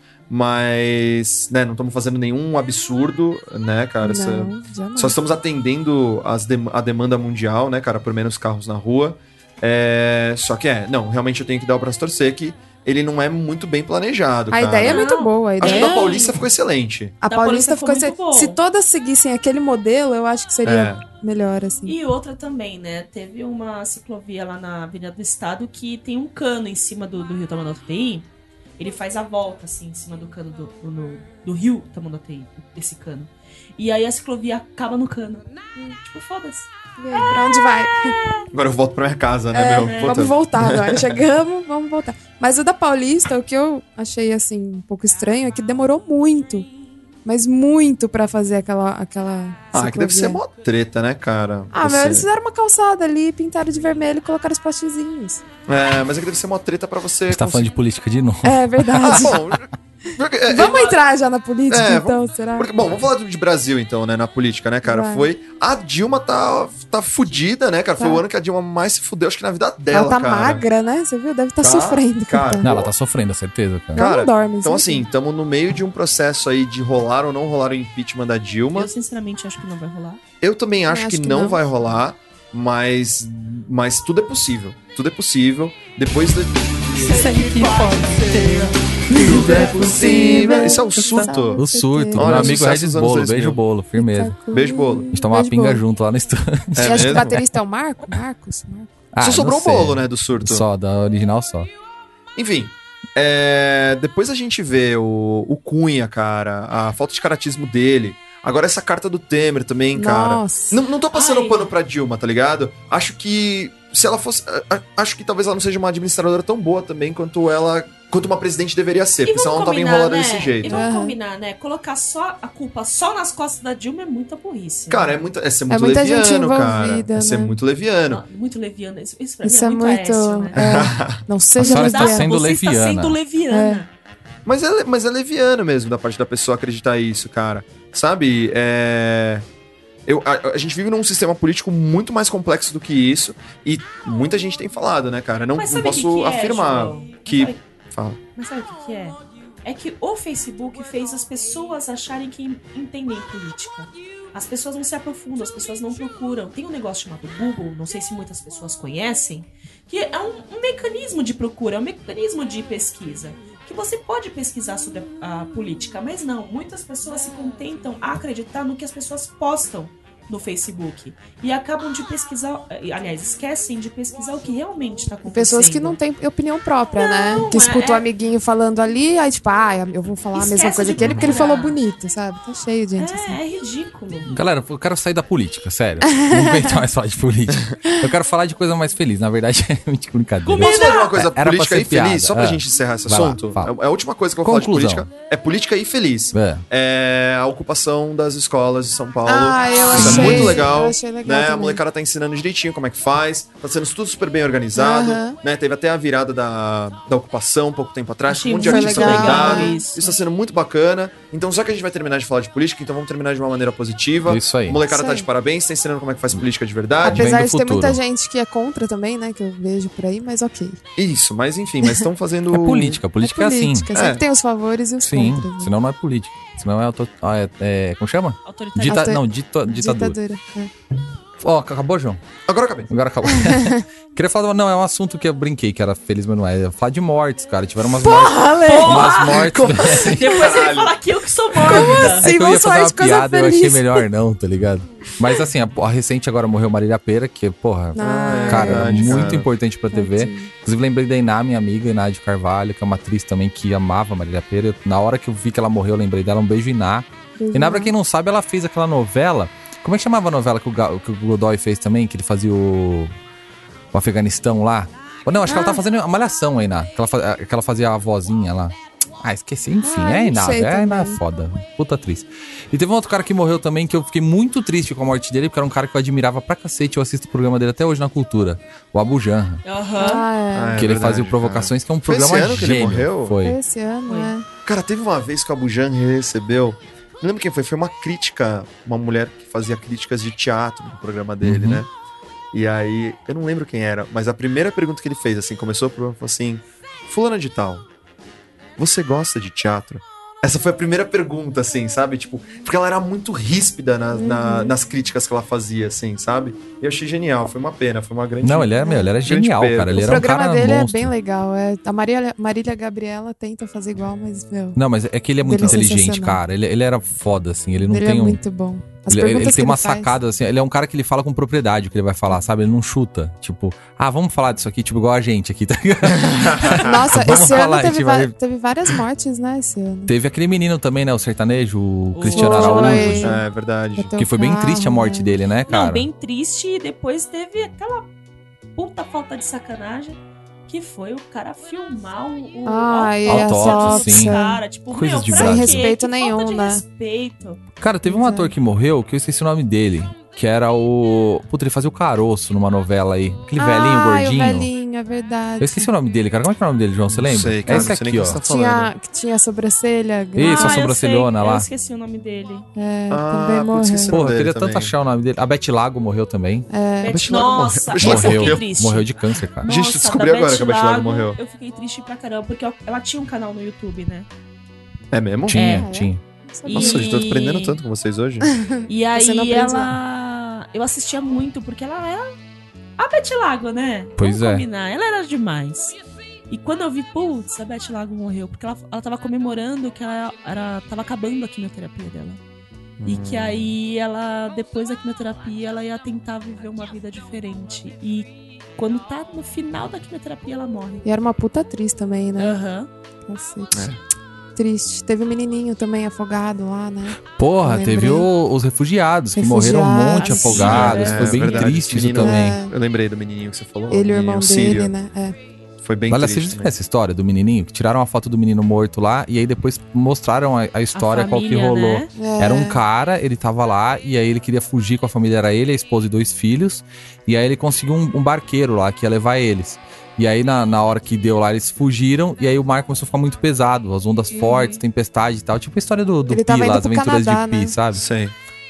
[SPEAKER 2] Mas, né, não estamos fazendo nenhum absurdo, né, cara? Essa-
[SPEAKER 4] não, jamais.
[SPEAKER 2] Só estamos atendendo as dem- a demanda mundial, né, cara, por menos carros na rua. É, Só que é, não, realmente eu tenho que dar o braço a torcer que ele não é muito bem planejado,
[SPEAKER 4] A
[SPEAKER 2] cara.
[SPEAKER 4] ideia é muito
[SPEAKER 3] Não.
[SPEAKER 4] boa. A
[SPEAKER 2] Acho que
[SPEAKER 4] ideia
[SPEAKER 2] da Paulista ficou excelente.
[SPEAKER 4] A
[SPEAKER 3] Da Paulista
[SPEAKER 4] Paulista ficou.
[SPEAKER 3] ficou
[SPEAKER 4] Se,
[SPEAKER 3] muito boa.
[SPEAKER 4] se todas seguissem aquele modelo, eu acho que
[SPEAKER 2] É.
[SPEAKER 4] seria melhor, assim.
[SPEAKER 3] E outra também, né? Teve uma ciclovia lá na Avenida do Estado que tem um cano em cima do, do rio Tamanduateí. Ele faz a volta, assim, em cima do cano do, do, no- do rio Tamanduateí, esse cano. E aí a ciclovia acaba no cano. Hum, Tipo, foda-se.
[SPEAKER 4] E aí, pra onde vai?
[SPEAKER 2] Agora eu volto pra minha casa, né,
[SPEAKER 4] É,
[SPEAKER 2] meu? Puta.
[SPEAKER 4] Vamos voltar agora. Chegamos, vamos voltar. Mas o da Paulista, o que eu achei assim um pouco estranho é que demorou muito. Mas muito pra fazer aquela aquela
[SPEAKER 2] Ah, que deve ser
[SPEAKER 4] ciclovia.
[SPEAKER 2] mó treta, né, cara?
[SPEAKER 4] Ah,
[SPEAKER 2] Você-
[SPEAKER 4] mas eles fizeram uma calçada ali, pintaram de vermelho e colocaram os postezinhos.
[SPEAKER 2] É, mas é que deve ser mó treta pra você.
[SPEAKER 1] A gente tá falando de política de novo.
[SPEAKER 4] É
[SPEAKER 2] Ah,
[SPEAKER 4] verdade.
[SPEAKER 2] bom. Porque, é,
[SPEAKER 4] Vamos entrar já na política,
[SPEAKER 2] É,
[SPEAKER 4] então, será?
[SPEAKER 2] porque- bom, vamos falar de Brasil então, né? Na política, né, cara?
[SPEAKER 4] Vai.
[SPEAKER 2] Foi. A Dilma tá, tá fudida, né, cara? Foi
[SPEAKER 4] Tá.
[SPEAKER 2] o ano que a Dilma mais se fudeu, acho que na vida dela.
[SPEAKER 4] ela tá
[SPEAKER 2] cara.
[SPEAKER 4] magra, né? Você viu? Deve estar
[SPEAKER 2] Tá,
[SPEAKER 4] sofrendo. então.
[SPEAKER 2] cara.
[SPEAKER 4] coitada.
[SPEAKER 1] Não, ela tá sofrendo, certeza, cara.
[SPEAKER 4] Ela
[SPEAKER 2] Cara,
[SPEAKER 4] não dorme. né?
[SPEAKER 2] Então,
[SPEAKER 4] você
[SPEAKER 2] assim, estamos no meio de um processo aí de rolar ou não rolar o impeachment da Dilma.
[SPEAKER 3] Eu, sinceramente, acho que não vai rolar.
[SPEAKER 2] Eu também acho, que, não,
[SPEAKER 4] não.
[SPEAKER 2] vai rolar, mas, mas tudo é possível. Tudo é possível. Depois do. Tudo é possível. Isso é o surto.
[SPEAKER 1] O surto, né?
[SPEAKER 2] Olha,
[SPEAKER 1] meu amigo
[SPEAKER 2] sucesso
[SPEAKER 1] Regis
[SPEAKER 2] dos anos
[SPEAKER 1] Bolo,
[SPEAKER 2] 2000.
[SPEAKER 1] beijo bolo, firmeza.
[SPEAKER 4] Tá com-
[SPEAKER 2] Beijo, bolo.
[SPEAKER 1] A gente tomava
[SPEAKER 4] Beijo,
[SPEAKER 1] pinga
[SPEAKER 4] bolo.
[SPEAKER 1] junto lá no estúdio.
[SPEAKER 4] E
[SPEAKER 2] É
[SPEAKER 4] acho que o
[SPEAKER 2] mesmo?
[SPEAKER 4] baterista é o Marco? Marcos? Marcos.
[SPEAKER 1] Ah,
[SPEAKER 2] só
[SPEAKER 1] não
[SPEAKER 2] sobrou o
[SPEAKER 1] sei.
[SPEAKER 2] bolo, né, do surto.
[SPEAKER 1] Só, da original só.
[SPEAKER 2] Enfim. é, depois a gente vê o, o Cunha, cara, a falta de caratismo dele. Agora essa carta do Temer também, cara.
[SPEAKER 4] Nossa.
[SPEAKER 2] Não, não tô passando
[SPEAKER 3] Ai.
[SPEAKER 2] pano pra Dilma, tá ligado? Acho que. Se ela fosse. a- a- Acho que talvez ela não seja uma administradora tão boa também quanto ela. quanto uma presidente deveria ser,
[SPEAKER 3] E
[SPEAKER 2] porque senão ela
[SPEAKER 3] vamos
[SPEAKER 2] não tava enrolada
[SPEAKER 3] combinar, né?
[SPEAKER 2] desse
[SPEAKER 3] E
[SPEAKER 2] jeito.
[SPEAKER 3] vamos
[SPEAKER 4] Aham.
[SPEAKER 3] combinar, né? Colocar só a culpa só nas costas da Dilma é muita burrice. né?
[SPEAKER 2] Cara, é, muito, é ser muito
[SPEAKER 4] muita gente
[SPEAKER 2] leviano, cara.
[SPEAKER 4] envolvida,
[SPEAKER 2] É ser
[SPEAKER 4] né?
[SPEAKER 2] muito leviano.
[SPEAKER 3] Não, Muito leviano. Isso, isso pra
[SPEAKER 4] Isso é
[SPEAKER 3] mim é muito,
[SPEAKER 4] muito.
[SPEAKER 3] Aécio, né?
[SPEAKER 4] é. Não seja
[SPEAKER 1] senhora tá está
[SPEAKER 4] lesbiana.
[SPEAKER 1] Tá sendo
[SPEAKER 3] Você está
[SPEAKER 1] leviana.
[SPEAKER 3] sendo leviana.
[SPEAKER 2] Mas é, mas é leviano mesmo da parte da pessoa acreditar isso, cara. Sabe? É. Eu, a, a gente vive num sistema político muito mais complexo do que isso. E muita gente tem falado, né, cara? Não,
[SPEAKER 3] Mas
[SPEAKER 2] não
[SPEAKER 3] sabe o que
[SPEAKER 2] posso
[SPEAKER 3] que é,
[SPEAKER 2] afirmar
[SPEAKER 3] João?
[SPEAKER 2] que.
[SPEAKER 3] Sabe-
[SPEAKER 2] Fala.
[SPEAKER 3] Mas sabe o que, que é? É que o Facebook fez as pessoas acharem que entendem política. As pessoas não se aprofundam, as pessoas não procuram. Tem um negócio chamado Google, não sei se muitas pessoas conhecem, que é um, um mecanismo de procura, é um mecanismo de pesquisa. Que você pode pesquisar sobre a, a política, mas não. Muitas pessoas se contentam a acreditar no que as pessoas postam no Facebook. E acabam de pesquisar, eh, aliás, esquecem de pesquisar o que realmente tá está acontecendo.
[SPEAKER 4] Pessoas que não têm opinião própria, né? Que
[SPEAKER 3] é-
[SPEAKER 4] escuta o amiguinho falando ali, aí tipo, ah, eu vou falar a mesma
[SPEAKER 3] Esquece
[SPEAKER 4] coisa
[SPEAKER 3] de
[SPEAKER 4] que ele porque ele
[SPEAKER 3] procurar.
[SPEAKER 4] falou bonito, sabe? Tá cheio de gente assim.
[SPEAKER 3] É, é ridículo.
[SPEAKER 1] Galera, eu quero sair da política, sério. Não aguento mais falar de política. Eu quero falar de coisa mais feliz. Na verdade, é muito brincadeira.
[SPEAKER 2] Posso falar de uma coisa
[SPEAKER 1] Era pra
[SPEAKER 2] política
[SPEAKER 1] ser
[SPEAKER 2] e feliz? Só pra
[SPEAKER 1] piada, é.
[SPEAKER 2] gente encerrar esse
[SPEAKER 1] Vai lá,
[SPEAKER 2] assunto.
[SPEAKER 1] fala.
[SPEAKER 2] É a última coisa que eu vou
[SPEAKER 1] Conclusão.
[SPEAKER 2] falar de política é política e feliz.
[SPEAKER 1] É.
[SPEAKER 2] É a ocupação das escolas de São Paulo.
[SPEAKER 4] Ah, eu
[SPEAKER 2] Isso
[SPEAKER 4] achei.
[SPEAKER 2] é muito legal.
[SPEAKER 4] eu achei legal
[SPEAKER 2] né? A
[SPEAKER 4] também.
[SPEAKER 2] molecada tá ensinando direitinho como é que faz. Tá sendo tudo super bem organizado.
[SPEAKER 4] Aham.
[SPEAKER 2] né? Teve até a virada da, da ocupação um pouco tempo atrás.
[SPEAKER 3] Achei
[SPEAKER 2] um monte de
[SPEAKER 4] muito
[SPEAKER 2] artista
[SPEAKER 4] legal
[SPEAKER 2] blindado.
[SPEAKER 3] isso.
[SPEAKER 2] Isso tá sendo muito bacana. Então, já que a gente vai terminar de falar de política, então vamos terminar de uma maneira positiva.
[SPEAKER 1] é Isso aí.
[SPEAKER 2] A molecada
[SPEAKER 4] Isso
[SPEAKER 2] tá
[SPEAKER 4] aí.
[SPEAKER 2] de parabéns, tá ensinando como é que faz política de verdade.
[SPEAKER 1] Vem
[SPEAKER 4] Apesar
[SPEAKER 1] do
[SPEAKER 4] de ter
[SPEAKER 1] futuro.
[SPEAKER 4] muita gente que é contra também, né? Que eu vejo por aí, mas ok. É
[SPEAKER 2] Isso, mas enfim, mas estão fazendo.
[SPEAKER 1] É política, política é, assim.
[SPEAKER 4] política, Sempre
[SPEAKER 2] É.
[SPEAKER 4] tem os favores e os
[SPEAKER 1] Sim,
[SPEAKER 4] contras. né?
[SPEAKER 1] senão não é política. Senão é, auto... ah, é, é- Como chama?
[SPEAKER 3] Autoritarismo.
[SPEAKER 1] Dita...
[SPEAKER 4] Autor-
[SPEAKER 1] Não, dito... ditadura.
[SPEAKER 4] Ditadura. é.
[SPEAKER 1] Ó, acabou, João?
[SPEAKER 2] Agora eu acabei.
[SPEAKER 1] Agora acabou. Queria falar, não, é um assunto que eu brinquei, que era feliz, mas não é. Falar de mortes, cara. Tiveram umas mortes.
[SPEAKER 4] Ale!
[SPEAKER 1] Umas mortes.
[SPEAKER 3] Assim, Depois ele
[SPEAKER 2] Caralho.
[SPEAKER 3] fala que eu que sou morta.
[SPEAKER 1] É
[SPEAKER 4] Sim,
[SPEAKER 1] que eu
[SPEAKER 4] assim? vamos
[SPEAKER 1] ia fazer
[SPEAKER 4] falar
[SPEAKER 1] uma
[SPEAKER 4] de coisa
[SPEAKER 1] piada, eu
[SPEAKER 4] feliz.
[SPEAKER 1] achei melhor não, tá ligado? Mas assim, a, a recente agora morreu Marília Pera, que, porra,
[SPEAKER 4] Ah,
[SPEAKER 1] cara,
[SPEAKER 2] é verdade,
[SPEAKER 1] muito
[SPEAKER 2] cara.
[SPEAKER 1] importante pra TV. Inclusive, lembrei da Iná, minha amiga, Iná de Carvalho, que é uma atriz também que amava a Marília Pera. Eu- na hora que eu vi que ela morreu, eu lembrei dela. Um beijo, Iná. Iná, pra quem não sabe, ela fez aquela novela. Como é que chamava a novela que o, Ga- que o Godoy fez também? Que ele fazia o, o Afeganistão lá? Ou não, acho que ela
[SPEAKER 4] Ah.
[SPEAKER 1] tá fazendo a malhação, a Iná. Que ela, fa- que ela fazia a vozinha lá. Ah, esqueci. Enfim,
[SPEAKER 4] Ah,
[SPEAKER 1] é a
[SPEAKER 4] não
[SPEAKER 1] Iná.
[SPEAKER 4] sei
[SPEAKER 1] É a Iná
[SPEAKER 4] também.
[SPEAKER 1] foda. Puta atriz. E teve um outro cara que morreu também que eu fiquei muito triste com a morte dele, porque era um cara que eu admirava pra cacete. Eu assisto o programa dele até hoje na cultura. O Abu Janra.
[SPEAKER 3] Aham.
[SPEAKER 4] Ah,
[SPEAKER 1] É que ele fazia o Provocações, que é um
[SPEAKER 2] É Foi esse
[SPEAKER 1] programa
[SPEAKER 2] ano que ele
[SPEAKER 1] gênio.
[SPEAKER 2] morreu?
[SPEAKER 4] é.
[SPEAKER 1] Foi.
[SPEAKER 4] Foi esse ano,
[SPEAKER 3] Foi.
[SPEAKER 4] né?
[SPEAKER 2] Cara, teve uma vez que o Abujan recebeu. Não lembro quem foi, foi uma crítica, uma mulher que fazia críticas de teatro no programa dele,
[SPEAKER 1] Uhum.
[SPEAKER 2] né? E aí, eu não lembro quem era, mas a primeira pergunta que ele fez, assim, começou o programa, falou assim: Fulana de Tal, você gosta de teatro? Essa foi a primeira pergunta, assim, sabe? Tipo, porque ela era muito ríspida na- na-
[SPEAKER 1] Uhum.
[SPEAKER 2] nas críticas que ela fazia, assim, sabe? E eu achei genial, foi uma pena, foi uma grande.
[SPEAKER 1] Não, ele era, meu, ele era
[SPEAKER 2] Grande
[SPEAKER 1] genial,
[SPEAKER 2] Pedro.
[SPEAKER 1] cara. Ele
[SPEAKER 4] o
[SPEAKER 1] era um
[SPEAKER 4] programa
[SPEAKER 1] cara
[SPEAKER 4] dele
[SPEAKER 1] monstro.
[SPEAKER 4] é bem legal. É, a Marília, Marília Gabriela tenta fazer igual, mas, meu,
[SPEAKER 1] Não, mas é que ele é muito
[SPEAKER 4] Ele é
[SPEAKER 1] inteligente,
[SPEAKER 4] sensacional.
[SPEAKER 1] cara. Ele, ele era foda, assim. Ele não
[SPEAKER 4] ele
[SPEAKER 1] tem
[SPEAKER 4] é
[SPEAKER 1] um.
[SPEAKER 4] muito bom. As
[SPEAKER 1] ele, ele
[SPEAKER 4] perguntas que
[SPEAKER 1] tem uma
[SPEAKER 4] ele faz.
[SPEAKER 1] sacada, assim. Ele é um cara que ele fala com propriedade o que ele vai falar, sabe? Ele não chuta. Tipo, ah, vamos falar disso aqui, tipo, igual a gente aqui, tá ligado?
[SPEAKER 4] Nossa,
[SPEAKER 1] Vamos
[SPEAKER 4] esse
[SPEAKER 1] falar,
[SPEAKER 4] ano
[SPEAKER 1] a gente
[SPEAKER 4] teve, va-
[SPEAKER 1] vai-
[SPEAKER 4] teve várias mortes, né, esse ano.
[SPEAKER 1] Teve aquele menino também, né? O sertanejo, o
[SPEAKER 3] O
[SPEAKER 1] Cristiano
[SPEAKER 4] Foi.
[SPEAKER 1] Araújo.
[SPEAKER 2] É, é verdade.
[SPEAKER 4] Bateu
[SPEAKER 1] Que foi bem
[SPEAKER 4] carro,
[SPEAKER 1] triste a morte
[SPEAKER 4] né?
[SPEAKER 1] dele, né, cara?
[SPEAKER 3] Não, bem triste. E depois teve aquela puta falta de sacanagem que foi o cara filmar o, o
[SPEAKER 4] Ai,
[SPEAKER 3] autópsia
[SPEAKER 1] é,
[SPEAKER 3] do
[SPEAKER 1] sim.
[SPEAKER 3] cara. Tipo,
[SPEAKER 1] Coisas
[SPEAKER 3] meu,
[SPEAKER 1] de
[SPEAKER 3] pra
[SPEAKER 1] Brasil.
[SPEAKER 3] quê?
[SPEAKER 4] Sem respeito
[SPEAKER 3] Que
[SPEAKER 4] nenhum,
[SPEAKER 3] falta de
[SPEAKER 4] né?
[SPEAKER 3] respeito.
[SPEAKER 1] Cara, teve um
[SPEAKER 4] Pois é.
[SPEAKER 1] ator que morreu, que eu esqueci o nome dele. Que era o. Puta, ele fazia o caroço numa novela aí. Aquele velhinho
[SPEAKER 4] Ai,
[SPEAKER 1] gordinho.
[SPEAKER 4] Ah, o velhinho, é verdade.
[SPEAKER 1] Eu esqueci o nome dele, cara. Como é que é o nome dele, João? Você
[SPEAKER 2] Não
[SPEAKER 1] lembra?
[SPEAKER 2] sei, cara,
[SPEAKER 1] é esse
[SPEAKER 2] não sei nem
[SPEAKER 1] aqui,
[SPEAKER 2] quem
[SPEAKER 1] ó.
[SPEAKER 2] você tá falando.
[SPEAKER 1] né?
[SPEAKER 4] tinha, que tinha sobrancelha.
[SPEAKER 1] Isso, a
[SPEAKER 3] Ah, eu sei,
[SPEAKER 1] sobrancelhona lá.
[SPEAKER 3] Eu esqueci o nome dele.
[SPEAKER 4] É,
[SPEAKER 2] Ah,
[SPEAKER 4] também
[SPEAKER 2] putz,
[SPEAKER 4] morreu.
[SPEAKER 2] esqueci o nome
[SPEAKER 1] Porra, eu
[SPEAKER 2] dele
[SPEAKER 1] queria tanto
[SPEAKER 2] também.
[SPEAKER 1] achar o nome dele. A Beth Lago morreu também.
[SPEAKER 4] É,
[SPEAKER 3] Beth-
[SPEAKER 2] Beth Lago morreu.
[SPEAKER 3] Nossa, é
[SPEAKER 2] Beth
[SPEAKER 3] essa eu
[SPEAKER 2] Lago
[SPEAKER 3] fiquei
[SPEAKER 2] morreu.
[SPEAKER 3] triste.
[SPEAKER 1] Morreu de câncer, cara.
[SPEAKER 2] Gente,
[SPEAKER 3] Nossa,
[SPEAKER 2] descobri
[SPEAKER 3] da
[SPEAKER 2] agora
[SPEAKER 3] Beth
[SPEAKER 2] que a Beth Lago morreu.
[SPEAKER 3] Eu fiquei triste pra caramba, porque ela tinha um canal no YouTube, né?
[SPEAKER 2] É mesmo?
[SPEAKER 1] Tinha,
[SPEAKER 4] É.
[SPEAKER 1] tinha.
[SPEAKER 2] Nossa,
[SPEAKER 3] E-
[SPEAKER 2] eu tô aprendendo tanto com vocês hoje.
[SPEAKER 3] E
[SPEAKER 4] Você não
[SPEAKER 3] aí
[SPEAKER 4] aprende
[SPEAKER 3] ela. Eu assistia muito, porque ela era a Beth Lago, né?
[SPEAKER 1] Pois
[SPEAKER 3] Vamos
[SPEAKER 1] é.
[SPEAKER 3] combinar. Ela era demais. E quando eu vi, putz, a Beth Lago morreu, porque ela, ela tava comemorando que ela era, tava acabando a quimioterapia dela.
[SPEAKER 1] Hum.
[SPEAKER 3] E que aí ela, depois da quimioterapia, ela ia tentar viver uma vida diferente. E quando tá no final da quimioterapia, ela morre.
[SPEAKER 4] E era uma puta atriz também, né?
[SPEAKER 3] Aham.
[SPEAKER 1] É.
[SPEAKER 4] Cacete. Triste. Teve o menininho também afogado lá, né?
[SPEAKER 1] Porra,
[SPEAKER 4] Lembrei.
[SPEAKER 1] teve o- os refugiados, que
[SPEAKER 4] Refugiados.
[SPEAKER 1] morreram um monte
[SPEAKER 3] Sim,
[SPEAKER 1] afogados.
[SPEAKER 3] é
[SPEAKER 1] Foi bem
[SPEAKER 2] verdade,
[SPEAKER 1] triste isso
[SPEAKER 2] menino.
[SPEAKER 1] também.
[SPEAKER 4] É,
[SPEAKER 2] Eu lembrei do menininho que você falou.
[SPEAKER 4] ele e o
[SPEAKER 2] menino
[SPEAKER 4] irmão
[SPEAKER 2] sírio.
[SPEAKER 4] dele, né? É.
[SPEAKER 2] Foi bem
[SPEAKER 1] Olha, vocês
[SPEAKER 2] triste.
[SPEAKER 1] viram
[SPEAKER 2] né?
[SPEAKER 1] essa história do menininho? Que tiraram a foto do menino morto lá e aí depois mostraram a, a história,
[SPEAKER 3] A
[SPEAKER 1] qual que
[SPEAKER 3] família,
[SPEAKER 1] rolou.
[SPEAKER 3] né?
[SPEAKER 4] É.
[SPEAKER 1] Era um cara, ele tava lá e aí ele queria fugir com a família, era ele, a esposa e dois filhos. E aí ele conseguiu um, um barqueiro lá que ia levar eles. E aí na, na hora que deu lá, eles fugiram e aí o mar começou a ficar muito pesado, as ondas fortes, tempestade e tal. Tipo a história do, do
[SPEAKER 4] Uhum. Ele
[SPEAKER 1] Pi
[SPEAKER 4] tava indo
[SPEAKER 1] lá, as
[SPEAKER 4] pro
[SPEAKER 1] aventuras
[SPEAKER 4] Canadá,
[SPEAKER 1] de Pi,
[SPEAKER 4] né?
[SPEAKER 1] sabe?
[SPEAKER 2] Sei.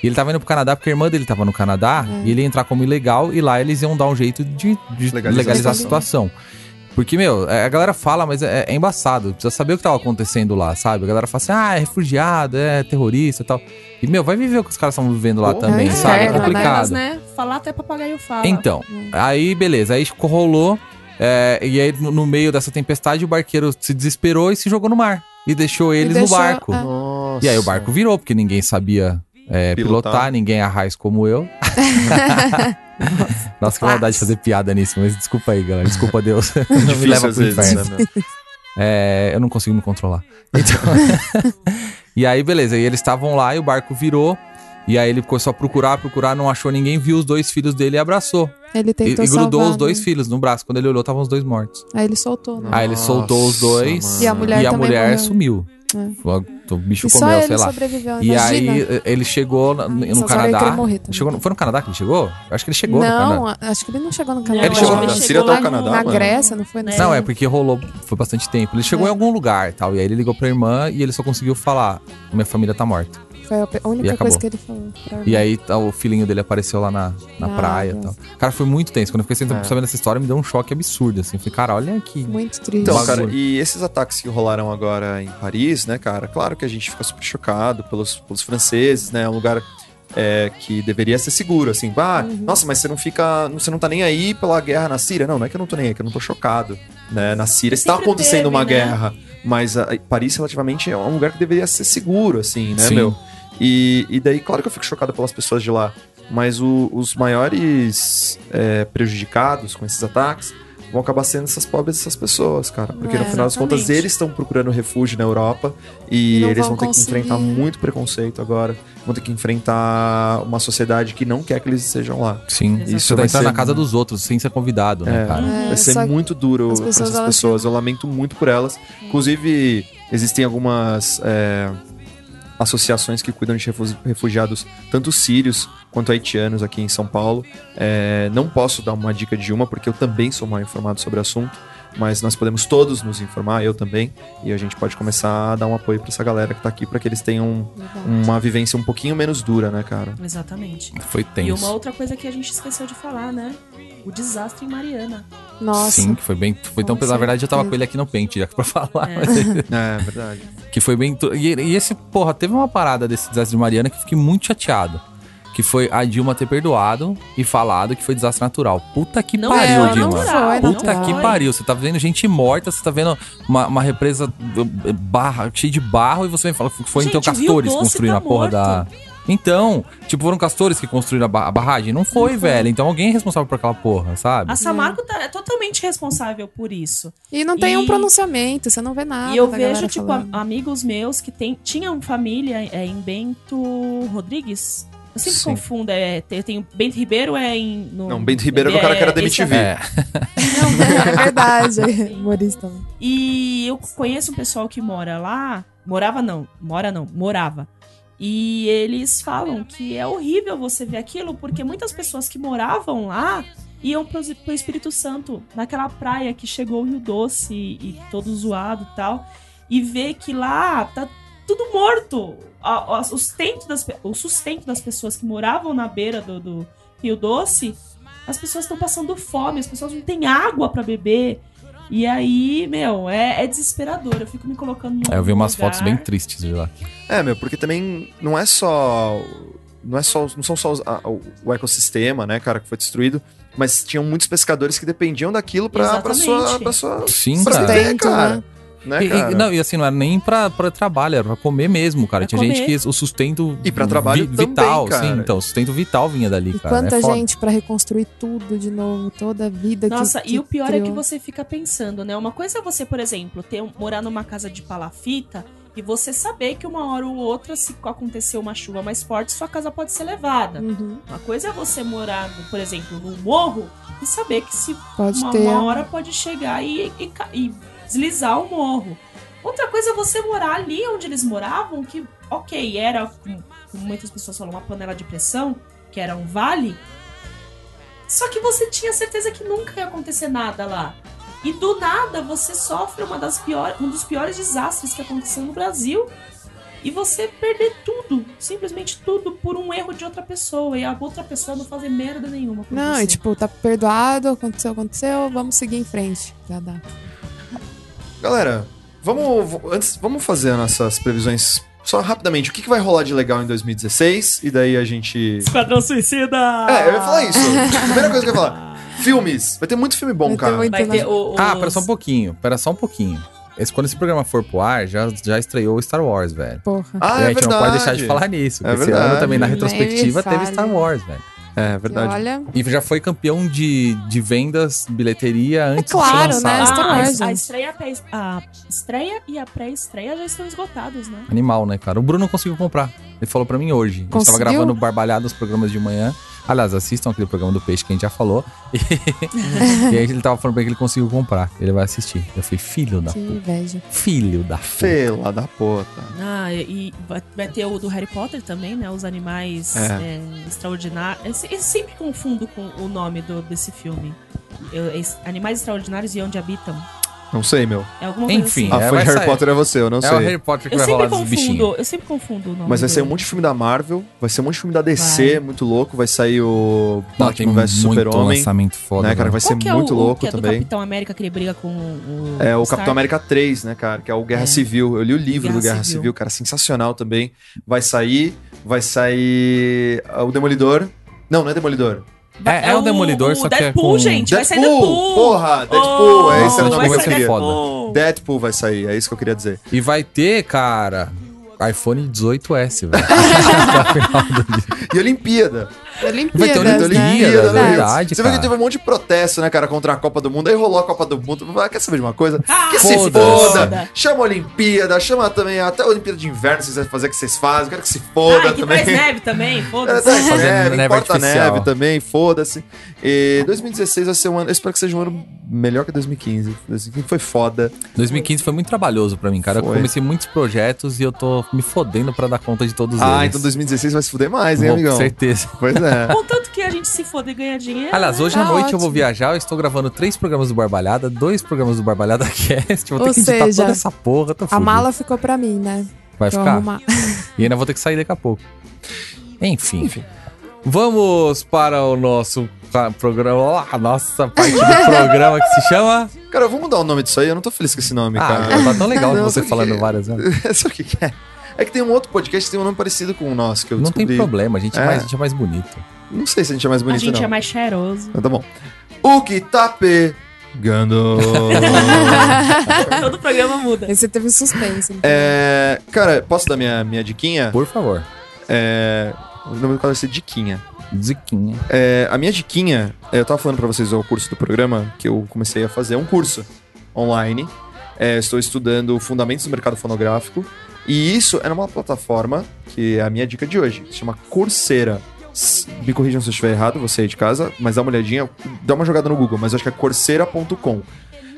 [SPEAKER 1] E ele tava indo pro Canadá porque a irmã dele tava no Canadá e ele ia entrar como ilegal e lá eles iam dar um jeito de, de
[SPEAKER 2] Legalizar.
[SPEAKER 1] legalizar, a situação. Porque, meu, é- a galera fala, mas é, é embaçado. Precisa saber o que tava acontecendo lá, sabe? A galera fala assim, ah, é refugiado, é terrorista e tal. E, meu, vai viver o que os caras estavam vivendo lá
[SPEAKER 2] Porra,
[SPEAKER 1] também,
[SPEAKER 4] um
[SPEAKER 1] sabe? É
[SPEAKER 4] inferno, né?
[SPEAKER 1] complicado.
[SPEAKER 3] Né? Falar até papagaio fala.
[SPEAKER 1] Então, aí beleza, aí rolou. é, e aí, no, no meio dessa tempestade, o barqueiro se desesperou e se jogou no mar. E deixou ah. eles
[SPEAKER 4] deixou-
[SPEAKER 1] no barco.
[SPEAKER 4] é.
[SPEAKER 2] Nossa.
[SPEAKER 1] E aí o barco virou, porque ninguém sabia é, pilotar.
[SPEAKER 2] Pilotar.
[SPEAKER 1] ninguém é raiz como eu.
[SPEAKER 4] É.
[SPEAKER 1] Nossa, que maldade de fazer piada nisso, mas desculpa aí, galera. Desculpa, Deus. não me
[SPEAKER 2] Difícil
[SPEAKER 1] leva
[SPEAKER 2] às
[SPEAKER 1] pro
[SPEAKER 2] vezes,
[SPEAKER 1] inferno.
[SPEAKER 2] né, meu?
[SPEAKER 1] É, eu não consigo me controlar. Então- e aí, beleza. E eles estavam lá e o barco virou. E aí ele começou a procurar, procurar, não achou ninguém, viu os dois filhos dele e abraçou.
[SPEAKER 4] Ele
[SPEAKER 1] E, e
[SPEAKER 4] tentou
[SPEAKER 1] grudou
[SPEAKER 4] salvar,
[SPEAKER 1] os dois
[SPEAKER 4] né?
[SPEAKER 1] filhos no braço. Quando ele olhou, estavam os dois mortos.
[SPEAKER 4] Aí ele soltou, né?
[SPEAKER 1] Aí ele soltou os dois
[SPEAKER 2] Nossa,
[SPEAKER 4] E a mulher
[SPEAKER 1] e a
[SPEAKER 4] também
[SPEAKER 1] mulher
[SPEAKER 4] morreu. É.
[SPEAKER 1] sumiu. "Ah, O bicho
[SPEAKER 4] E só
[SPEAKER 1] comeu,
[SPEAKER 4] ele
[SPEAKER 1] sei lá.
[SPEAKER 4] sobreviveu,
[SPEAKER 1] E
[SPEAKER 4] imagina.
[SPEAKER 1] aí eh, ele chegou na- no,
[SPEAKER 4] Essas horas eu
[SPEAKER 1] Canadá.
[SPEAKER 4] queria morrer também.
[SPEAKER 1] Chegou no- foi no Canadá que ele chegou? Eu acho que ele chegou no
[SPEAKER 4] não,
[SPEAKER 1] Canadá.
[SPEAKER 4] a- acho que ele não chegou no
[SPEAKER 3] Não,
[SPEAKER 4] Canadá.
[SPEAKER 1] Ele
[SPEAKER 3] acho
[SPEAKER 1] chegou
[SPEAKER 3] que
[SPEAKER 1] lá.
[SPEAKER 3] chegou
[SPEAKER 2] Síria até o
[SPEAKER 3] lá
[SPEAKER 2] Canadá,
[SPEAKER 4] na
[SPEAKER 2] mano.
[SPEAKER 4] Grécia, não foi? Né?
[SPEAKER 1] Não, é porque rolou, foi bastante tempo. Ele chegou em algum lugar e tal. E aí ele ligou pra irmã e ele só conseguiu falar: Minha família tá morta.
[SPEAKER 4] Foi a pe- a
[SPEAKER 1] E
[SPEAKER 4] única
[SPEAKER 1] acabou.
[SPEAKER 4] coisa que ele falou. pra
[SPEAKER 1] E
[SPEAKER 4] mim.
[SPEAKER 1] aí tá, o filhinho dele apareceu lá na, na
[SPEAKER 4] Uhum. Ah,
[SPEAKER 1] praia e
[SPEAKER 4] Deus.
[SPEAKER 1] tal. Cara, foi muito tenso. Quando eu fiquei sentado
[SPEAKER 2] É.
[SPEAKER 1] sabendo essa história, me deu um choque absurdo. Assim, Eu falei: Cara, olha aqui.
[SPEAKER 4] Muito triste.
[SPEAKER 2] Então,
[SPEAKER 1] Bagulho.
[SPEAKER 2] cara, e esses ataques que rolaram agora em Paris, né, cara? Claro que a gente fica super chocado pelos, pelos franceses, né? É um lugar. é, que deveria ser seguro, assim. Ah,
[SPEAKER 3] Uhum.
[SPEAKER 2] nossa, mas você não fica. Você não tá nem aí pela guerra na Síria. Não, não é que eu não tô nem aí, é que eu não tô chocado. Né? Na Síria está
[SPEAKER 3] Sempre
[SPEAKER 2] acontecendo
[SPEAKER 3] teve,
[SPEAKER 2] uma
[SPEAKER 3] né?
[SPEAKER 2] guerra. Mas a- Paris, relativamente, é um lugar que deveria ser seguro, assim, né,
[SPEAKER 1] Sim.
[SPEAKER 2] meu? E, e daí, claro que eu fico chocado pelas pessoas de lá. Mas o- os maiores é, prejudicados com esses ataques vão acabar sendo essas pobres essas pessoas, cara. Porque
[SPEAKER 4] É,
[SPEAKER 2] no final das contas,
[SPEAKER 3] exatamente.
[SPEAKER 2] eles estão procurando refúgio na Europa e,
[SPEAKER 4] E não
[SPEAKER 2] eles
[SPEAKER 4] vão
[SPEAKER 2] vão ter
[SPEAKER 4] conseguir.
[SPEAKER 2] que enfrentar muito preconceito agora. Vão ter que enfrentar uma sociedade que não quer que eles estejam lá.
[SPEAKER 1] Sim,
[SPEAKER 3] Exato.
[SPEAKER 1] isso
[SPEAKER 2] Isso
[SPEAKER 1] tá
[SPEAKER 2] vai
[SPEAKER 1] entrando
[SPEAKER 2] ser
[SPEAKER 1] na casa dos outros sem ser convidado, né,
[SPEAKER 2] É.
[SPEAKER 1] cara?
[SPEAKER 4] É,
[SPEAKER 3] Uhum.
[SPEAKER 2] Vai ser
[SPEAKER 4] só-
[SPEAKER 2] muito duro
[SPEAKER 4] as
[SPEAKER 2] para
[SPEAKER 4] pessoas,
[SPEAKER 2] essas
[SPEAKER 4] elas
[SPEAKER 2] pessoas. Eu lamento muito por elas. Inclusive, existem algumas é, associações que cuidam de refu- refugiados, tanto sírios quanto haitianos aqui em São Paulo. É, não posso dar uma dica de uma, porque eu também sou mal informado sobre o assunto. Mas nós podemos todos nos informar, eu também, e a gente pode começar a dar um apoio para essa galera que tá aqui, para que eles tenham
[SPEAKER 4] Legal.
[SPEAKER 1] hum,
[SPEAKER 2] uma vivência um pouquinho menos dura, né, cara?
[SPEAKER 3] Exatamente.
[SPEAKER 1] Foi
[SPEAKER 3] E
[SPEAKER 1] tenso.
[SPEAKER 3] uma outra coisa que a gente esqueceu de falar, né? O desastre em Mariana.
[SPEAKER 4] Nossa.
[SPEAKER 1] Sim, que foi bem. Foi tão
[SPEAKER 4] Com
[SPEAKER 1] pesado. Na verdade, eu tava
[SPEAKER 4] certeza.
[SPEAKER 1] com ele aqui no pente, já que pra falar.
[SPEAKER 3] É.
[SPEAKER 1] mas-
[SPEAKER 2] É, verdade.
[SPEAKER 1] Que foi bem. tu- E, e esse, porra, teve uma parada desse desastre de Mariana que eu fiquei muito chateado. Que foi a Dilma ter perdoado e falado que foi desastre natural. Puta que
[SPEAKER 3] Não
[SPEAKER 1] pariu,
[SPEAKER 3] é,
[SPEAKER 1] Dilma.
[SPEAKER 3] não foi,
[SPEAKER 1] Puta
[SPEAKER 3] não
[SPEAKER 1] que
[SPEAKER 3] foi.
[SPEAKER 1] pariu. Você tá vendo gente morta, você tá vendo uma, uma represa eh, barra, cheia de barro e você vem falar que foi então
[SPEAKER 3] Gente, Rio
[SPEAKER 1] castores
[SPEAKER 3] Doce
[SPEAKER 1] construindo
[SPEAKER 3] tá
[SPEAKER 1] a porra da. Então, tipo, foram castores que construíram a, ba- a barragem? Não foi, velho. Então alguém é responsável por aquela porra, sabe?
[SPEAKER 3] A Samarco tá, é totalmente responsável por isso.
[SPEAKER 4] E não tem um
[SPEAKER 3] E-
[SPEAKER 4] pronunciamento, você não vê nada.
[SPEAKER 3] e eu
[SPEAKER 4] da
[SPEAKER 3] vejo,
[SPEAKER 4] tá galera
[SPEAKER 3] tipo,
[SPEAKER 4] falando.
[SPEAKER 3] a- amigos meus que tem, tinham família é, em Bento Rodrigues. Eu sempre
[SPEAKER 2] Sim.
[SPEAKER 3] confundo. É, tem, tem- Bento Ribeiro é em. no-
[SPEAKER 2] Não, Bento Ribeiro é o cara que era da
[SPEAKER 3] esse
[SPEAKER 2] MTV.
[SPEAKER 1] É,
[SPEAKER 4] É verdade, é humorista.
[SPEAKER 3] E eu conheço um pessoal que mora lá. Morava não, mora não, morava. E eles falam que é horrível você ver aquilo, porque muitas pessoas que moravam lá iam pro, pro Espírito Santo, naquela praia que chegou o Rio Doce e, e todo zoado e tal. E ver que lá tá tudo morto. A- a- o, sustento das, pe- o sustento das pessoas que moravam na beira do, do Rio Doce, as pessoas estão passando fome, as pessoas não têm água pra beber. E aí, meu, é, é desesperador. Eu fico me colocando no.
[SPEAKER 1] É, eu vi umas
[SPEAKER 3] lugar.
[SPEAKER 1] fotos bem tristes de lá.
[SPEAKER 2] É, meu, porque também não é só. Não, é só, não são só os- a- o, o ecossistema, né, cara, que foi destruído, mas tinham muitos pescadores que dependiam daquilo pra, pra sua.
[SPEAKER 3] Exatamente.
[SPEAKER 2] Pra sua
[SPEAKER 1] Sim,
[SPEAKER 2] pra
[SPEAKER 1] cara.
[SPEAKER 2] viver,
[SPEAKER 4] Sustento,
[SPEAKER 2] cara.
[SPEAKER 4] né?
[SPEAKER 2] Né,
[SPEAKER 1] E- e-
[SPEAKER 2] cara?
[SPEAKER 1] não, e assim, não era nem pra, pra trabalho, era pra comer mesmo, cara.
[SPEAKER 3] Pra
[SPEAKER 1] Tinha gente
[SPEAKER 3] comer.
[SPEAKER 1] que o sustento.
[SPEAKER 2] E pra trabalho também,
[SPEAKER 1] Vital,
[SPEAKER 2] cara.
[SPEAKER 1] sim. Então, o sustento vital vinha dali,
[SPEAKER 4] E
[SPEAKER 1] cara.
[SPEAKER 4] quanta
[SPEAKER 1] é foda.
[SPEAKER 4] gente pra reconstruir tudo de novo, toda a vida que-
[SPEAKER 3] Nossa,
[SPEAKER 4] que
[SPEAKER 3] e o pior é que
[SPEAKER 4] criou.
[SPEAKER 3] você fica pensando, né? Uma coisa é você, por exemplo, ter, um- morar numa casa de palafita e você saber que uma hora ou outra, se acontecer uma chuva mais forte, sua casa pode ser levada.
[SPEAKER 4] Uhum,
[SPEAKER 3] Uma coisa é você morar, por exemplo, num morro e saber que se
[SPEAKER 4] pode
[SPEAKER 3] uma,
[SPEAKER 4] ter.
[SPEAKER 3] uma hora pode chegar e, e ca- e deslizar o morro. Outra coisa é você morar ali onde eles moravam, que, ok, era, como como muitas pessoas falam, uma panela de pressão, que era um vale. Só que você tinha certeza que nunca ia acontecer nada lá. E do nada você sofre uma das pior, um dos piores desastres que aconteceu no Brasil. E você perder tudo, simplesmente tudo, por um erro de outra pessoa. E a outra pessoa não fazer merda nenhuma. por
[SPEAKER 4] Não,
[SPEAKER 3] você.
[SPEAKER 4] e tipo, tá perdoado, aconteceu, aconteceu, vamos seguir em frente. Já dá.
[SPEAKER 2] Galera, vamos, v- antes, vamos fazer as nossas previsões só rapidamente. O que, que vai rolar de legal em 2016? E daí a gente.
[SPEAKER 3] Esquadrão Suicida!
[SPEAKER 2] É, eu ia falar isso. Primeira coisa que eu ia falar. Filmes. Vai ter muito filme bom,
[SPEAKER 4] Ah. Vai ter
[SPEAKER 2] cara.
[SPEAKER 4] muito-
[SPEAKER 3] Vai ter o, o-
[SPEAKER 1] Ah, pera só um pouquinho, pera só um pouquinho. Esse, quando esse programa for pro ar, já, já estreou Star Wars, velho.
[SPEAKER 4] Porra.
[SPEAKER 2] Ah,
[SPEAKER 1] e
[SPEAKER 2] é
[SPEAKER 1] a gente
[SPEAKER 2] verdade.
[SPEAKER 1] não pode deixar de falar nisso.
[SPEAKER 2] É
[SPEAKER 1] porque esse
[SPEAKER 2] verdade.
[SPEAKER 1] ano também, na
[SPEAKER 4] Nem me
[SPEAKER 1] retrospectiva, teve
[SPEAKER 4] fale.
[SPEAKER 1] Star Wars, velho.
[SPEAKER 2] É
[SPEAKER 4] que
[SPEAKER 2] verdade.
[SPEAKER 4] olha,
[SPEAKER 1] E já foi campeão de, de vendas, bilheteria antes
[SPEAKER 4] claro,
[SPEAKER 1] de ser lançado.
[SPEAKER 4] né? Star
[SPEAKER 3] Ah,
[SPEAKER 4] Wars,
[SPEAKER 3] a,
[SPEAKER 4] gente.
[SPEAKER 3] a estreia, pré- a estreia e a pré-estreia já estão esgotados, né?
[SPEAKER 1] Animal, né, cara? O Bruno conseguiu comprar. Ele falou pra mim hoje. Eu
[SPEAKER 4] Conseguiu?
[SPEAKER 1] estava gravando barbalhado os programas de manhã. Aliás, assistam aquele programa do peixe que a gente já falou. e aí ele tava falando pra mim que ele conseguiu comprar. Ele vai assistir. Eu falei, filho da
[SPEAKER 4] que
[SPEAKER 1] puta.
[SPEAKER 4] inveja.
[SPEAKER 1] Filho da puta.
[SPEAKER 2] Fela da puta.
[SPEAKER 3] Ah, e e vai, vai ter o do Harry Potter também, né? Os animais
[SPEAKER 2] É.
[SPEAKER 3] é, extraordinários. Eu, se- eu sempre é confundo com o nome do, desse filme. Eu- es- animais extraordinários e onde habitam.
[SPEAKER 2] Não sei, meu.
[SPEAKER 3] É alguma coisa
[SPEAKER 1] Enfim,
[SPEAKER 3] assim.
[SPEAKER 2] Ah,
[SPEAKER 1] É,
[SPEAKER 2] foi
[SPEAKER 1] vai
[SPEAKER 2] Harry
[SPEAKER 1] sair.
[SPEAKER 2] Potter é você, eu não
[SPEAKER 1] É o
[SPEAKER 2] sei.
[SPEAKER 1] Harry Potter que
[SPEAKER 3] Eu
[SPEAKER 1] vai rolar
[SPEAKER 3] sempre
[SPEAKER 1] dos bichinhos.
[SPEAKER 3] confundo, eu sempre confundo o nome
[SPEAKER 2] Mas vai sair um
[SPEAKER 3] do-
[SPEAKER 2] monte de filme da Marvel, vai sair um monte de filme da DC,
[SPEAKER 3] Uhum. Vai.
[SPEAKER 2] muito louco. Vai sair o
[SPEAKER 1] Não, Ah, tem
[SPEAKER 2] Batman tipo, vs
[SPEAKER 1] muito
[SPEAKER 2] Super-Homem,
[SPEAKER 1] lançamento foda.
[SPEAKER 2] né, cara?
[SPEAKER 1] velho.
[SPEAKER 2] Vai ser
[SPEAKER 3] Qual que é
[SPEAKER 2] muito
[SPEAKER 3] o,
[SPEAKER 2] louco
[SPEAKER 3] que é do
[SPEAKER 2] também.
[SPEAKER 3] Capitão América que ele briga com o.
[SPEAKER 2] É o
[SPEAKER 3] Stark?
[SPEAKER 2] Capitão América 3, né, cara? Que é o Guerra
[SPEAKER 3] É.
[SPEAKER 2] Civil. Eu li o livro
[SPEAKER 3] Guerra
[SPEAKER 2] do Guerra
[SPEAKER 3] Civil.
[SPEAKER 2] Civil. cara, sensacional também. Vai sair, vai sair ah, o Demolidor. Não, não é Demolidor.
[SPEAKER 1] É, é o Demolidor, só que é
[SPEAKER 3] Deadpool,
[SPEAKER 1] com-
[SPEAKER 3] gente, vai sair Deadpool.
[SPEAKER 2] Porra, Deadpool,
[SPEAKER 3] Oh,
[SPEAKER 2] é isso
[SPEAKER 1] Nossa,
[SPEAKER 2] que
[SPEAKER 1] não,
[SPEAKER 3] vai
[SPEAKER 1] vai
[SPEAKER 2] eu
[SPEAKER 1] ser
[SPEAKER 3] sair
[SPEAKER 2] queria.
[SPEAKER 1] foda.
[SPEAKER 3] Deadpool.
[SPEAKER 2] Deadpool vai sair, é isso que eu queria dizer.
[SPEAKER 1] E vai ter, cara, iPhone 18S, velho.
[SPEAKER 2] E Olimpíada.
[SPEAKER 1] Vai ter
[SPEAKER 4] Olimpíadas,
[SPEAKER 1] Olimpíadas,
[SPEAKER 4] né?
[SPEAKER 1] Olimpíada,
[SPEAKER 2] né?
[SPEAKER 1] verdade,
[SPEAKER 2] Você vê
[SPEAKER 1] cara.
[SPEAKER 2] que teve um monte de protesto, né, cara, contra a Copa do Mundo. Aí rolou a Copa do Mundo. Ah, Quer saber de uma coisa?
[SPEAKER 3] Ah,
[SPEAKER 2] que se
[SPEAKER 1] foda-se.
[SPEAKER 2] foda! Chama a Olimpíada, chama também até a Olimpíada de Inverno, se quiser fazer o que vocês fazem. Quero que se foda
[SPEAKER 3] Ai, que
[SPEAKER 2] também.
[SPEAKER 3] traz neve também,
[SPEAKER 2] É,
[SPEAKER 3] foda-se.
[SPEAKER 2] tá,
[SPEAKER 1] Fazendo
[SPEAKER 2] neve,
[SPEAKER 1] neve
[SPEAKER 2] importa
[SPEAKER 1] artificial.
[SPEAKER 2] neve também, foda-se. E 2016 vai ser um ano. Eu espero que seja um ano melhor que 2015. 2015 foi foda.
[SPEAKER 1] 2015 foi muito trabalhoso pra mim, cara. Eu
[SPEAKER 2] Foi.
[SPEAKER 1] comecei muitos projetos e eu tô me fodendo pra dar conta de todos eles.
[SPEAKER 2] ah, então 2016 vai se fuder mais, hein,
[SPEAKER 1] Vou-
[SPEAKER 2] amigão?
[SPEAKER 1] Com certeza.
[SPEAKER 2] Pois é.
[SPEAKER 3] Contanto que a gente se foda e ganha dinheiro.
[SPEAKER 1] Aliás, hoje
[SPEAKER 4] Tá
[SPEAKER 1] à noite eu vou
[SPEAKER 4] ótimo.
[SPEAKER 1] viajar, eu estou gravando três programas do Barbalhada, dois programas do Barbalhada Cast, vou ter
[SPEAKER 4] Ou
[SPEAKER 1] que editar
[SPEAKER 4] seja,
[SPEAKER 1] toda essa porra, tô
[SPEAKER 4] A
[SPEAKER 1] fudido.
[SPEAKER 4] mala ficou pra mim, né?
[SPEAKER 1] Vai
[SPEAKER 4] Pra eu
[SPEAKER 1] ficar.
[SPEAKER 4] arrumar.
[SPEAKER 1] E ainda vou ter que sair daqui a pouco. Enfim. Vamos para o nosso pa- programa, a nossa parte do programa que se chama...
[SPEAKER 2] Cara, eu vou mudar o nome disso aí, eu não tô feliz com esse nome,
[SPEAKER 1] Ah,
[SPEAKER 2] cara.
[SPEAKER 1] tá tão legal
[SPEAKER 2] Não,
[SPEAKER 1] você
[SPEAKER 2] porque-
[SPEAKER 1] falando várias né? vezes.
[SPEAKER 2] Sabe o que, que é? É que tem um outro podcast que tem um nome parecido com o nosso, que eu
[SPEAKER 1] Não tem
[SPEAKER 2] descobri.
[SPEAKER 1] problema, a gente, é.
[SPEAKER 2] É.
[SPEAKER 1] mais, a gente é mais bonito.
[SPEAKER 2] Não sei se a gente é mais
[SPEAKER 3] a
[SPEAKER 2] bonito,
[SPEAKER 3] gente
[SPEAKER 2] não.
[SPEAKER 3] é mais cheiroso.
[SPEAKER 2] Mas tá bom. O que tá pegando?
[SPEAKER 3] Todo programa muda.
[SPEAKER 4] Esse teve suspense. então.
[SPEAKER 2] É, cara, posso dar minha, minha diquinha?
[SPEAKER 1] Por favor.
[SPEAKER 2] É, o nome do cara vai ser Diquinha.
[SPEAKER 1] Ziquinha.
[SPEAKER 2] É, a minha diquinha, é, eu tava falando pra vocês o curso do programa que eu comecei a fazer, é um curso online. É, estou estudando fundamentos do mercado fonográfico. E isso é numa plataforma que é a minha dica de hoje, que se chama Coursera. S- Me corrijam se eu estiver errado, você aí de casa, mas dá uma olhadinha, dá uma jogada no Google, mas eu acho que é Coursera.com.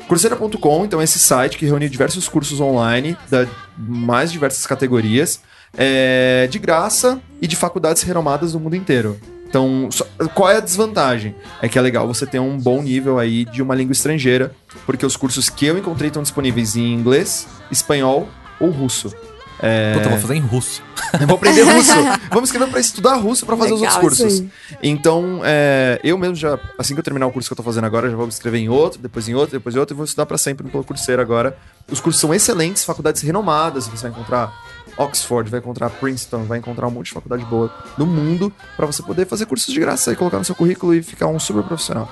[SPEAKER 2] Coursera.com, então, é esse site que reúne diversos cursos online, da mais diversas categorias, é, de graça e de faculdades renomadas do mundo inteiro. Então, só- qual é a desvantagem? É que é legal você ter um bom nível aí de uma língua estrangeira, porque os cursos que eu encontrei estão disponíveis em inglês, espanhol ou russo. É.
[SPEAKER 1] Puta, eu vou fazer em russo.
[SPEAKER 2] Eu vou aprender russo. Vamos escrever pra estudar russo pra fazer os
[SPEAKER 4] Legal
[SPEAKER 2] outros cursos.
[SPEAKER 4] isso aí.
[SPEAKER 2] Então, é, eu mesmo já, assim que eu terminar o curso que eu tô fazendo agora, eu já vou me inscrever em outro, depois em outro, depois em outro, e vou estudar pra sempre pelo Coursera agora. Os cursos são excelentes, faculdades renomadas, você vai encontrar Oxford, vai encontrar Princeton, vai encontrar um monte de faculdade boa do mundo pra você poder fazer cursos de graça e colocar no seu currículo e ficar um super profissional.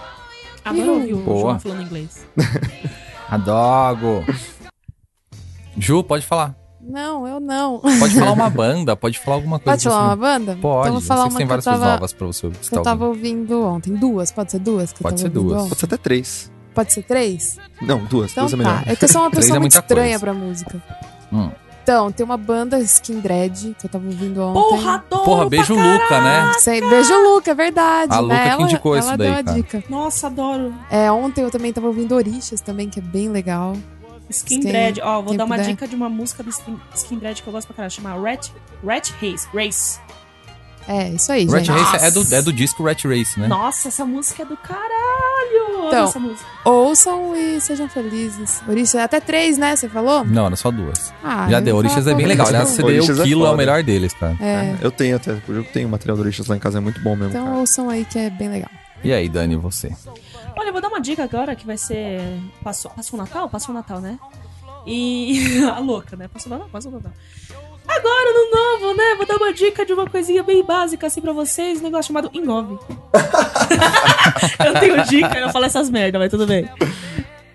[SPEAKER 4] é
[SPEAKER 3] Agora eu ouvi o
[SPEAKER 1] Boa.
[SPEAKER 3] João falando inglês.
[SPEAKER 1] Adogo. Ju, pode falar.
[SPEAKER 4] Não, eu não.
[SPEAKER 1] Pode falar uma banda, pode falar alguma coisa.
[SPEAKER 4] Pode
[SPEAKER 1] que você
[SPEAKER 4] falar
[SPEAKER 1] não-
[SPEAKER 4] uma banda?
[SPEAKER 1] Pode,
[SPEAKER 4] Então eu vou
[SPEAKER 1] eu
[SPEAKER 4] falar
[SPEAKER 1] sei que tem
[SPEAKER 4] uma que eu
[SPEAKER 1] várias coisas
[SPEAKER 4] tava,
[SPEAKER 1] novas pra você
[SPEAKER 4] que
[SPEAKER 1] escutar.
[SPEAKER 4] eu tava ouvindo ontem. Duas, pode ser duas? que eu
[SPEAKER 1] Pode
[SPEAKER 4] tava
[SPEAKER 1] ser
[SPEAKER 4] ouvindo
[SPEAKER 1] duas.
[SPEAKER 4] ontem?
[SPEAKER 2] Pode ser até três.
[SPEAKER 4] Pode ser três?
[SPEAKER 2] Não, duas.
[SPEAKER 4] Então
[SPEAKER 2] duas é
[SPEAKER 4] tá.
[SPEAKER 2] melhor.
[SPEAKER 4] É que eu sou uma
[SPEAKER 1] Três
[SPEAKER 4] pessoa
[SPEAKER 1] é
[SPEAKER 4] muito
[SPEAKER 1] muita coisa.
[SPEAKER 4] estranha pra música.
[SPEAKER 1] Hum.
[SPEAKER 4] Então, tem uma banda Skin Dread que eu tava ouvindo ontem.
[SPEAKER 3] Porra, adoro!
[SPEAKER 1] Porra, beijo o Luca, né?
[SPEAKER 4] Sei- Ah, Beijo, Luca, é verdade.
[SPEAKER 1] A
[SPEAKER 4] né?
[SPEAKER 1] Luca que
[SPEAKER 4] ela,
[SPEAKER 1] indicou
[SPEAKER 4] ela
[SPEAKER 1] isso
[SPEAKER 4] deu
[SPEAKER 1] daí,
[SPEAKER 4] a
[SPEAKER 1] cara.
[SPEAKER 4] dica.
[SPEAKER 3] Nossa, adoro.
[SPEAKER 4] É, ontem eu também tava ouvindo Orixas também, que é bem legal.
[SPEAKER 3] Skin
[SPEAKER 4] Quem-
[SPEAKER 3] Dread. Ó, vou
[SPEAKER 4] quem
[SPEAKER 3] dar uma
[SPEAKER 4] puder.
[SPEAKER 3] dica de uma música do Skin, Skin Dread que eu gosto pra caralho. Chama Rat, Rat Race. Race.
[SPEAKER 4] É, isso aí,
[SPEAKER 1] Rat
[SPEAKER 4] gente.
[SPEAKER 1] Race é do,
[SPEAKER 3] Nossa.
[SPEAKER 1] é do disco Rat Race, né?
[SPEAKER 3] Nossa, essa música é do caralho! Amo
[SPEAKER 4] Então,
[SPEAKER 3] essa música.
[SPEAKER 4] Ouçam e sejam felizes. Orixas, até três, né? Você falou?
[SPEAKER 1] Não, era só duas.
[SPEAKER 4] Ah,
[SPEAKER 1] Já
[SPEAKER 4] eu
[SPEAKER 1] deu.
[SPEAKER 4] vou
[SPEAKER 1] Orixas
[SPEAKER 4] falar
[SPEAKER 1] é bem
[SPEAKER 4] todas.
[SPEAKER 1] legal. Aliás,
[SPEAKER 2] Orixas
[SPEAKER 1] você deu o
[SPEAKER 2] é
[SPEAKER 1] Kilo, é o
[SPEAKER 2] foda.
[SPEAKER 1] melhor deles, cara.
[SPEAKER 4] É,
[SPEAKER 2] Eu tenho até, eu tenho material do Orixas lá em casa, é muito bom mesmo.
[SPEAKER 4] então
[SPEAKER 2] cara.
[SPEAKER 4] ouçam aí que é bem legal.
[SPEAKER 1] E aí, Dani, você?
[SPEAKER 3] Olha, eu vou dar uma dica agora que vai ser. Passou, passou o Natal? Passou o Natal, né? E. A louca, né? Passou o Natal? Passou o Natal. Agora, no novo, né? Vou dar uma dica de uma coisinha bem básica assim pra vocês, um negócio chamado Engove. eu não tenho dica, eu falo essas merda, mas tudo bem.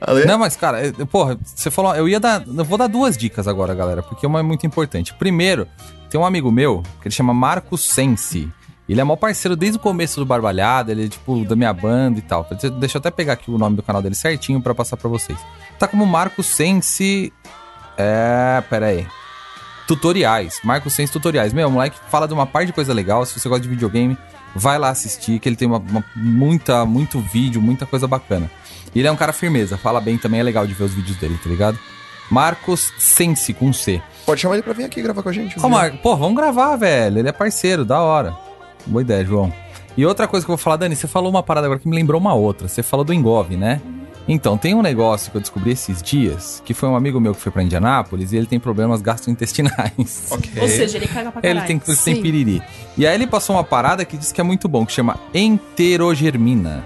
[SPEAKER 2] Ale?
[SPEAKER 1] Não, mas, cara, é- porra, você falou. Eu ia dar. Eu vou dar duas dicas agora, galera, porque uma é muito importante. Primeiro, tem um amigo meu que ele chama Marcos Sensi. Ele é maior parceiro desde o começo do Barbalhada, ele é tipo da minha banda e tal. Deixa- Deixa eu até pegar aqui o nome do canal dele certinho pra passar pra vocês. Tá como Marcos Sensi. É. Pera aí. Tutoriais. Marcos Sensi Tutoriais. Meu, o moleque fala de uma parte de coisa legal. Se você gosta de videogame, vai lá assistir, que ele tem uma, uma- muita, muito vídeo, muita coisa bacana. E ele é um cara firmeza, fala bem também, é legal de ver os vídeos dele, tá ligado? Marcos Sensi com C.
[SPEAKER 2] Pode chamar ele pra vir aqui gravar com a gente. um
[SPEAKER 1] Ó,
[SPEAKER 2] dia.
[SPEAKER 1] Marco, pô, vamos gravar, velho. Ele é parceiro, da hora. Boa ideia, João. E outra coisa que eu vou falar, Dani, você falou uma parada agora que me lembrou uma outra. Você falou do Engove, né? Então, tem um negócio que eu descobri esses dias, que foi um amigo meu que foi pra Indianápolis e ele tem problemas gastrointestinais.
[SPEAKER 2] Ok.
[SPEAKER 3] Ou seja, ele caga pra caralho.
[SPEAKER 1] Ele tem, ele tem
[SPEAKER 4] Sim.
[SPEAKER 1] piriri. E aí ele passou uma parada que diz que é muito bom, que chama enterogermina.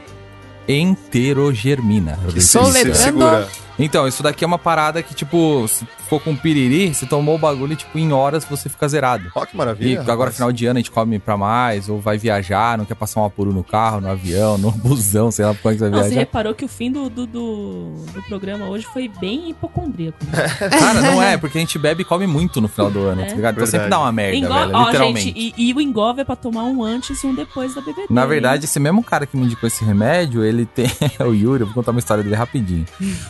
[SPEAKER 1] Enterogermina. Eu dei
[SPEAKER 4] Sou
[SPEAKER 1] isso,
[SPEAKER 4] letrando.
[SPEAKER 1] né? Então, isso daqui é uma parada que, tipo, se for com piriri, você tomou o bagulho e, tipo, em horas você fica zerado.
[SPEAKER 2] Ó, que
[SPEAKER 1] E
[SPEAKER 2] maravilha.
[SPEAKER 1] agora, é
[SPEAKER 2] rapaz.
[SPEAKER 1] final de ano, a gente come pra mais, ou vai viajar, não quer passar um apuro no carro, no avião, no busão, sei lá pra onde você vai
[SPEAKER 3] Não, você
[SPEAKER 1] viajar.
[SPEAKER 3] reparou que o fim do, do, do, do programa hoje foi bem hipocondríaco. né?
[SPEAKER 1] Cara, não é, porque a gente bebe e come muito no final do ano,
[SPEAKER 3] É.
[SPEAKER 1] tá ligado? Então sempre
[SPEAKER 2] Verdade.
[SPEAKER 1] dá uma merda,
[SPEAKER 3] Engo-
[SPEAKER 1] velho,
[SPEAKER 3] Ó,
[SPEAKER 1] literalmente.
[SPEAKER 3] gente, e, e o engove é pra tomar um antes e um depois da bebedeira.
[SPEAKER 1] Na
[SPEAKER 3] hein?
[SPEAKER 1] verdade, esse mesmo cara que me indicou esse remédio, ele tem. é o Yuri, eu vou contar uma história dele rapidinho.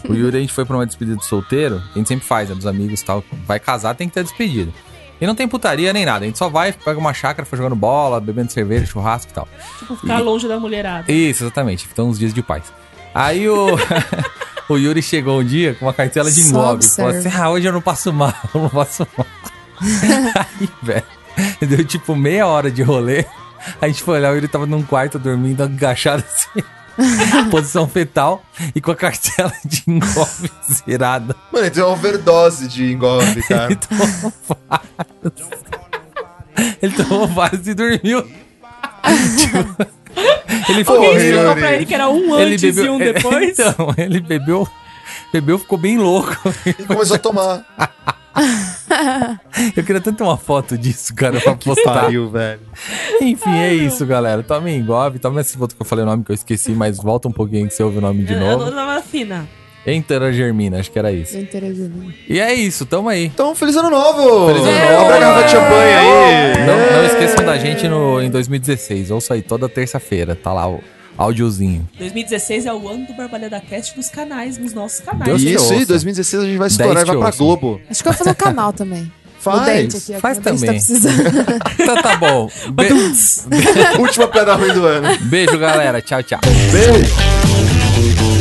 [SPEAKER 1] O Yuri, a gente foi pra uma despedida de solteiro, a gente sempre faz, né? Dos amigos e tal. Vai casar, tem que ter despedida. E não tem putaria nem nada, a gente só vai, pega uma chácara, fica jogando bola, bebendo cerveja, churrasco e tal.
[SPEAKER 3] Tipo, ficar longe da mulherada.
[SPEAKER 1] Isso, exatamente. Então, uns dias de paz. Aí o. o Yuri chegou um dia com uma cartela de
[SPEAKER 4] Só
[SPEAKER 1] imóvel. Falou
[SPEAKER 4] observa.
[SPEAKER 1] assim: ah, hoje eu não passo mal, eu não passo mal. Aí, velho. Deu tipo meia hora de rolê. A gente foi olhar, o Yuri tava num quarto dormindo, agachado assim. posição fetal e com a cartela de engolfe zerada.
[SPEAKER 2] Mano, ele tem uma overdose de tá? engolve, cara.
[SPEAKER 1] Ele tomou vários e dormiu. Tipo, ele ficou
[SPEAKER 3] Alguém
[SPEAKER 2] Porra,
[SPEAKER 3] explicou
[SPEAKER 2] Yuri.
[SPEAKER 3] pra ele que era um antes e um depois?
[SPEAKER 1] Então, ele bebeu. Bebeu, ficou bem louco.
[SPEAKER 2] e começou a tomar.
[SPEAKER 1] Eu queria tanto uma foto disso, cara, pra postar.
[SPEAKER 2] Pariu, velho.
[SPEAKER 1] Enfim, é isso, galera. Tomem engove, tome esse voto que eu falei o nome que eu esqueci, mas volta um pouquinho que você ouve o nome de
[SPEAKER 3] Eu- É, Eu É.
[SPEAKER 1] novo.
[SPEAKER 3] não tava fina.
[SPEAKER 1] Enterogermina, acho que era isso.
[SPEAKER 4] Eu interagi.
[SPEAKER 1] E é isso, tamo aí.
[SPEAKER 2] Então, feliz ano novo!
[SPEAKER 1] Feliz ano novo.
[SPEAKER 2] Pega a garrafa de champanhe aí!
[SPEAKER 1] Não, não esqueçam da gente no, em 2016. Ouça aí toda terça-feira, tá lá o áudiozinho.
[SPEAKER 3] 2016 é o ano do Barbalhada Cast nos canais, nos nossos canais.
[SPEAKER 1] Deus te
[SPEAKER 2] Isso,
[SPEAKER 1] ouça.
[SPEAKER 2] e 2016 a gente vai
[SPEAKER 1] Dez
[SPEAKER 2] estourar e
[SPEAKER 1] te
[SPEAKER 2] vai pra
[SPEAKER 1] ouça.
[SPEAKER 2] Globo.
[SPEAKER 4] Acho que eu vou fazer um canal também. O dente
[SPEAKER 2] Faz!
[SPEAKER 4] aqui, ó,
[SPEAKER 1] faz
[SPEAKER 4] o dente
[SPEAKER 1] também.
[SPEAKER 4] Tá precisando.
[SPEAKER 1] Então tá bom. Be-
[SPEAKER 2] Última pedra ruim do ano.
[SPEAKER 1] beijo, galera. Tchau, tchau.
[SPEAKER 2] Beijo!